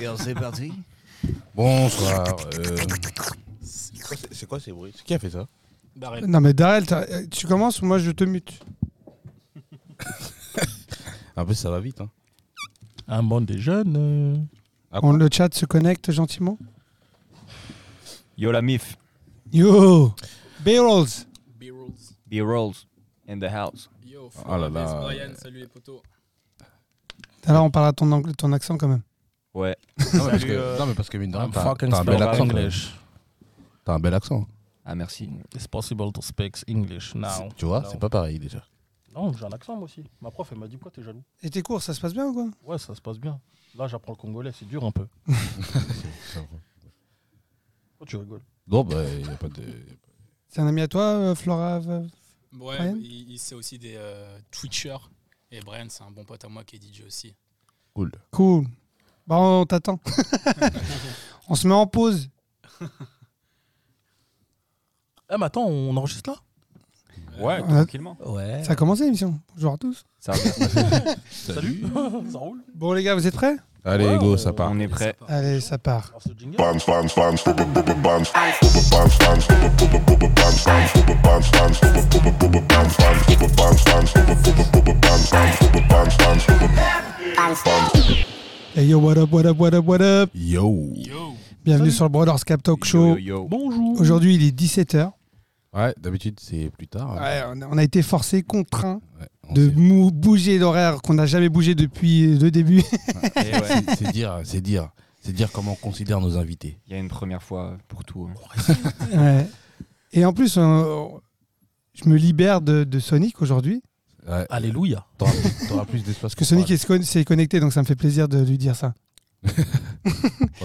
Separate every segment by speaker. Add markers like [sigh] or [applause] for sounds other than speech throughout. Speaker 1: Et on s'est parti.
Speaker 2: Bonsoir. euh, C'est quoi ces- c'est quoi ces bruits Qui a fait ça
Speaker 3: Darrell.
Speaker 4: Non mais Darrell, t'as- euh, tu commences ou moi je te mute
Speaker 2: En plus, ça va vite. Hein.
Speaker 3: Un bon des jeunes. euh.
Speaker 2: Ah,
Speaker 4: On, Le chat se connecte gentiment.
Speaker 5: [laughs] Yo la mif.
Speaker 4: Yo B-Rolls
Speaker 6: B-Rolls.
Speaker 5: B-rolls in the house.
Speaker 6: Yo, Flo,
Speaker 2: Oh là là.
Speaker 6: Brian, salut les potos.
Speaker 4: Alors on parle à ton, angle- ton accent quand même.
Speaker 5: Ouais.
Speaker 2: Non, mais parce
Speaker 3: Salut,
Speaker 2: que,
Speaker 3: euh,
Speaker 2: non, mais parce que mine de rien,
Speaker 3: I'm
Speaker 2: t'as
Speaker 3: fucking
Speaker 2: t'as un, bel
Speaker 3: speak
Speaker 2: accent. quoi.
Speaker 3: English.
Speaker 2: T'as un bel accent.
Speaker 5: Ah merci.
Speaker 3: It's possible to speak English
Speaker 7: Ah,
Speaker 3: now.
Speaker 2: Tu vois,
Speaker 3: Non.
Speaker 2: c'est pas pareil déjà.
Speaker 3: Non, j'ai un accent moi aussi. Ma prof, elle m'a dit quoi, t'es jaloux
Speaker 4: Et tes cours, ça se passe bien ou quoi
Speaker 3: Ouais, ça se passe bien. Là, j'apprends le congolais, c'est dur un peu. Oh, tu rigoles.
Speaker 2: Non, bah, y a pas de.
Speaker 4: C'est un ami à toi, euh, Flora euh,
Speaker 6: Ouais,
Speaker 4: Brian
Speaker 6: il, il- c'est aussi des euh, Twitchers. Et Brian, c'est un bon pote à moi qui est DJ aussi.
Speaker 2: Cool.
Speaker 4: Cool. Bah on t'attend. [laughs] on se met en pause.
Speaker 3: Eh, mais attends, on enregistre là
Speaker 5: Ouais,
Speaker 4: Ouais.
Speaker 5: tranquillement.
Speaker 3: Ouais.
Speaker 4: Ça a commencé l'émission. Bonjour à tous.
Speaker 5: Ça va bien se passer.
Speaker 3: Salut. ça roule [laughs]
Speaker 4: Bon les gars, vous êtes prêts
Speaker 2: Allez,
Speaker 3: Ouais,
Speaker 2: go,
Speaker 3: on-
Speaker 2: ça part.
Speaker 4: [laughs]
Speaker 5: On est prêt.
Speaker 4: Allez, ça part.
Speaker 3: Alors, ce jingle
Speaker 4: Hey yo, what up, what up, what up, what up
Speaker 2: Yo.
Speaker 6: Yo,
Speaker 4: Bienvenue
Speaker 3: Salut.
Speaker 4: sur le Brothers Cap Talk
Speaker 5: Yo,
Speaker 4: Show.
Speaker 5: yo, yo.
Speaker 3: Bonjour.
Speaker 4: Aujourd'hui, il est 17h.
Speaker 2: Ouais, d'habitude, c'est plus tard. hein.
Speaker 4: Ouais, on a- on a été forcé, contraint
Speaker 2: Ouais, on
Speaker 4: de
Speaker 2: sait.
Speaker 4: mou- bouger l'horaire qu'on n'a jamais bougé depuis le début.
Speaker 5: Et Eh ouais,
Speaker 2: C'est- C'est dire, c'est dire. C'est dire comment on considère nos invités.
Speaker 5: Il y a une première fois pour tout. hein.
Speaker 4: Ouais. Et en plus, on- je me libère de, de Sonic aujourd'hui.
Speaker 2: Ouais,
Speaker 3: Alléluia.
Speaker 2: t'auras t'auras plus d'espace
Speaker 4: Parce que Sonic est con- s'est connecté, donc ça me fait plaisir de lui dire ça.
Speaker 2: Ouais,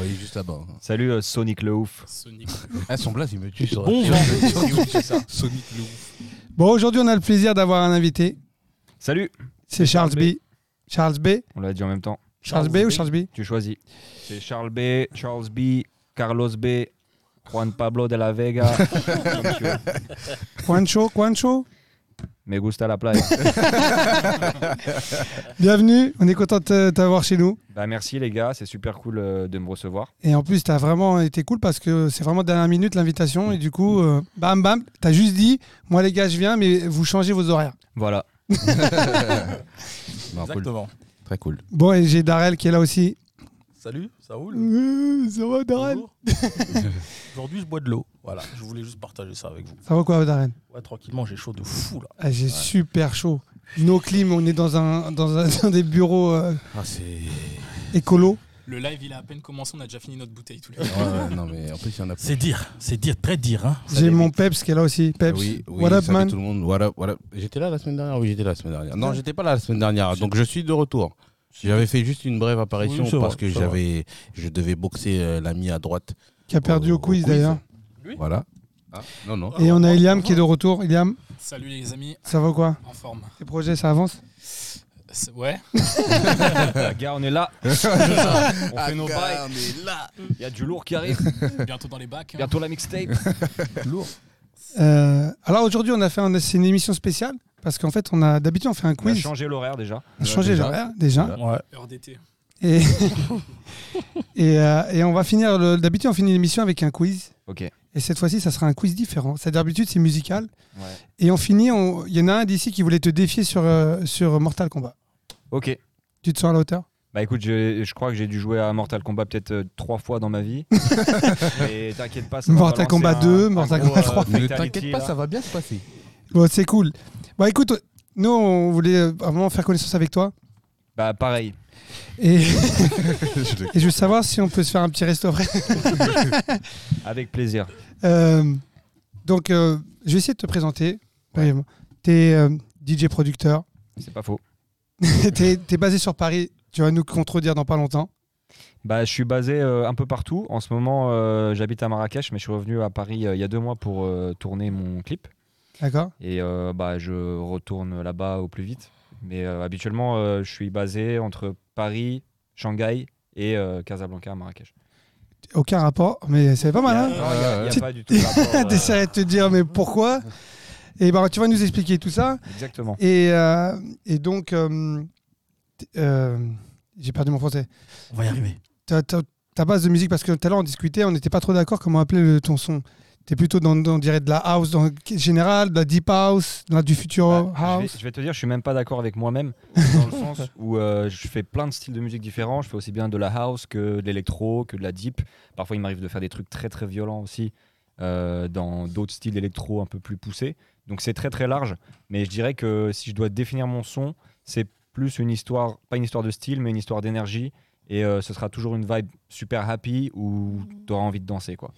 Speaker 2: il est juste là-bas. hein.
Speaker 5: Salut euh, Sonic le ouf.
Speaker 4: [laughs]
Speaker 6: Sonic.
Speaker 2: Ah, son blast, il me tue sur
Speaker 3: Bon
Speaker 2: sur-
Speaker 3: vent.
Speaker 2: sur- sur- sur- Sonic le ouf.
Speaker 4: Bon, aujourd'hui, on a le plaisir d'avoir un invité.
Speaker 5: Salut.
Speaker 4: C'est Charles B. Charles B.
Speaker 5: On l'a dit en même temps.
Speaker 4: Charles B ou Charles B
Speaker 5: Tu choisis. C'est Charles B, Charles B, Carlos B, Juan Pablo de la
Speaker 4: [laughs]
Speaker 5: Vega. Comme tu veux.
Speaker 4: Quancho, Quancho.
Speaker 5: Me gusta la playa.
Speaker 4: Bienvenue. On est content de te- t'avoir chez nous.
Speaker 5: Bah merci les gars, c'est super cool euh, de me recevoir.
Speaker 4: Et en plus, t'as vraiment été cool parce que c'est vraiment dernière minute l'invitation. Et du coup, euh, bam, bam, t'as juste dit Moi, les gars, je viens, mais vous changez vos horaires.
Speaker 5: Voilà.
Speaker 2: Non, cool.
Speaker 3: Exactement.
Speaker 2: Très cool.
Speaker 4: Bon, et j'ai Darrell qui est là aussi.
Speaker 3: Salut, ça roule
Speaker 4: Euh, Ça va, Darrell
Speaker 3: Bonjour. Aujourd'hui, je bois de l'eau. Voilà, je voulais juste partager ça avec vous.
Speaker 4: Ça va quoi, Darren
Speaker 3: Ouais, tranquillement, j'ai chaud de fou là.
Speaker 4: Ah, J'ai super chaud. No clim, on est dans un, dans un [laughs] dans des bureaux euh,
Speaker 2: Ah, c'est.
Speaker 4: écolo.
Speaker 6: Le live, il a à peine commencé, on a déjà fini notre bouteille tous les
Speaker 2: Ouais,
Speaker 6: deux.
Speaker 2: ouais, non, mais en plus, il y en a plus.
Speaker 3: C'est dire, c'est dire, très dire. Hein.
Speaker 4: J'ai mon Peps qui est là aussi. Peps,
Speaker 2: Ah Oui, oui,
Speaker 4: what up,
Speaker 2: salut
Speaker 4: man
Speaker 2: tout le monde. What up, what up. J'étais là la semaine dernière Oui, j'étais là la semaine dernière. Non, j'étais pas là la semaine dernière, donc je suis de retour. J'avais fait juste une brève apparition
Speaker 3: Oui, ça
Speaker 2: parce
Speaker 3: va,
Speaker 2: que
Speaker 3: ça va.
Speaker 2: j'avais, je devais boxer euh, l'ami à droite.
Speaker 4: Qui a perdu au, quiz d'ailleurs.
Speaker 3: Lui
Speaker 2: Voilà. Ah, non, non.
Speaker 4: Et
Speaker 6: Oh,
Speaker 4: on a Iliam qui est de retour. Iliam,
Speaker 6: Salut les amis,
Speaker 4: ça va quoi
Speaker 6: en forme.
Speaker 4: Les projets, ça avance
Speaker 6: C'est- Ouais,
Speaker 5: Les gars, on est
Speaker 4: [laughs]
Speaker 5: là. on
Speaker 1: Ah,
Speaker 5: fait nos bails. Il y a du lourd qui arrive.
Speaker 6: bientôt dans les bacs. hein.
Speaker 5: Bientôt la
Speaker 4: [laughs]
Speaker 5: mixtape.
Speaker 4: Euh, Alors aujourd'hui, on a fait un- c'est une émission spéciale parce qu'en fait, on a d'habitude on fait un
Speaker 5: On a
Speaker 4: quiz.
Speaker 5: changé l'horaire déjà.
Speaker 4: On a changé
Speaker 2: Déjà.
Speaker 4: l'horaire déjà.
Speaker 2: Déjà.
Speaker 3: Ouais.
Speaker 6: Heure d'été.
Speaker 4: Et, [laughs] et, euh, et on va finir. le- D'habitude, on finit l'émission avec un quiz.
Speaker 5: Ok.
Speaker 4: Et cette fois-ci, ça sera un quiz différent. C'est-à-dire, d'habitude, c'est musical.
Speaker 5: Ouais.
Speaker 4: Et on finit, on- il y en a un d'ici qui voulait te défier sur, euh, sur Mortal Kombat.
Speaker 5: Ok.
Speaker 4: Tu te sens à la hauteur
Speaker 5: Bah écoute, je, je crois que j'ai dû jouer à Mortal Kombat peut-être euh, trois fois dans ma [laughs] vie. Mais t'inquiète pas, ça va
Speaker 4: Mortal
Speaker 5: balancer
Speaker 4: Kombat
Speaker 5: un-
Speaker 4: 2,
Speaker 5: un
Speaker 4: Mortal
Speaker 5: gros,
Speaker 4: Kombat
Speaker 5: euh,
Speaker 4: 3.
Speaker 2: Ne
Speaker 5: fatality,
Speaker 2: t'inquiète pas,
Speaker 5: là.
Speaker 2: ça va bien se passer.
Speaker 4: Bon, c'est cool. Bah écoute, nous, on voulait euh, vraiment faire connaissance avec toi.
Speaker 5: Bah pareil.
Speaker 4: Et, [laughs]
Speaker 2: Je
Speaker 4: et je veux savoir si on peut se faire un petit resto après.
Speaker 5: Avec plaisir.
Speaker 4: Euh, donc, euh, je vais essayer de te présenter. brièvement. T'es euh, DJ producteur. [laughs]
Speaker 5: C'est pas faux.
Speaker 4: T'es t'es basé sur Paris. Tu vas nous contredire dans pas longtemps.
Speaker 5: Bah je suis basé euh, un peu partout. En ce moment, euh, j'habite à Marrakech, mais je suis revenu à Paris euh, il y a deux mois pour euh, tourner mon clip.
Speaker 4: D'accord
Speaker 5: Et euh, bah, je retourne là-bas au plus vite. Mais euh, habituellement, euh, je suis basé entre Paris, Shanghai et euh, Casablanca, Marrakech.
Speaker 4: Aucun rapport, mais c'est pas mal.
Speaker 5: Il y a-
Speaker 4: Hein
Speaker 5: non, il y a- il y a
Speaker 4: C'est-
Speaker 5: pas du tout de
Speaker 4: [laughs]
Speaker 5: rapport, euh,
Speaker 4: T'essaies de te dire, mais pourquoi Et ben, tu vas nous expliquer tout ça.
Speaker 5: Exactement.
Speaker 4: Et, euh, et donc, euh, t- euh, J'ai perdu mon français.
Speaker 3: On va y arriver.
Speaker 4: Ta, ta- ta base de musique, parce que tout à l'heure on discutait, on n'était pas trop d'accord comment appeler le- ton son. T'es plutôt dans, dans- on dirait de la house dans, générale, de la deep house, de la- du future
Speaker 5: Bah, je, vais,
Speaker 4: Oh, house.
Speaker 5: je vais te dire, je suis même pas d'accord avec moi-même, dans le sens où euh, je fais plein de styles de musique différents. Je fais aussi bien de la house que de l'électro, que de la deep. Parfois, il m'arrive de faire des trucs très très violents aussi euh, dans d'autres styles électro un peu plus poussés. Donc c'est très très large. Mais je dirais que si je dois définir mon son, c'est plus une histoire, pas une histoire de style, mais une histoire d'énergie. Et euh, ce sera toujours une vibe super happy où t'auras envie de danser quoi.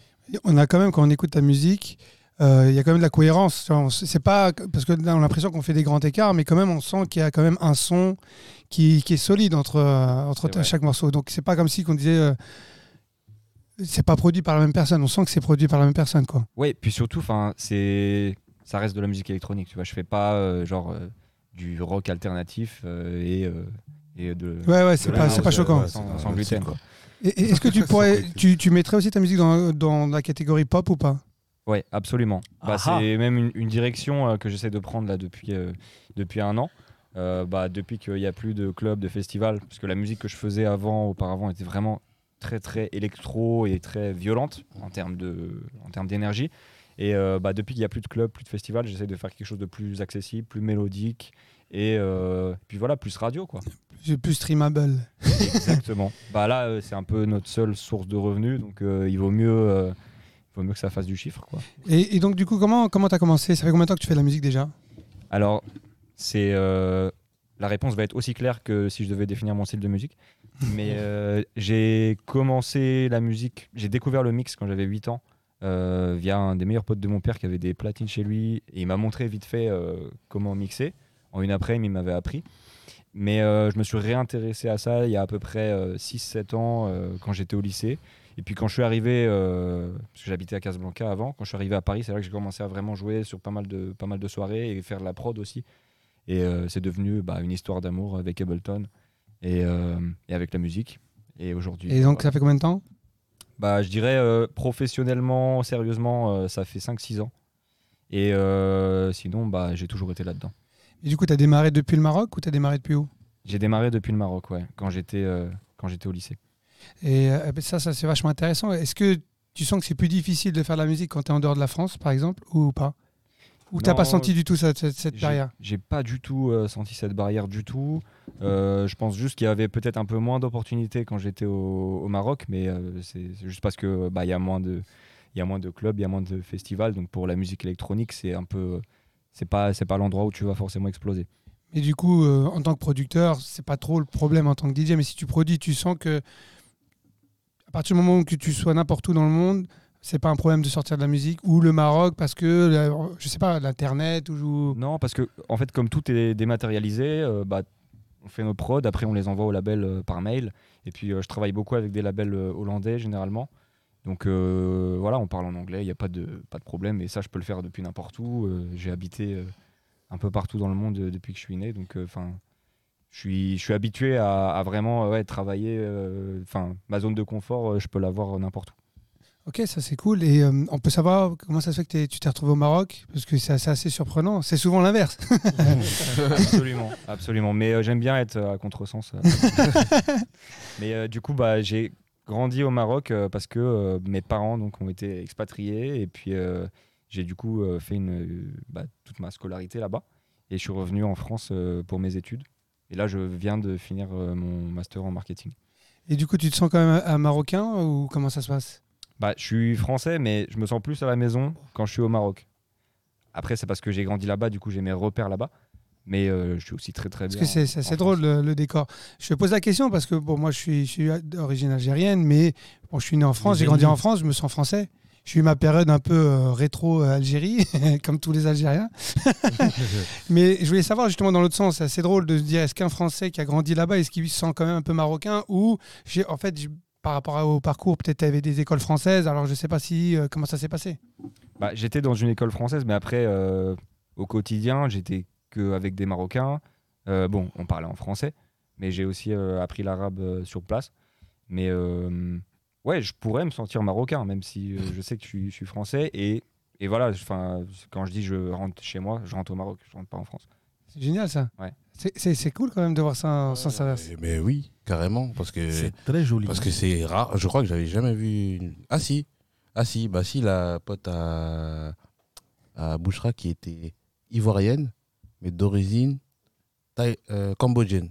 Speaker 4: On a quand même, quand on écoute ta musique, euh, il y a quand même de la cohérence. Tu vois, on- C'est pas parce que là, on a l'impression qu'on fait des grands écarts, mais quand même, on sent qu'il y a quand même un son qui, qui est solide entre, euh, entre
Speaker 5: C'est vrai.
Speaker 4: chaque morceau. Donc, c'est pas comme si qu'on disait euh, c'est pas produit par la même personne. On sent que c'est produit par la même personne, quoi.
Speaker 5: Ouais, puis surtout, enfin, c'est, ça reste de la musique électronique, tu vois. Je fais pas euh, genre euh, du rock alternatif euh, et, euh, et de.
Speaker 4: Ouais, ouais, c'est
Speaker 5: de la
Speaker 2: Ah,
Speaker 4: pas,
Speaker 5: house,
Speaker 4: c'est pas
Speaker 5: euh,
Speaker 4: choquant.
Speaker 5: ouais, sans, sans
Speaker 2: Ouais, c'est
Speaker 5: gluten.
Speaker 2: quoi.
Speaker 4: Et- et Est-ce que [laughs] tu pourrais, tu, tu mettrais aussi ta musique dans, dans la catégorie pop ou pas
Speaker 5: Ouais, absolument. Bah,
Speaker 3: Aha.
Speaker 5: c'est même une, une direction euh, que j'essaie de prendre là depuis, euh, depuis un an. Euh, bah, depuis qu'il n'y a plus de clubs, de festivals, parce que la musique que je faisais avant, auparavant, était vraiment très très électro et très violente en termes de- en termes d'énergie. Et euh, bah, depuis qu'il n'y a plus de clubs, plus de festivals, j'essaie de faire quelque chose de plus accessible, plus mélodique et euh, puis voilà, plus radio quoi.
Speaker 4: Plus- Plus streamable.
Speaker 5: Exactement. bah là, euh, c'est un peu notre seule source de revenus, donc euh, il vaut mieux, euh, il vaut mieux que ça fasse du chiffre quoi.
Speaker 4: Et, et donc, du coup, comment comment t'as commencé Ça fait combien de temps que tu fais de la musique déjà
Speaker 5: Alors, c'est euh, la réponse va être aussi claire que si je devais définir mon style de musique. Mais euh, j'ai commencé la musique, j'ai découvert le mix quand j'avais 8 ans euh, via un des meilleurs potes de mon père qui avait des platines chez lui et il m'a montré vite fait euh, comment mixer. En une après-midi, il m'avait appris. Mais euh, je me suis réintéressé à ça il y a à peu près 6-7 ans euh, quand j'étais au lycée. Et puis quand je suis arrivé, euh, parce que j'habitais à Casablanca avant, quand je suis arrivé à Paris, c'est là que j'ai commencé à vraiment jouer sur pas mal de, pas mal de soirées et faire de la prod aussi. Et euh, c'est devenu bah, une histoire d'amour avec Ableton et, euh, et avec la musique. Et aujourd'hui,
Speaker 4: Et donc,
Speaker 5: voilà.
Speaker 4: ça fait combien de temps
Speaker 5: bah, je dirais euh, professionnellement, sérieusement, euh, ça fait 5-6 ans. Et euh, sinon, bah, j'ai toujours été là-dedans.
Speaker 4: Et du coup, t'as démarré depuis le Maroc ou t'as démarré depuis où
Speaker 5: J'ai démarré depuis le Maroc, ouais, quand j'étais euh, quand j'étais au lycée.
Speaker 4: Et euh, ben ça, ça c'est vachement intéressant. Est-ce que tu sens que c'est plus difficile de faire de la musique quand tu es en dehors de la France, par exemple, ou pas Ou t'as
Speaker 5: Non,
Speaker 4: pas senti du tout ça, cette, cette
Speaker 5: J'ai-
Speaker 4: barrière
Speaker 5: J'ai pas du tout euh, senti cette barrière du tout. Euh, je pense juste qu'il y avait peut-être un peu moins d'opportunités quand j'étais au, au Maroc, mais euh, c'est c'est juste parce que bah, il y a moins de il y a moins de clubs, il y a moins de festivals, donc pour la musique électronique, c'est un peu c'est pas c'est pas l'endroit où tu vas forcément exploser.
Speaker 4: Mais du coup, euh, en tant que producteur, c'est pas trop le problème en tant que DJ. Mais si tu produis, tu sens que à partir du moment où que tu sois n'importe où dans le monde, c'est pas un problème de sortir de la musique ou le Maroc parce que la- je sais pas l'internet ou
Speaker 5: Non, parce que en fait, comme tout est dématérialisé, euh, bah, on fait nos prods, après on les envoie au label euh, par mail. Et puis euh, je travaille beaucoup avec des labels euh, hollandais généralement. Donc euh, voilà, on parle en anglais, il n'y a pas de, pas de problème. Et ça, je peux le faire depuis n'importe où. Euh, J'ai habité euh, un peu partout dans le monde euh, depuis que je suis né. Donc enfin. je suis, je suis habitué à, à vraiment euh, ouais, travailler. euh, Enfin, ma zone de confort, euh, je peux l'avoir euh, n'importe où.
Speaker 4: Ok, ça c'est cool. Et euh, on peut savoir comment ça se fait que t'es- tu t'es retrouvé au Maroc Parce que c'est assez- assez surprenant. C'est souvent l'inverse.
Speaker 5: absolument, absolument. Mais euh, j'aime bien être euh, à contresens. euh. Mais euh, du coup, bah, j'ai grandi au Maroc euh, parce que euh, mes parents donc, ont été expatriés et puis euh, j'ai du coup euh, fait une, euh, bah, toute ma scolarité là-bas et je suis revenu en France euh, pour mes études. Et là, je viens de finir euh, mon master en marketing.
Speaker 4: Et du coup, tu te sens quand même un Marocain ou comment ça se passe
Speaker 5: Bah, je suis français, mais je me sens plus à la maison quand je suis au Maroc. Après, c'est parce que j'ai grandi là-bas, du coup, j'ai mes repères là-bas. Mais euh, je suis aussi très très
Speaker 4: Parce
Speaker 5: bien.
Speaker 4: que c'est c'est assez
Speaker 5: en
Speaker 4: drôle le, le décor. Je te pose la question parce que bon, moi, je suis, je suis d'origine algérienne, mais bon, je suis né en France, j'ai grandi en France, je me sens français. J'ai eu ma période un peu euh, rétro euh, Algérie, [laughs] comme tous les Algériens.
Speaker 2: [laughs]
Speaker 4: mais je voulais savoir justement dans l'autre sens, c'est assez drôle de se dire est-ce qu'un Français qui a grandi là-bas, est-ce qu'il se sent quand même un peu marocain ou j'ai en fait j'ai- par rapport à- au parcours, peut-être tu avais des écoles françaises, alors je sais pas si euh, comment ça s'est passé.
Speaker 5: Bah, j'étais dans une école française, mais après, euh, au quotidien, j'étais qu'avec des Marocains. Euh, bon, on parlait en français, mais j'ai aussi euh, appris l'arabe euh, sur place. Mais euh, ouais, je pourrais me sentir marocain, même si euh, je sais que je suis, je suis français. Et, et voilà, enfin, quand je dis je rentre chez moi, je rentre au Maroc, je rentre pas en France.
Speaker 4: C'est génial ça.
Speaker 5: Ouais.
Speaker 4: C'est- C'est c'est cool quand même de voir ça en sens inverse.
Speaker 2: Eh, Mais oui, carrément, parce que
Speaker 3: C'est très joli.
Speaker 2: parce que c'est rare. Je crois que j'avais jamais vu. une- Ah si, ah si, bah si la pote à à Bouchra qui était ivoirienne, mais d'origine thaï- euh, cambodgienne.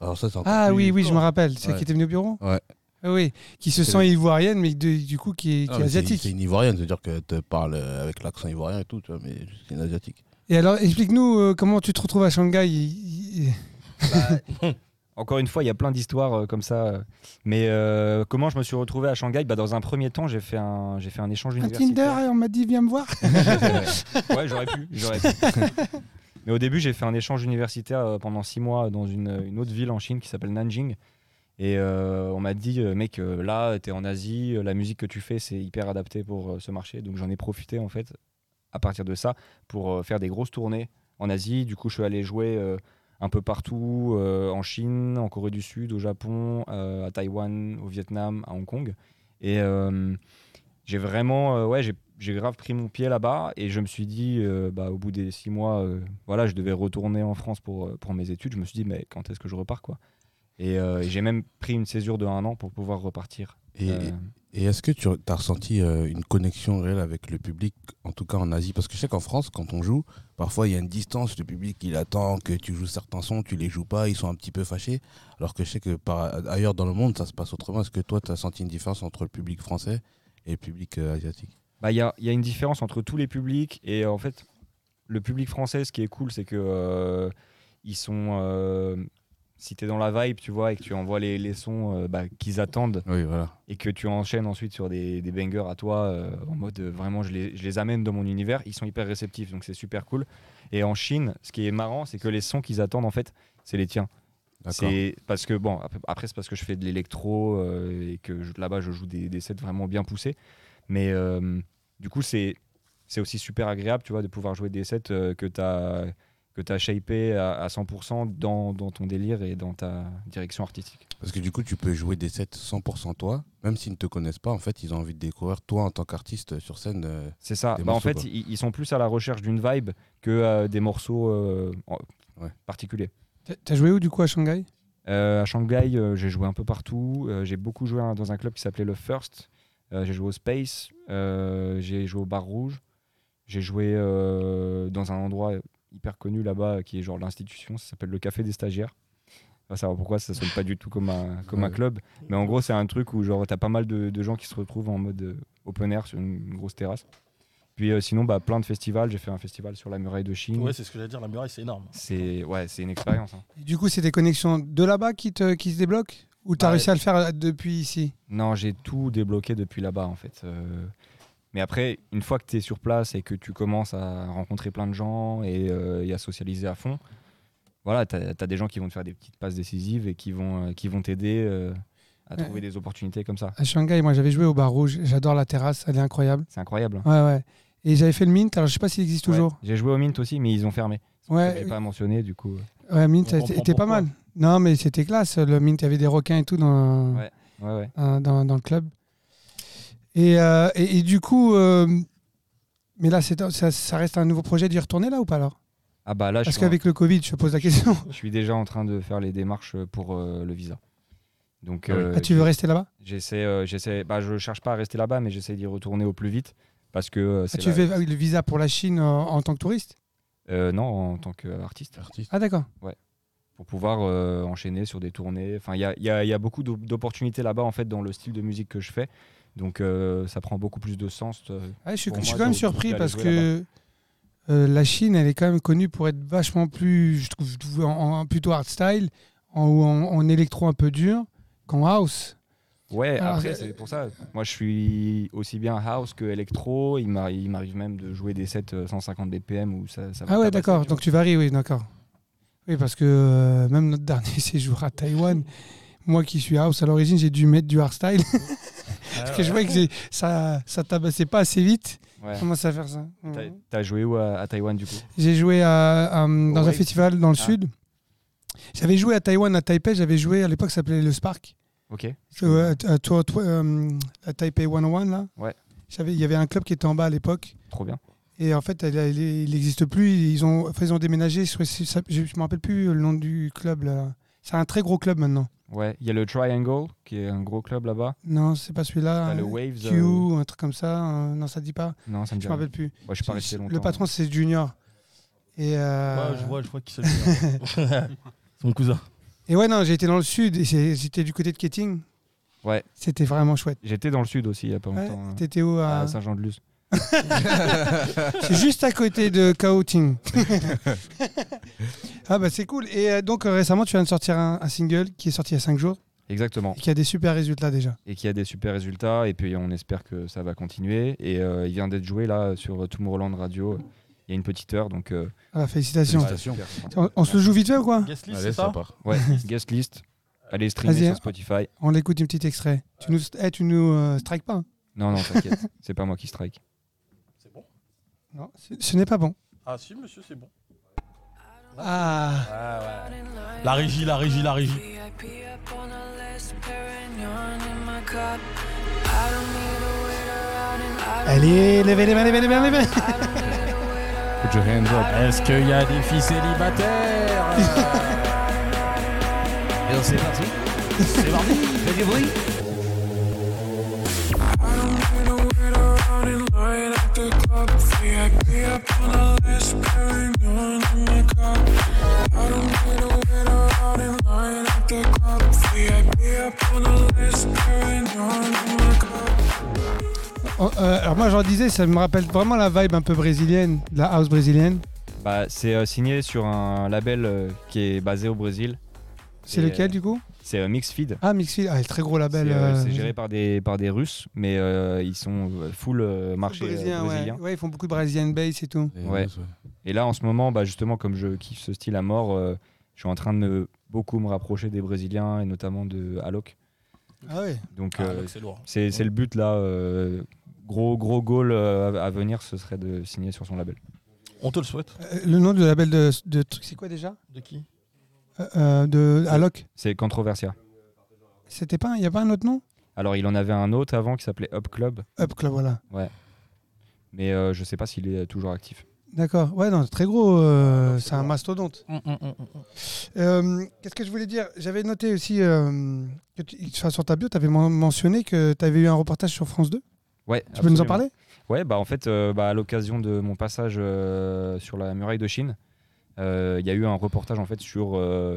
Speaker 2: Alors ça c'est encore
Speaker 4: Ah
Speaker 2: plus-
Speaker 4: oui, oui, je me rappelle. C'est
Speaker 2: Ouais.
Speaker 4: qui était venu au bureau
Speaker 2: Ouais.
Speaker 4: Ah Oui, qui se
Speaker 2: C'est
Speaker 4: sent ivoirienne, mais de- du coup qui est,
Speaker 2: Ah,
Speaker 4: qui est
Speaker 2: mais c'est- C'est
Speaker 4: asiatique.
Speaker 2: une ivoirienne, c'est-à-dire que te parle euh, avec l'accent ivoirien et tout, tu vois, mais c'est une asiatique.
Speaker 4: Et alors, explique-nous euh, comment tu te retrouves à Shanghai. Il- il-
Speaker 5: Encore une fois, il y a plein d'histoires euh, comme ça. euh. Mais euh, comment je me suis retrouvé à Shanghai bah, Dans un premier temps, j'ai fait un, j'ai fait un échange
Speaker 4: Ah,
Speaker 5: universitaire.
Speaker 4: Tinder, et on m'a dit, viens me voir.
Speaker 5: [laughs] ouais, j'aurais pu. J'aurais pu. Mais au début, j'ai fait un échange universitaire euh, pendant six mois dans une, euh, une autre ville en Chine qui s'appelle Nanjing. Et euh, on m'a dit, euh, mec, euh, là, t'es en Asie, euh, la musique que tu fais, c'est hyper adapté pour euh, ce marché. Donc j'en ai profité, en fait, à partir de ça, pour euh, faire des grosses tournées en Asie. Du coup, je suis allé jouer euh, un peu partout, euh, en Chine, en Corée du Sud, au Japon, euh, à Taïwan, au Vietnam, à Hong Kong. Et euh, j'ai vraiment, euh, ouais, j'ai- j'ai grave pris mon pied là-bas et je me suis dit, euh, bah, au bout des six mois, euh, voilà, je devais retourner en France pour, euh, pour mes études. Je me suis dit, mais quand est-ce que je repars, quoi Et euh, et j'ai même pris une césure de un an pour pouvoir repartir.
Speaker 2: Et,
Speaker 5: Euh,
Speaker 2: et est-ce que tu as ressenti euh, une connexion réelle avec le public, en tout cas en Asie Parce que je sais qu'en France, quand on joue, parfois il y a une distance, le public il attend que tu joues certains sons, tu les joues pas, ils sont un petit peu fâchés. Alors que je sais que par, ailleurs dans le monde, ça se passe autrement. Est-ce que toi, tu as senti une différence entre le public français et le public euh, asiatique
Speaker 5: bah, il y, a, il y a une différence entre tous les publics et euh, en fait le public français ce qui est cool c'est que euh, ils sont euh, si t'es dans la vibe tu vois et que tu envoies les, les sons euh, bah, qu'ils attendent
Speaker 2: Oui, voilà.
Speaker 5: et que tu enchaînes ensuite sur des, des bangers à toi euh, en mode euh, vraiment je les, je les amène dans mon univers ils sont hyper réceptifs donc c'est super cool et en Chine ce qui est marrant c'est que les sons qu'ils attendent en fait c'est les tiens
Speaker 2: D'accord.
Speaker 5: c'est parce que bon ap- après c'est parce que je fais de l'électro euh, et que je- là-bas je joue des, des sets vraiment bien poussés. Mais euh, du coup c'est c'est aussi super agréable tu vois de pouvoir jouer des sets euh, que t'as que t'as shapé à, à 100% dans, dans ton délire et dans ta direction artistique.
Speaker 2: Parce que du coup, tu peux jouer des sets 100% toi, même s'ils ne te connaissent pas, en fait, ils ont envie de découvrir toi en tant qu'artiste euh, sur scène. euh,
Speaker 5: C'est ça.
Speaker 2: Des
Speaker 5: Bah, en
Speaker 2: morceaux,
Speaker 5: fait
Speaker 2: quoi.
Speaker 5: ils, ils sont plus à la recherche d'une vibe que euh, des morceaux euh, en-
Speaker 2: Ouais.
Speaker 5: particuliers.
Speaker 4: T'as- T'as joué où du coup à Shanghai
Speaker 5: Euh, à Shanghai, euh, j'ai joué un peu partout. Euh, j'ai beaucoup joué un- dans un club qui s'appelait le First. Euh, j'ai joué au Space. Euh, j'ai joué au Bar Rouge. J'ai joué euh, dans un endroit hyper connu là-bas euh, qui est genre l'institution. Ça s'appelle le Café des Stagiaires. On va savoir pourquoi ça sonne pas du tout comme un, comme un
Speaker 2: Ouais.
Speaker 5: club. Mais en gros, c'est un truc où genre t'as pas mal de, de gens qui se retrouvent en mode euh, open air sur une, grosse terrasse. Puis euh, sinon, bah, plein de festivals. J'ai fait un festival sur la muraille de Chine.
Speaker 3: Ouais, c'est ce que j'allais dire, la muraille, c'est énorme.
Speaker 5: C'est ouais, c'est une expérience. hein.
Speaker 4: Et Du coup, c'est des connexions de là-bas qui, te- qui se débloquent Ou t'as
Speaker 5: Bah,
Speaker 4: réussi à
Speaker 2: euh,
Speaker 4: le faire euh, depuis ici
Speaker 5: Non, j'ai tout débloqué depuis là-bas en fait. Euh, mais après, une fois que tu es sur place et que tu commences à rencontrer plein de gens et, euh, et à socialiser à fond, voilà, tu as, des gens qui vont te faire des petites passes décisives et qui vont euh, qui vont t'aider euh, à
Speaker 4: Ouais.
Speaker 5: trouver des opportunités comme ça.
Speaker 4: À Shanghai, moi j'avais joué au bar rouge. J'adore la terrasse, elle est incroyable.
Speaker 5: C'est incroyable. hein.
Speaker 4: Ouais, ouais. Et j'avais fait le Mint, alors je sais pas s'il existe toujours.
Speaker 5: Ouais. J'ai joué au Mint aussi, mais ils ont fermé. Je
Speaker 4: Ouais,
Speaker 5: l'avais pas mentionné du coup. euh.
Speaker 4: ouais Mint,
Speaker 3: On
Speaker 4: ça
Speaker 3: comprend
Speaker 4: était pas
Speaker 3: pourquoi.
Speaker 4: mal. Non, mais c'était classe. Le Mint, il y avait des requins et tout dans,
Speaker 5: Ouais, ouais.
Speaker 4: euh, dans, dans le club. Et, euh, et, et du coup, euh, mais là, c'est- ça, ça reste un nouveau projet d'y retourner là ou pas alors
Speaker 5: Ah bah là, je
Speaker 4: Parce
Speaker 5: suis en-
Speaker 4: qu'avec le Covid, je pose la question.
Speaker 5: je suis déjà en train de faire les démarches pour euh, le visa. Donc, euh,
Speaker 4: Ah, tu veux
Speaker 5: j'ai-
Speaker 4: rester là-bas
Speaker 5: J'essaie, euh, j'essaie. Bah, je cherche pas à rester là-bas, mais j'essaie d'y retourner au plus vite parce que euh,
Speaker 4: Ah,
Speaker 5: c'est
Speaker 4: Tu
Speaker 5: la-
Speaker 4: fais ah oui, le visa pour la Chine euh, en tant que touriste
Speaker 5: Euh, non en tant qu'artiste
Speaker 2: Artiste.
Speaker 4: Ah d'accord.
Speaker 5: pour pouvoir euh, enchaîner sur des tournées. Enfin, il y a, il y a- il y a beaucoup d'op- d'opportunités là-bas en fait dans le style de musique que je fais. Donc, euh, ça prend beaucoup plus de sens. euh,
Speaker 4: Ouais, Ah, je suis,
Speaker 5: Pour
Speaker 4: je suis
Speaker 5: moi,
Speaker 4: quand même
Speaker 5: donc,
Speaker 4: surpris
Speaker 5: d'aller
Speaker 4: parce
Speaker 5: jouer
Speaker 4: que euh, la Chine, elle est quand même connue pour être vachement plus, je trouve, je trouve, en, en- plutôt hard style, en, ou en, en électro un peu dur qu'en house.
Speaker 5: Ouais,
Speaker 4: Alors,
Speaker 5: après,
Speaker 4: euh,
Speaker 5: c'est pour ça. Moi, je suis aussi bien house que électro. Il m'arri- il m'arrive même de jouer des sets euh, 150 BPM où ça, ça va
Speaker 4: Ah
Speaker 5: tabasser,
Speaker 4: ouais, d'accord.
Speaker 5: tu vois.
Speaker 4: Donc tu varies, oui, d'accord. Oui, parce que euh, même notre [laughs] dernier séjour à Taïwan, moi qui suis house à l'origine, j'ai dû mettre du hard style
Speaker 5: Ah
Speaker 4: parce que je voyais que j'ai- ça, ça tabassait pas assez vite.
Speaker 5: Ouais.
Speaker 4: Comment ça faire ça
Speaker 5: T'as- T'as joué où à, à Taïwan du coup
Speaker 4: J'ai joué à- à- dans un
Speaker 5: Wave.
Speaker 4: festival dans le
Speaker 5: Ah.
Speaker 4: sud. J'avais joué à Taïwan, à Taipei. J'avais joué à l'époque, ça s'appelait le Spark.
Speaker 5: Ok.
Speaker 4: Euh, à, à toi- toi, euh, à Taipei 101, là
Speaker 5: Ouais.
Speaker 4: J'avais- Il y avait un club qui était en bas à l'époque.
Speaker 5: Trop bien.
Speaker 4: Et en fait, elle- elle- il n'existe plus. Ils ont, enfin, ils ont déménagé. sur- ça- Je ne me rappelle plus le nom du club. là. C'est un très gros club maintenant.
Speaker 5: Ouais, il y a le Triangle, qui est un gros club là-bas.
Speaker 4: Non, c'est pas celui-là.
Speaker 5: T'as le
Speaker 4: un
Speaker 5: Waves.
Speaker 4: Ah, Q,
Speaker 5: euh,
Speaker 4: un truc comme ça. un- Non, ça ne dit pas.
Speaker 5: Non, ça me dit
Speaker 4: Je ne me
Speaker 5: rien.
Speaker 4: rappelle plus.
Speaker 5: Ouais, je suis pas resté longtemps. hein.
Speaker 4: Le patron, c'est Junior. Et, euh,
Speaker 3: Ouais, je vois, je vois qui c'est. le [laughs] gars. Son cousin.
Speaker 4: et ouais, non, j'ai été dans le sud. et c'est- J'étais du côté de Ketting.
Speaker 5: Ouais.
Speaker 4: C'était vraiment chouette.
Speaker 5: J'étais dans le sud aussi il y a pas
Speaker 4: Ouais,
Speaker 5: longtemps. hein,
Speaker 4: T'étais où à-
Speaker 5: à Saint-Jean-de-Luz.
Speaker 4: C'est juste à côté de
Speaker 5: [laughs]
Speaker 4: Coating. ah bah c'est cool. Et euh, donc euh, récemment, tu viens de sortir un, un single qui est sorti il y a 5 jours
Speaker 5: Exactement.
Speaker 4: et qui a des super résultats déjà.
Speaker 5: et qui a des super résultats. Et puis on espère que ça va continuer. Et euh, il vient d'être joué là sur Tomorrowland Radio. Il y a une petite heure, donc euh,
Speaker 4: Ah, félicitations.
Speaker 2: Félicitations.
Speaker 5: ouais, super.
Speaker 4: On, on se le joue vite fait ou quoi
Speaker 7: Ah,
Speaker 3: Gasly,
Speaker 2: Allez,
Speaker 3: c'est
Speaker 2: ça
Speaker 3: ça
Speaker 2: part.
Speaker 5: Ouais, guest list. Allez streamer
Speaker 4: Vas-y. hein.
Speaker 5: sur Spotify.
Speaker 4: On écoute un petit extrait. Tu nous, eh, tu nous euh, strikes pas hein
Speaker 5: Non, non,
Speaker 4: [laughs]
Speaker 5: t'inquiète, c'est pas moi qui strike.
Speaker 3: C'est bon
Speaker 4: Non, ce, ce n'est pas bon.
Speaker 3: Ah si, monsieur, c'est bon.
Speaker 4: Ah,
Speaker 3: Ah, ouais. La régie, la régie, la régie.
Speaker 1: VIP up on a list, Perignon in my cup. I don't need a waiter out and I don't
Speaker 4: allez, levez les mains, levez les mains, levez les mains. [laughs]
Speaker 1: I don't need a waiter.
Speaker 2: Put your hands up.
Speaker 3: Est-ce qu'il y a des filles célibataires
Speaker 2: c'est parti.
Speaker 3: C'est mardi. Fais du bruit.
Speaker 1: Need a waiter out and light up the club. VIP up on a list, Perignon in my cup. I don't need a waiter out and light up the club. VIP up on a list, Perignon in
Speaker 2: [laughs]
Speaker 1: my cup.
Speaker 4: Oh, euh, alors moi j'en disais, ça me rappelle vraiment la vibe un peu brésilienne, de la house brésilienne.
Speaker 5: Bah, c'est euh, signé sur un label euh, qui est basé au Brésil.
Speaker 4: C'est
Speaker 5: Et,
Speaker 4: lequel
Speaker 5: euh,
Speaker 4: du coup
Speaker 5: C'est euh, Mixfeed.
Speaker 4: Ah Mixfield, ah, le très gros
Speaker 5: C'est
Speaker 4: label.
Speaker 5: euh,
Speaker 4: euh,
Speaker 5: c'est géré par des, par des Russes, mais euh, ils sont euh, full euh, marché euh,
Speaker 4: brésilien, ouais.
Speaker 5: brésilien.
Speaker 4: ouais, ils font beaucoup de brésilienne bass et tout.
Speaker 5: Ouais. Et là, en ce moment, bah, justement, comme je kiffe ce style à mort, euh, je suis en train de me- beaucoup me rapprocher des Brésiliens et notamment de Alok.
Speaker 4: Ah ouais.
Speaker 5: Donc,
Speaker 6: Ah,
Speaker 5: euh,
Speaker 6: donc c'est lourd.
Speaker 5: c'est c'est le but là. euh, gros, gros goal euh, à venir, ce serait de signer sur son label.
Speaker 3: On te le souhaite.
Speaker 4: Euh, Le nom du label de, de truc, c'est quoi déjà
Speaker 3: De qui
Speaker 4: Euh, euh, De Alloc.
Speaker 5: C'est Controversia.
Speaker 4: C'était pas, il y a pas un autre nom
Speaker 5: Alors, il en avait un autre avant qui s'appelait Up Club,
Speaker 4: Up Club, voilà.
Speaker 5: mais euh, je sais pas s'il est toujours actif.
Speaker 4: D'accord. Ouais, non, c'est très gros.
Speaker 5: Ah,
Speaker 4: euh, c'est un mastodonte.
Speaker 5: Mm,
Speaker 4: Euh, Qu'est-ce que je voulais dire J'avais noté aussi euh, que tu- enfin, sur ta bio, tu avais mentionné que tu avais eu un reportage sur France 2.
Speaker 5: Ouais,
Speaker 4: Tu peux nous en
Speaker 5: absolument.
Speaker 4: parler
Speaker 5: Ouais, bah en fait, euh, bah, à l'occasion de mon passage euh, sur la muraille de Chine, euh, il y a eu un reportage en fait sur euh,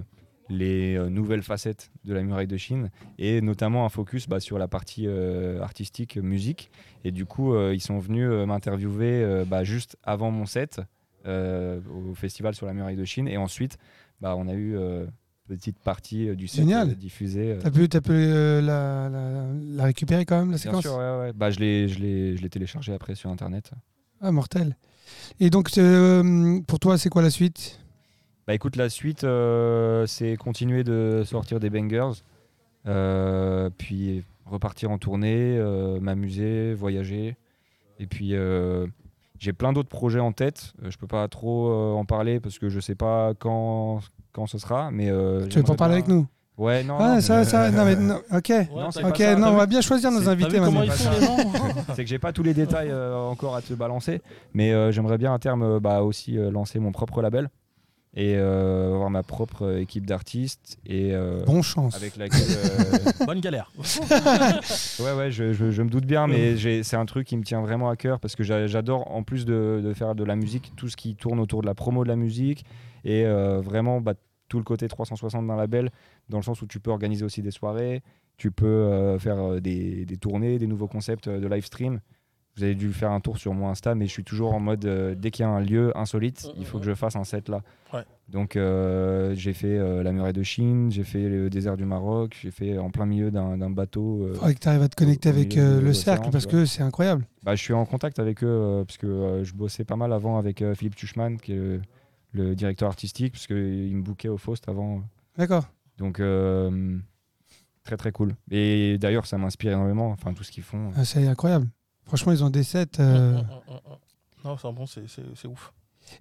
Speaker 5: les euh, nouvelles facettes de la muraille de Chine et notamment un focus bah, sur la partie euh, artistique, musique. Et du coup, euh, ils sont venus euh, m'interviewer euh, bah, juste avant mon set euh, au festival sur la muraille de Chine et ensuite, bah, on a eu euh, petite partie euh, du set
Speaker 4: Génial.
Speaker 5: euh, diffusée. euh,
Speaker 4: Tu as pu, t'as pu, euh, la, la- la récupérer quand même, la
Speaker 5: Bien
Speaker 4: séquence
Speaker 5: sûr, ouais, ouais. Bah, je l'ai- je l'ai je l'ai téléchargé après sur internet.
Speaker 4: Ah, mortel. Et donc, euh, pour toi, c'est quoi la suite
Speaker 5: Bah écoute, la suite, euh, c'est continuer de sortir des bangers, euh, puis repartir en tournée, euh, m'amuser, voyager. Et puis, euh, j'ai plein d'autres projets en tête. Euh, je peux pas trop euh, en parler parce que je sais pas quand, quand ce sera. Mais, euh,
Speaker 4: Tu veux pas
Speaker 5: j'aimerais
Speaker 4: parler avec
Speaker 5: bien-
Speaker 4: nous
Speaker 5: Ouais, non.
Speaker 4: Ah,
Speaker 5: non,
Speaker 4: ça,
Speaker 5: mais- [laughs]
Speaker 4: ça, non, mais non, ok.
Speaker 5: Non, c'est
Speaker 3: t'as
Speaker 5: pas
Speaker 4: Ok,
Speaker 5: ça.
Speaker 4: non,
Speaker 3: T'as
Speaker 4: on
Speaker 3: vu-
Speaker 4: va bien choisir nos
Speaker 3: t'as vu
Speaker 4: invités
Speaker 3: comment
Speaker 4: maintenant.
Speaker 3: ils
Speaker 5: C'est
Speaker 3: font
Speaker 5: pas
Speaker 3: les gens
Speaker 5: [laughs] C'est que j'ai pas tous les détails euh, encore à te balancer, mais euh, j'aimerais bien à terme euh, bah, aussi euh, lancer mon propre label et euh, avoir ma propre euh, équipe d'artistes et euh,
Speaker 4: Bon chance.
Speaker 5: avec laquelle euh,
Speaker 3: Bonne galère. [laughs]
Speaker 5: Ouais, ouais, je, je- je me doute bien, mais j'ai- c'est un truc qui me tient vraiment à cœur parce que j'a- j'adore, en plus de, de faire de la musique, tout ce qui tourne autour de la promo de la musique et euh, vraiment bah, tout le côté 360 d'un label, dans le sens où tu peux organiser aussi des soirées, tu peux euh, faire euh, des, des tournées, des nouveaux concepts euh, de live stream. Vous avez dû faire un tour sur mon Insta, mais je suis toujours en mode euh, dès qu'il y a un lieu insolite, il faut que je fasse un set là.
Speaker 3: Ouais.
Speaker 5: Donc euh, j'ai fait euh, la muraille de Chine, j'ai fait le désert du Maroc, j'ai fait euh, en plein milieu d'un d'un bateau. euh,
Speaker 4: faudrait que tu arrives à te connecter
Speaker 5: au
Speaker 4: avec
Speaker 5: milieu
Speaker 4: euh,
Speaker 5: de
Speaker 4: le
Speaker 5: l'océan,
Speaker 4: cercle
Speaker 5: tu
Speaker 4: parce
Speaker 5: vois.
Speaker 4: que c'est incroyable.
Speaker 5: bah, je suis en contact avec eux euh, parce que euh, je bossais pas mal avant avec euh, Philippe Tuchman, qui est le, le directeur artistique, parce qu'il me bookait au Faust avant.
Speaker 4: D'accord.
Speaker 5: Donc, euh, très très cool. Et d'ailleurs, ça m'inspire énormément, enfin tout ce qu'ils font.
Speaker 4: Ah, C'est incroyable. Franchement, ils ont des sets. euh,
Speaker 3: Non, c'est un bon, c'est- c'est c'est ouf.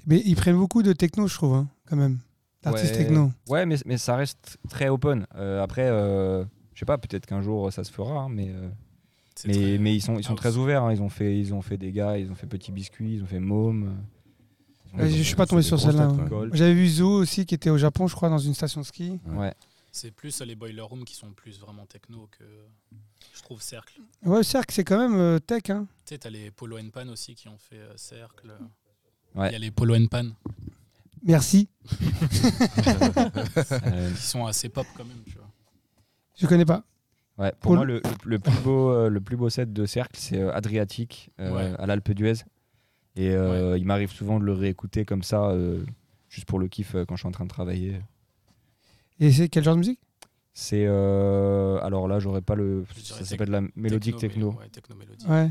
Speaker 4: Mais ils prennent beaucoup de techno, je trouve, hein, quand même. D'artistes
Speaker 5: Ouais.
Speaker 4: techno.
Speaker 5: Ouais, mais, mais ça reste très open. Euh, après, euh, je sais pas, peut-être qu'un jour ça se fera, hein, mais euh,
Speaker 6: C'est
Speaker 5: Mais,
Speaker 6: très-
Speaker 5: mais ils sont, ils sont
Speaker 6: house.
Speaker 5: très ouverts. hein. Ils, ont fait, ils ont fait des gars, ils ont fait Petit Biscuit, ils ont fait Môme. Ils ont-
Speaker 4: Ouais, je suis pas tombé
Speaker 2: C'est
Speaker 4: sur
Speaker 2: des grosses
Speaker 4: celle-là,
Speaker 2: têtes,
Speaker 4: hein.
Speaker 2: ouais.
Speaker 5: Gold.
Speaker 4: J'avais vu Zoo aussi qui était au Japon, je crois, dans une station de ski.
Speaker 5: Ouais.
Speaker 6: C'est plus euh, les boiler rooms qui sont plus vraiment techno que je trouve cercle. Tu
Speaker 4: Ouais, Cercle, c'est quand même euh, tech. Hein.
Speaker 6: sais, t'as les Polo and Pan aussi qui ont fait euh, cercle. Il
Speaker 5: Ouais.
Speaker 6: y a les Polo and Pan
Speaker 4: Merci.
Speaker 5: Euh,
Speaker 6: qui sont assez pop quand même, tu vois.
Speaker 4: Je connais pas.
Speaker 5: ouais. Pour
Speaker 4: Paul.
Speaker 5: moi, le, le- le plus beau, euh, le plus beau set de cercle, c'est euh, Adriatique euh,
Speaker 6: Ouais.
Speaker 5: à l'Alpe d'Huez. Et euh, il m'arrive souvent de le réécouter comme ça, euh, juste pour le kiff euh, quand je suis en train de travailler.
Speaker 4: Et c'est quel genre de musique
Speaker 5: C'est euh, alors là, j'aurais pas le.
Speaker 6: Je dirais
Speaker 5: Ça s'appelle la mélodique techno.
Speaker 6: Ouais, techno mélodie.
Speaker 4: Ouais.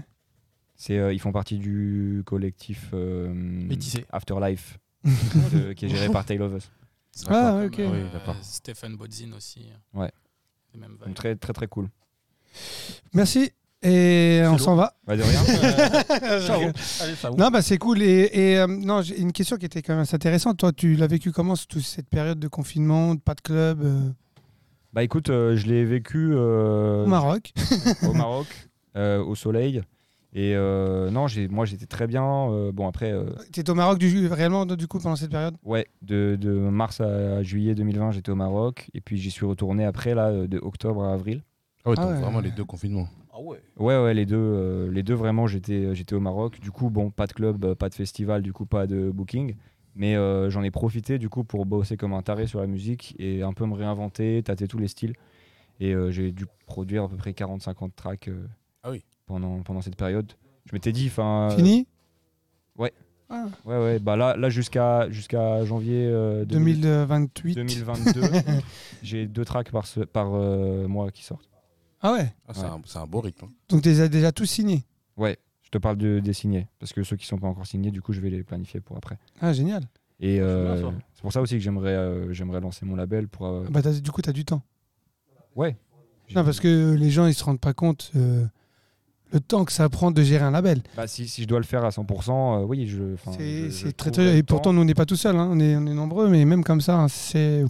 Speaker 5: C'est euh, ils font partie du collectif euh,
Speaker 6: Métissé. [laughs]
Speaker 5: Afterlife, de- qui est géré par Tale of Us.
Speaker 4: Ah,
Speaker 6: Comme,
Speaker 4: ok.
Speaker 6: euh,
Speaker 2: Oui, d'accord.
Speaker 6: Stéphane Bodzin aussi. euh,
Speaker 5: Ouais.
Speaker 6: Les mêmes
Speaker 5: Donc
Speaker 6: vibes.
Speaker 5: très très très cool.
Speaker 4: Merci. Et on
Speaker 3: lourd.
Speaker 5: [laughs]
Speaker 4: s'en va.
Speaker 5: Ouais, Bah,
Speaker 3: [laughs]
Speaker 5: de rien.
Speaker 3: Ciao. Allez, ciao.
Speaker 4: Non, bah c'est cool. Et, et, euh, non, j'ai une question qui était quand même assez intéressante. Toi, tu l'as vécu comment toute cette période de confinement, de pas de club euh,
Speaker 5: Bah écoute, euh, je l'ai vécu euh,
Speaker 4: au Maroc
Speaker 5: au Maroc, euh, au soleil. Et euh, non, j'ai, moi j'étais très bien. euh, bon après, euh,
Speaker 4: T'étais au Maroc du, réellement du coup pendant cette période
Speaker 5: ouais, de, de mars à juillet 2020, j'étais au Maroc. Et puis j'y suis retourné après là, euh, de octobre à avril.
Speaker 2: Ah ouais,
Speaker 4: Ah
Speaker 2: donc
Speaker 4: ouais.
Speaker 2: vraiment les deux confinements.
Speaker 3: Ah ouais.
Speaker 5: Ouais, ouais, les deux, euh, les deux vraiment, j'étais, j'étais au Maroc. Du coup, bon, pas de club, euh, pas de festival, du coup, pas de booking. Mais euh, j'en ai profité, du coup, pour bosser comme un taré sur la musique et un peu me réinventer, tâter tous les styles. Et euh, j'ai dû produire à peu près 40-50 tracks euh,
Speaker 2: Ah oui.
Speaker 5: pendant, pendant cette période. Je m'étais dit, enfin. euh,
Speaker 4: Fini
Speaker 5: ouais.
Speaker 4: Ah,
Speaker 5: Ouais, ouais, bah là, là jusqu'à, jusqu'à janvier euh, 2000
Speaker 4: 2028.
Speaker 5: 2022,
Speaker 4: [laughs]
Speaker 5: j'ai deux tracks par, ce, par euh, mois qui sortent.
Speaker 4: Ah ouais
Speaker 2: Ah, c'est
Speaker 5: Ouais.
Speaker 2: un- c'est un, beau rythme. hein.
Speaker 4: Donc tu les as déjà tous signés.
Speaker 5: Ouais, je te parle de, des signés, parce que ceux qui sont pas encore signés, du coup, je vais les planifier pour après.
Speaker 4: Ah génial.
Speaker 5: Et euh,
Speaker 3: bien, ça.
Speaker 5: c'est pour ça aussi que j'aimerais euh, j'aimerais lancer mon label pour. euh,
Speaker 4: Ah Bah, t'as- du coup, tu as du temps.
Speaker 5: Ouais.
Speaker 4: Non, parce que les gens, ils se rendent pas compte euh, le temps que ça prend de gérer un label.
Speaker 5: bah, si, si je dois le faire à 100%, euh, oui, je. enfin, je-
Speaker 4: C'est
Speaker 5: je
Speaker 4: c'est très
Speaker 5: trouverai
Speaker 4: très. Et
Speaker 5: le temps.
Speaker 4: pourtant, nous, on n'est pas tout seul. hein. On, est, on est nombreux, mais même comme ça, hein,
Speaker 5: Bah,
Speaker 4: c'est.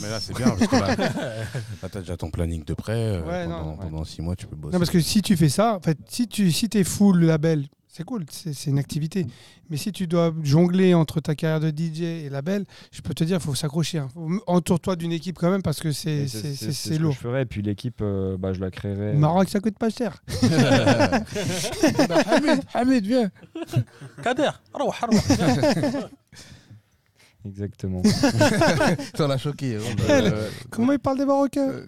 Speaker 2: Mais là, c'est bien parce que
Speaker 4: [laughs]
Speaker 2: là, là, t'as déjà ton planning de près. euh,
Speaker 4: Ouais, non.
Speaker 2: pendant,
Speaker 5: Ouais.
Speaker 2: pendant six mois, tu peux bosser.
Speaker 4: Non, parce
Speaker 2: [laughs]
Speaker 4: que si tu fais ça, en fait, si tu si es full label, c'est cool, c'est c'est une activité. Mais si tu dois jongler entre ta carrière de DJ et label, je peux te dire, il faut s'accrocher. hein. Faut- Entoure-toi d'une équipe quand même parce que
Speaker 5: Et
Speaker 4: c'est- c'est c'est-
Speaker 5: ce
Speaker 4: c'est
Speaker 5: que
Speaker 4: lourd.
Speaker 5: Je ferai, et puis l'équipe, euh, bah, je la créerai.
Speaker 4: Maroc, ça coûte pas cher.
Speaker 2: Hamid, Hamid, viens.
Speaker 3: Kader. Arouh, arouh.
Speaker 5: Exactement.
Speaker 2: Ça l'a choqué. hein.
Speaker 4: Elle- Comment ils parlent des Marocains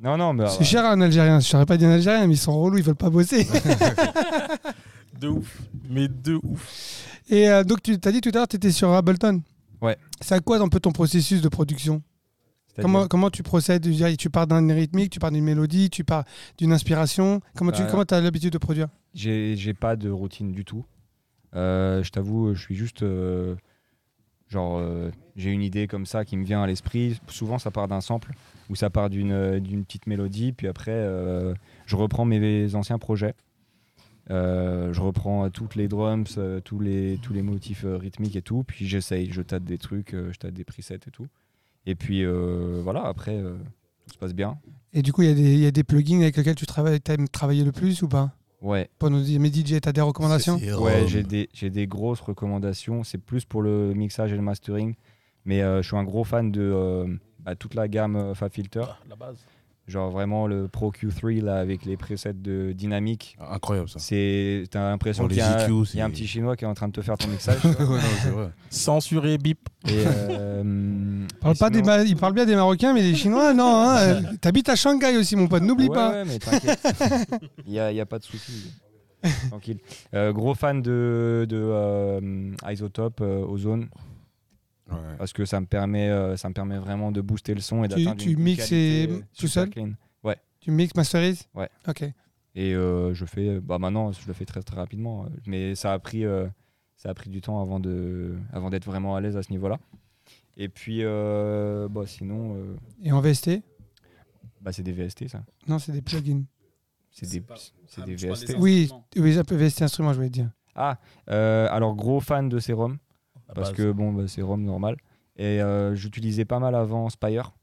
Speaker 5: non, non, mais. ah,
Speaker 4: C'est cher un Algérien. Je n'aurais pas dit un Algérien, mais ils sont relous, ils veulent pas bosser.
Speaker 3: De ouf. Mais de ouf.
Speaker 4: [laughs] Et euh, donc, tu t'as dit tout à l'heure, tu étais sur Ableton.
Speaker 5: Ouais.
Speaker 4: C'est à quoi un peu ton processus de production
Speaker 5: c'est-à-dire-
Speaker 4: comment, comment tu procèdes Je veux dire, Tu pars d'une rythmique, tu pars d'une mélodie, tu pars d'une inspiration. Comment tu
Speaker 5: Bah,
Speaker 4: comment as l'habitude de produire
Speaker 5: J'ai j'ai pas de routine du tout. Euh, je t'avoue, je suis juste. euh, genre, euh, j'ai une idée comme ça qui me vient à l'esprit. Souvent, ça part d'un sample ou ça part d'une euh, d'une petite mélodie. Puis après, euh, je reprends mes anciens projets. Euh, je reprends euh, toutes les drums, euh, tous, les, tous les motifs euh, rythmiques et tout. Puis j'essaye, je tâte des trucs, euh, je tâte des presets et tout. Et puis euh, voilà, après, euh, tout se passe bien.
Speaker 4: Et du coup, il y, a des- il y a des plugins avec lesquels tu travailles, aimes travailler le plus ou pas
Speaker 5: Ouais,
Speaker 4: Pour nous dire, mais DJ, t'as des recommandations
Speaker 2: C'est
Speaker 5: Ouais,
Speaker 2: Rome.
Speaker 5: j'ai des, j'ai des grosses recommandations. C'est plus pour le mixage et le mastering. Mais euh, je suis un gros fan de euh, bah, toute la gamme euh, Fab Filter.
Speaker 3: Ah, La base.
Speaker 5: Genre vraiment le Pro Q3 là, avec les presets de dynamique.
Speaker 2: Ah, Incroyable ça.
Speaker 5: C'est, t'as l'impression
Speaker 2: Pour
Speaker 5: qu'il
Speaker 2: les
Speaker 5: y a, un-
Speaker 2: EQ,
Speaker 5: il y a un
Speaker 2: c'est-
Speaker 5: petit chinois qui est en train de te faire ton mixage.
Speaker 2: [laughs] Ouais, non, c'est vrai.
Speaker 3: Censuré, bip.
Speaker 5: et, euh,
Speaker 4: Parle
Speaker 5: et
Speaker 4: pas des
Speaker 5: sinon-
Speaker 4: Ma- Il parle bien des Marocains, mais des Chinois, non.
Speaker 5: [laughs]
Speaker 4: Hein Euh, T'habites à Shanghai aussi, mon pote, n'oublie
Speaker 5: Ouais,
Speaker 4: pas.
Speaker 5: ouais, mais t'inquiète.
Speaker 4: [laughs]
Speaker 5: Il n'y a, il y a pas de souci. Tranquille. Euh, gros fan de, de euh, Isotope, euh, Ozone.
Speaker 2: Ouais.
Speaker 5: parce que ça me permet, euh, ça me permet vraiment de booster le son et
Speaker 4: Tu-
Speaker 5: d'atteindre
Speaker 4: tu
Speaker 5: une- une
Speaker 4: mixes
Speaker 5: qualité,
Speaker 4: et-
Speaker 5: euh,
Speaker 4: tout
Speaker 5: super
Speaker 4: seul
Speaker 5: clean.
Speaker 4: Tu mixes, masterises
Speaker 5: Ouais.
Speaker 4: Ok.
Speaker 5: Et euh, je fais, euh, bah maintenant, je le fais très très rapidement, euh, mais ça a pris, euh, ça a pris du temps avant de, avant d'être vraiment à l'aise à ce niveau-là. Et puis, euh, bah sinon, euh,
Speaker 4: Et en VST
Speaker 5: bah c'est des VST ça.
Speaker 4: Non, c'est des plugins.
Speaker 5: C'est
Speaker 6: C'est
Speaker 5: des,
Speaker 6: pas-
Speaker 5: c'est
Speaker 6: Ah,
Speaker 5: des
Speaker 6: je parle
Speaker 5: VST.
Speaker 6: des-
Speaker 4: Oui,
Speaker 6: instruments.
Speaker 4: oui, un peu VST instrument, je voulais te dire.
Speaker 5: Ah, euh, alors gros fan de Serum.
Speaker 3: La
Speaker 5: parce
Speaker 3: base.
Speaker 5: que bon bah, c'est Rome normal et euh, j'utilisais pas mal avant Spire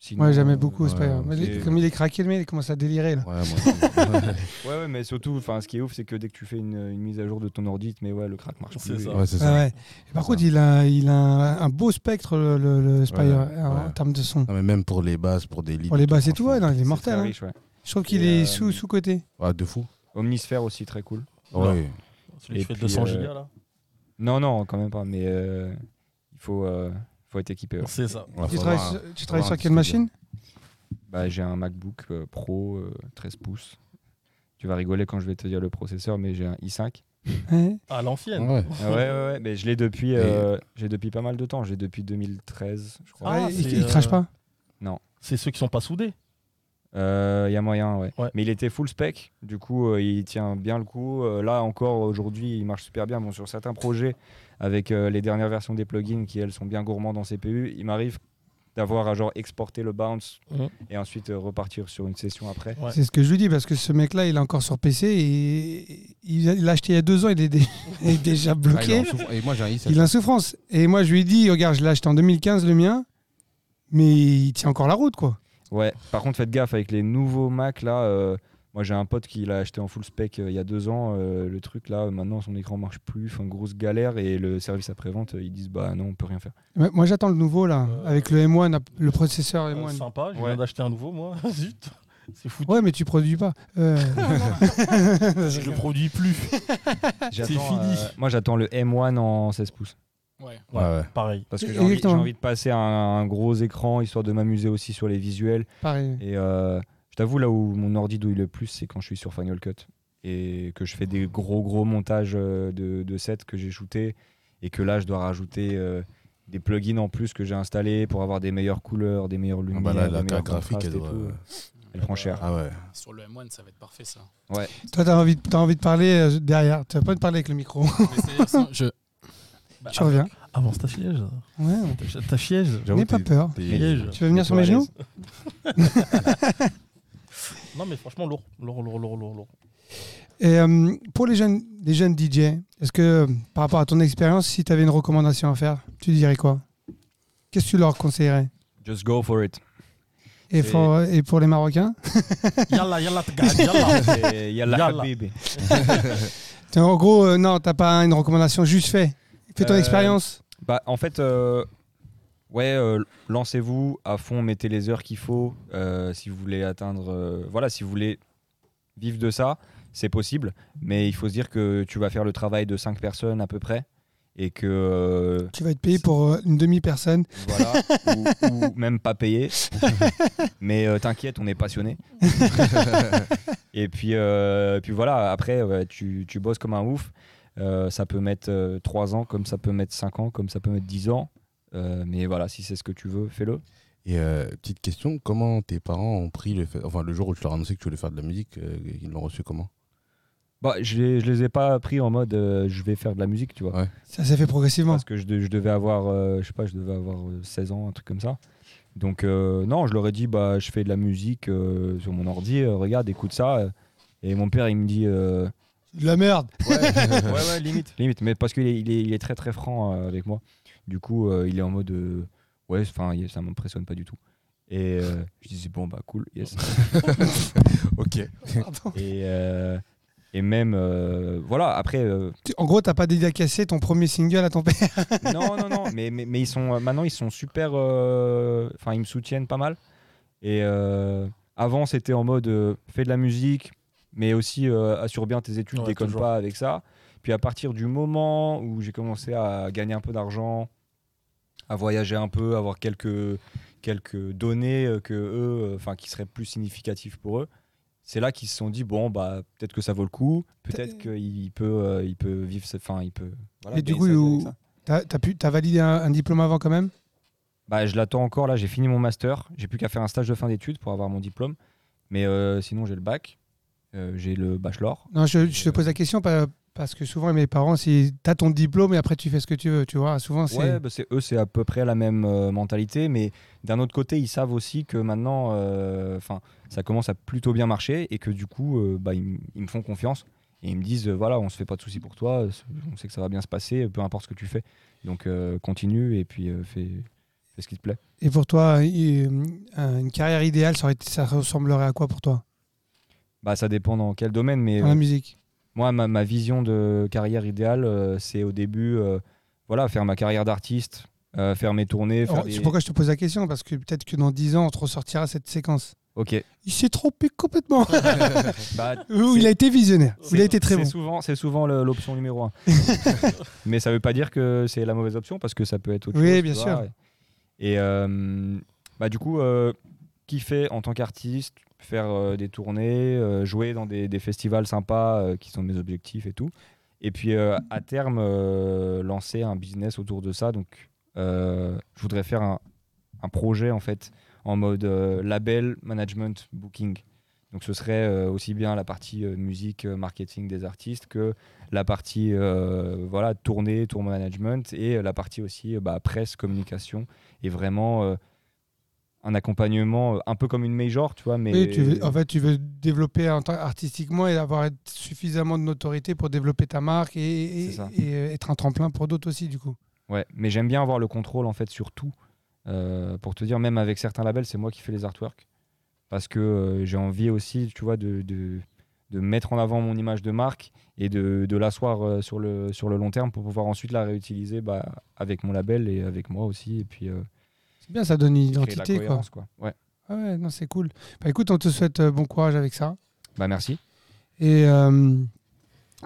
Speaker 5: Sinon,
Speaker 4: Moi, j'aimais beaucoup, c'est pas
Speaker 2: ouais,
Speaker 4: grave. Mais
Speaker 5: c'est-
Speaker 4: les- Comme il est craqué, le mec, il commence à délirer. Là.
Speaker 2: Ouais, moi [laughs] aussi.
Speaker 5: Ouais, ouais, mais surtout, enfin, ce qui est ouf, c'est que dès que tu fais une, une mise à jour de ton ordi, mais ouais, le crack marche
Speaker 3: C'est
Speaker 5: plus.
Speaker 3: ça.
Speaker 2: Ouais, c'est
Speaker 4: Ah
Speaker 2: ça.
Speaker 4: ouais. Et par contre, il a, il a un, un beau spectre, le, le- le Spire,
Speaker 2: Ouais,
Speaker 4: en
Speaker 2: ouais.
Speaker 4: termes de son.
Speaker 2: Non, mais même pour les basses, pour des lits.
Speaker 4: Pour les basses et tout, ouais, non, il est
Speaker 5: C'est très
Speaker 4: mortel. hein.
Speaker 5: riche, ouais.
Speaker 4: Je trouve qu'il
Speaker 5: Et,
Speaker 4: est
Speaker 5: euh,
Speaker 4: sous- sous-côté.
Speaker 2: Ah, de fou.
Speaker 5: Omnisphère aussi, très cool.
Speaker 3: Non.
Speaker 2: Ouais.
Speaker 3: Celui
Speaker 5: Et
Speaker 3: qui fait
Speaker 5: puis,
Speaker 3: 200
Speaker 5: euh,
Speaker 3: gigas là.
Speaker 5: Non, non, quand même pas, mais euh, il faut, euh, faut être équipé. ouais.
Speaker 3: C'est ça.
Speaker 2: Ouais,
Speaker 4: tu
Speaker 2: faut
Speaker 4: travailles,
Speaker 2: avoir un-
Speaker 4: sur, tu travailles
Speaker 2: avoir
Speaker 4: sur
Speaker 2: un
Speaker 4: quelle
Speaker 2: disque
Speaker 4: machine
Speaker 5: Bah, j'ai un MacBook euh, Pro euh, 13 pouces. Tu vas rigoler quand je vais te dire le processeur, mais j'ai un i5.
Speaker 4: Ouais.
Speaker 3: À l'ancienne.
Speaker 2: Ouais.
Speaker 5: Ah ouais, ouais, ouais, mais je l'ai depuis,
Speaker 2: Et-
Speaker 5: euh, j'ai depuis pas mal de temps. J'ai depuis 2013, je crois.
Speaker 3: Ah,
Speaker 4: Ouais, il,
Speaker 3: c'est,
Speaker 4: il crache
Speaker 3: euh,
Speaker 4: pas
Speaker 3: C'est ceux qui sont pas soudés.
Speaker 5: Il Euh, y a moyen, ouais.
Speaker 3: Ouais.
Speaker 5: Mais il était full spec, du coup, euh, il tient bien le coup. Euh, là encore, aujourd'hui, il marche super bien. Bon, sur certains projets, avec euh, les dernières versions des plugins qui, elles, sont bien gourmandes en CPU, il m'arrive d'avoir à genre exporter le bounce
Speaker 3: Mhm.
Speaker 5: et ensuite euh, repartir sur une session après.
Speaker 3: Ouais.
Speaker 4: C'est ce que je lui dis parce que ce mec-là, il est encore sur PC et il a- il l'a acheté il y a deux ans, il est, dé- [laughs] il est déjà
Speaker 2: Ah, il est
Speaker 4: bloqué.
Speaker 2: en souffrance. Et moi, j'ai un i7.
Speaker 4: il a une souffrance. Et moi, je lui ai dit, regarde, je l'ai acheté en 2015 le mien, mais il tient encore la route, quoi.
Speaker 5: Ouais, par contre, faites gaffe avec les nouveaux Mac là. euh, moi, j'ai un pote qui l'a acheté en full spec euh, il y a deux ans. euh, le truc là, euh, maintenant, son écran marche plus. Enfin, grosse galère. Et le service après-vente, euh, ils disent Bah non, on peut rien faire.
Speaker 4: Ouais, Moi, j'attends le nouveau, là,
Speaker 3: Euh,
Speaker 4: avec le M1, le processeur
Speaker 3: Euh,
Speaker 4: M1.
Speaker 3: sympa, je
Speaker 5: Ouais.
Speaker 3: viens d'acheter un nouveau moi. [laughs] Zut. C'est fou.
Speaker 4: ouais, mais tu produis pas. Euh,
Speaker 3: Je le produis plus.
Speaker 5: J'attends, euh,
Speaker 3: fini.
Speaker 5: moi, j'attends le M1 en 16 pouces.
Speaker 6: Ouais.
Speaker 2: Ouais, ouais.
Speaker 3: Pareil.
Speaker 5: Parce que j'ai envie, j'ai
Speaker 4: Exactement.
Speaker 5: envie de passer à un, un gros écran, histoire de m'amuser aussi sur les visuels.
Speaker 4: pareil.
Speaker 5: Et euh, je t'avoue, là où mon ordi douille le plus, c'est quand je suis sur Final Cut. Et que je fais des gros, gros montages euh, de, de sets que j'ai shootés. Et que là, je dois rajouter euh, des plugins en plus que j'ai installés pour avoir des meilleures couleurs, des meilleures
Speaker 2: Ah
Speaker 5: lumières.
Speaker 2: bah là,
Speaker 5: des
Speaker 2: la
Speaker 5: meilleurs
Speaker 2: carte
Speaker 4: ah,
Speaker 2: graphique, elle
Speaker 5: contrastes et
Speaker 2: doit. euh,
Speaker 5: tout. Elle prend cher.
Speaker 2: Ah ouais.
Speaker 6: euh, Sur le M1, ça va être parfait ça.
Speaker 4: Toi, t'as envie, de- t'as envie de parler euh, derrière. Tu vas pas de parler avec le micro.
Speaker 5: Ah,
Speaker 6: Mais c'est-à-dire, sans- je-
Speaker 3: Bah,
Speaker 6: ah,
Speaker 4: tu reviens.
Speaker 3: Avance ta siège.
Speaker 4: Ouais,
Speaker 3: Ta- Ta siège.
Speaker 4: n'aie pas peur.
Speaker 3: Siège.
Speaker 4: Tu veux venir sur mes
Speaker 5: Mets-toi à
Speaker 4: genoux
Speaker 3: Non mais franchement lourd, lourd, lourd, lourd, lourd, lourd.
Speaker 4: Et euh, pour les jeunes, les jeunes DJ, est-ce que euh, par rapport à ton expérience, si tu avais une recommandation à faire, tu dirais quoi Qu'est-ce que tu leur conseillerais
Speaker 5: Just go for
Speaker 4: [laughs]
Speaker 5: it.
Speaker 4: et
Speaker 5: C'est-
Speaker 4: pour, et pour les Marocains
Speaker 3: Yalla, yalla, te gagne,
Speaker 5: [laughs]
Speaker 3: yalla.
Speaker 5: Et Yalla,
Speaker 3: Yalla.
Speaker 5: Habib.
Speaker 4: T'es- En gros, euh, non, t'as pas une recommandation, juste fais. Fais ton
Speaker 5: Euh,
Speaker 4: expérience.
Speaker 5: Bah, en fait, euh, ouais, euh, lancez-vous à fond, mettez les heures qu'il faut. euh, si vous voulez atteindre, euh, voilà, si vous voulez vivre de ça, c'est possible. Mais il faut se dire que tu vas faire le travail de 5 personnes à peu près. Et que, euh,
Speaker 4: Tu vas être payé pour euh, une demi-personne.
Speaker 5: voilà, ou, ou même pas payé. Mais euh, t'inquiète, on est passionné. et puis, euh, puis voilà, après, ouais, tu, tu bosses comme un ouf. Euh, ça peut mettre 3 ans, comme ça peut mettre 5 ans, comme ça peut mettre 10 ans. Euh, mais voilà, si c'est ce que tu veux, fais-le.
Speaker 2: Et euh, petite question, comment tes parents ont pris le fait, enfin le jour où tu leur as annoncé que tu voulais faire de la musique, euh, ils l'ont reçu comment
Speaker 5: Bah, je, les- je les ai pas pris en mode euh, je vais faire de la musique, tu vois.
Speaker 2: Ouais.
Speaker 4: Ça s'est fait progressivement.
Speaker 5: Parce que je, de- je devais avoir, euh, je sais pas, je devais avoir euh, 16 ans, un truc comme ça. Donc euh, non, je leur ai dit, bah, je fais de la musique euh, sur mon ordi, euh, regarde, écoute ça. Et mon père, il me dit, euh,
Speaker 4: De la merde.
Speaker 5: ouais, ouais, ouais, limite. [laughs] Limite, mais parce qu'il est, il est, il est très très franc euh, avec moi. Du coup, euh, il est en mode, euh, ouais, enfin, il- ça m'impressionne pas du tout. Et euh, je disais, bon, bah cool, [laughs] yes.
Speaker 2: Ok.
Speaker 4: Pardon.
Speaker 5: et, euh, et même, euh, voilà, après, euh,
Speaker 4: Tu- En gros, t'as pas dédicacé ton premier single à ton père. [laughs]
Speaker 5: non, non, non, mais, mais, mais ils sont, euh, maintenant ils sont super. euh, Enfin, ils me soutiennent pas mal. Et euh, avant, c'était en mode euh, fais de la musique, mais aussi euh, assure bien tes études,
Speaker 3: Ouais,
Speaker 5: déconne
Speaker 3: toujours.
Speaker 5: pas avec ça. Puis à partir du moment où j'ai commencé à gagner un peu d'argent, à voyager un peu, avoir quelques, quelques données euh, que eux, euh, enfin, qui seraient plus significatives pour eux. C'est là qu'ils se sont dit bon bah peut-être que ça vaut le coup, peut-être qu'il peut euh, il peut vivre cette fin, il peut. voilà,
Speaker 4: Mais du
Speaker 5: gagner sa
Speaker 4: coup,
Speaker 5: vie
Speaker 4: il-
Speaker 5: avec ça.
Speaker 4: T'as t'as pu- t'as validé un, un diplôme avant quand même
Speaker 5: Bah, je l'attends encore. Là, j'ai fini mon master. J'ai plus qu'à faire un stage de fin d'études pour avoir mon diplôme. Mais euh, sinon, j'ai le bac. Euh, j'ai le bachelor.
Speaker 4: Non, je, je te pose la question pa- parce que souvent, mes parents, si t'as ton diplôme et après tu fais ce que tu veux, tu vois, souvent c'est.
Speaker 5: Ouais, bah, c'est eux, c'est à peu près la même euh, mentalité. Mais d'un autre côté, ils savent aussi que maintenant, euh, 'fin, ça commence à plutôt bien marcher et que du coup, euh, bah, ils, m- ils me font confiance. Et ils me disent, euh, voilà, on se fait pas de soucis pour toi, euh, on sait que ça va bien se passer, peu importe ce que tu fais. Donc euh, continue et puis euh, fais, fais ce qui te plaît.
Speaker 4: Et pour toi, i- euh, une carrière idéale, ça, aurait été- ça ressemblerait à quoi pour toi
Speaker 5: Bah, ça dépend dans quel domaine, mais
Speaker 4: Dans
Speaker 5: euh,
Speaker 4: la musique
Speaker 5: moi, ma, ma vision de carrière idéale, euh, c'est au début, euh, voilà, faire ma carrière d'artiste, euh, faire mes tournées. Faire
Speaker 4: Alors,
Speaker 5: des-
Speaker 4: C'est pourquoi je te pose la question, parce que peut-être que dans 10 ans, on te ressortira cette séquence.
Speaker 5: Ok.
Speaker 4: Il s'est trompé complètement.
Speaker 5: Bah,
Speaker 4: [laughs] Ou il a été visionnaire. Ou Il a été très
Speaker 5: c'est
Speaker 4: bon.
Speaker 5: souvent, c'est souvent le- l'option numéro
Speaker 4: [laughs]
Speaker 5: un. Mais ça ne veut pas dire que c'est la mauvaise option parce que ça peut être autre
Speaker 4: Oui,
Speaker 5: chose. tu
Speaker 4: bien
Speaker 5: vois.
Speaker 4: sûr.
Speaker 5: Et euh, bah, du coup, euh, kiffer en tant qu'artiste, faire euh, des tournées, euh, jouer dans des, des festivals sympas euh, qui sont mes objectifs et tout. Et puis euh, à terme, euh, lancer un business autour de ça. Donc euh, je voudrais faire un, un projet en fait en mode euh, label, management, booking. Donc ce serait euh, aussi bien la partie euh, musique, euh, marketing des artistes que la partie euh, voilà tournée, tour management et euh, la partie aussi euh, bah, presse, communication et vraiment euh, un accompagnement euh, un peu comme une major, tu vois. Mais
Speaker 4: Oui, tu veux- en fait, tu veux développer en tant- artistiquement et avoir être suffisamment de notoriété pour développer ta marque et, et-
Speaker 5: C'est ça.
Speaker 4: et euh, être un tremplin pour d'autres aussi, du coup.
Speaker 5: Ouais, mais j'aime bien avoir le contrôle en fait sur tout. Euh, pour te dire, même avec certains labels, c'est moi qui fais les artworks. Parce que euh, j'ai envie aussi, tu vois, de, de, de mettre en avant mon image de marque et de, de l'asseoir euh, sur, le, sur le long terme pour pouvoir ensuite la réutiliser bah, avec mon label et avec moi aussi. Et puis, euh,
Speaker 4: C'est bien, ça donne
Speaker 5: créer
Speaker 4: une
Speaker 5: de la
Speaker 4: identité. Quoi.
Speaker 5: cohérence, quoi. Ouais.
Speaker 4: Ah ouais, non, c'est cool. Bah, écoute, on te souhaite euh, bon courage avec ça.
Speaker 5: Bah, merci.
Speaker 4: Et euh,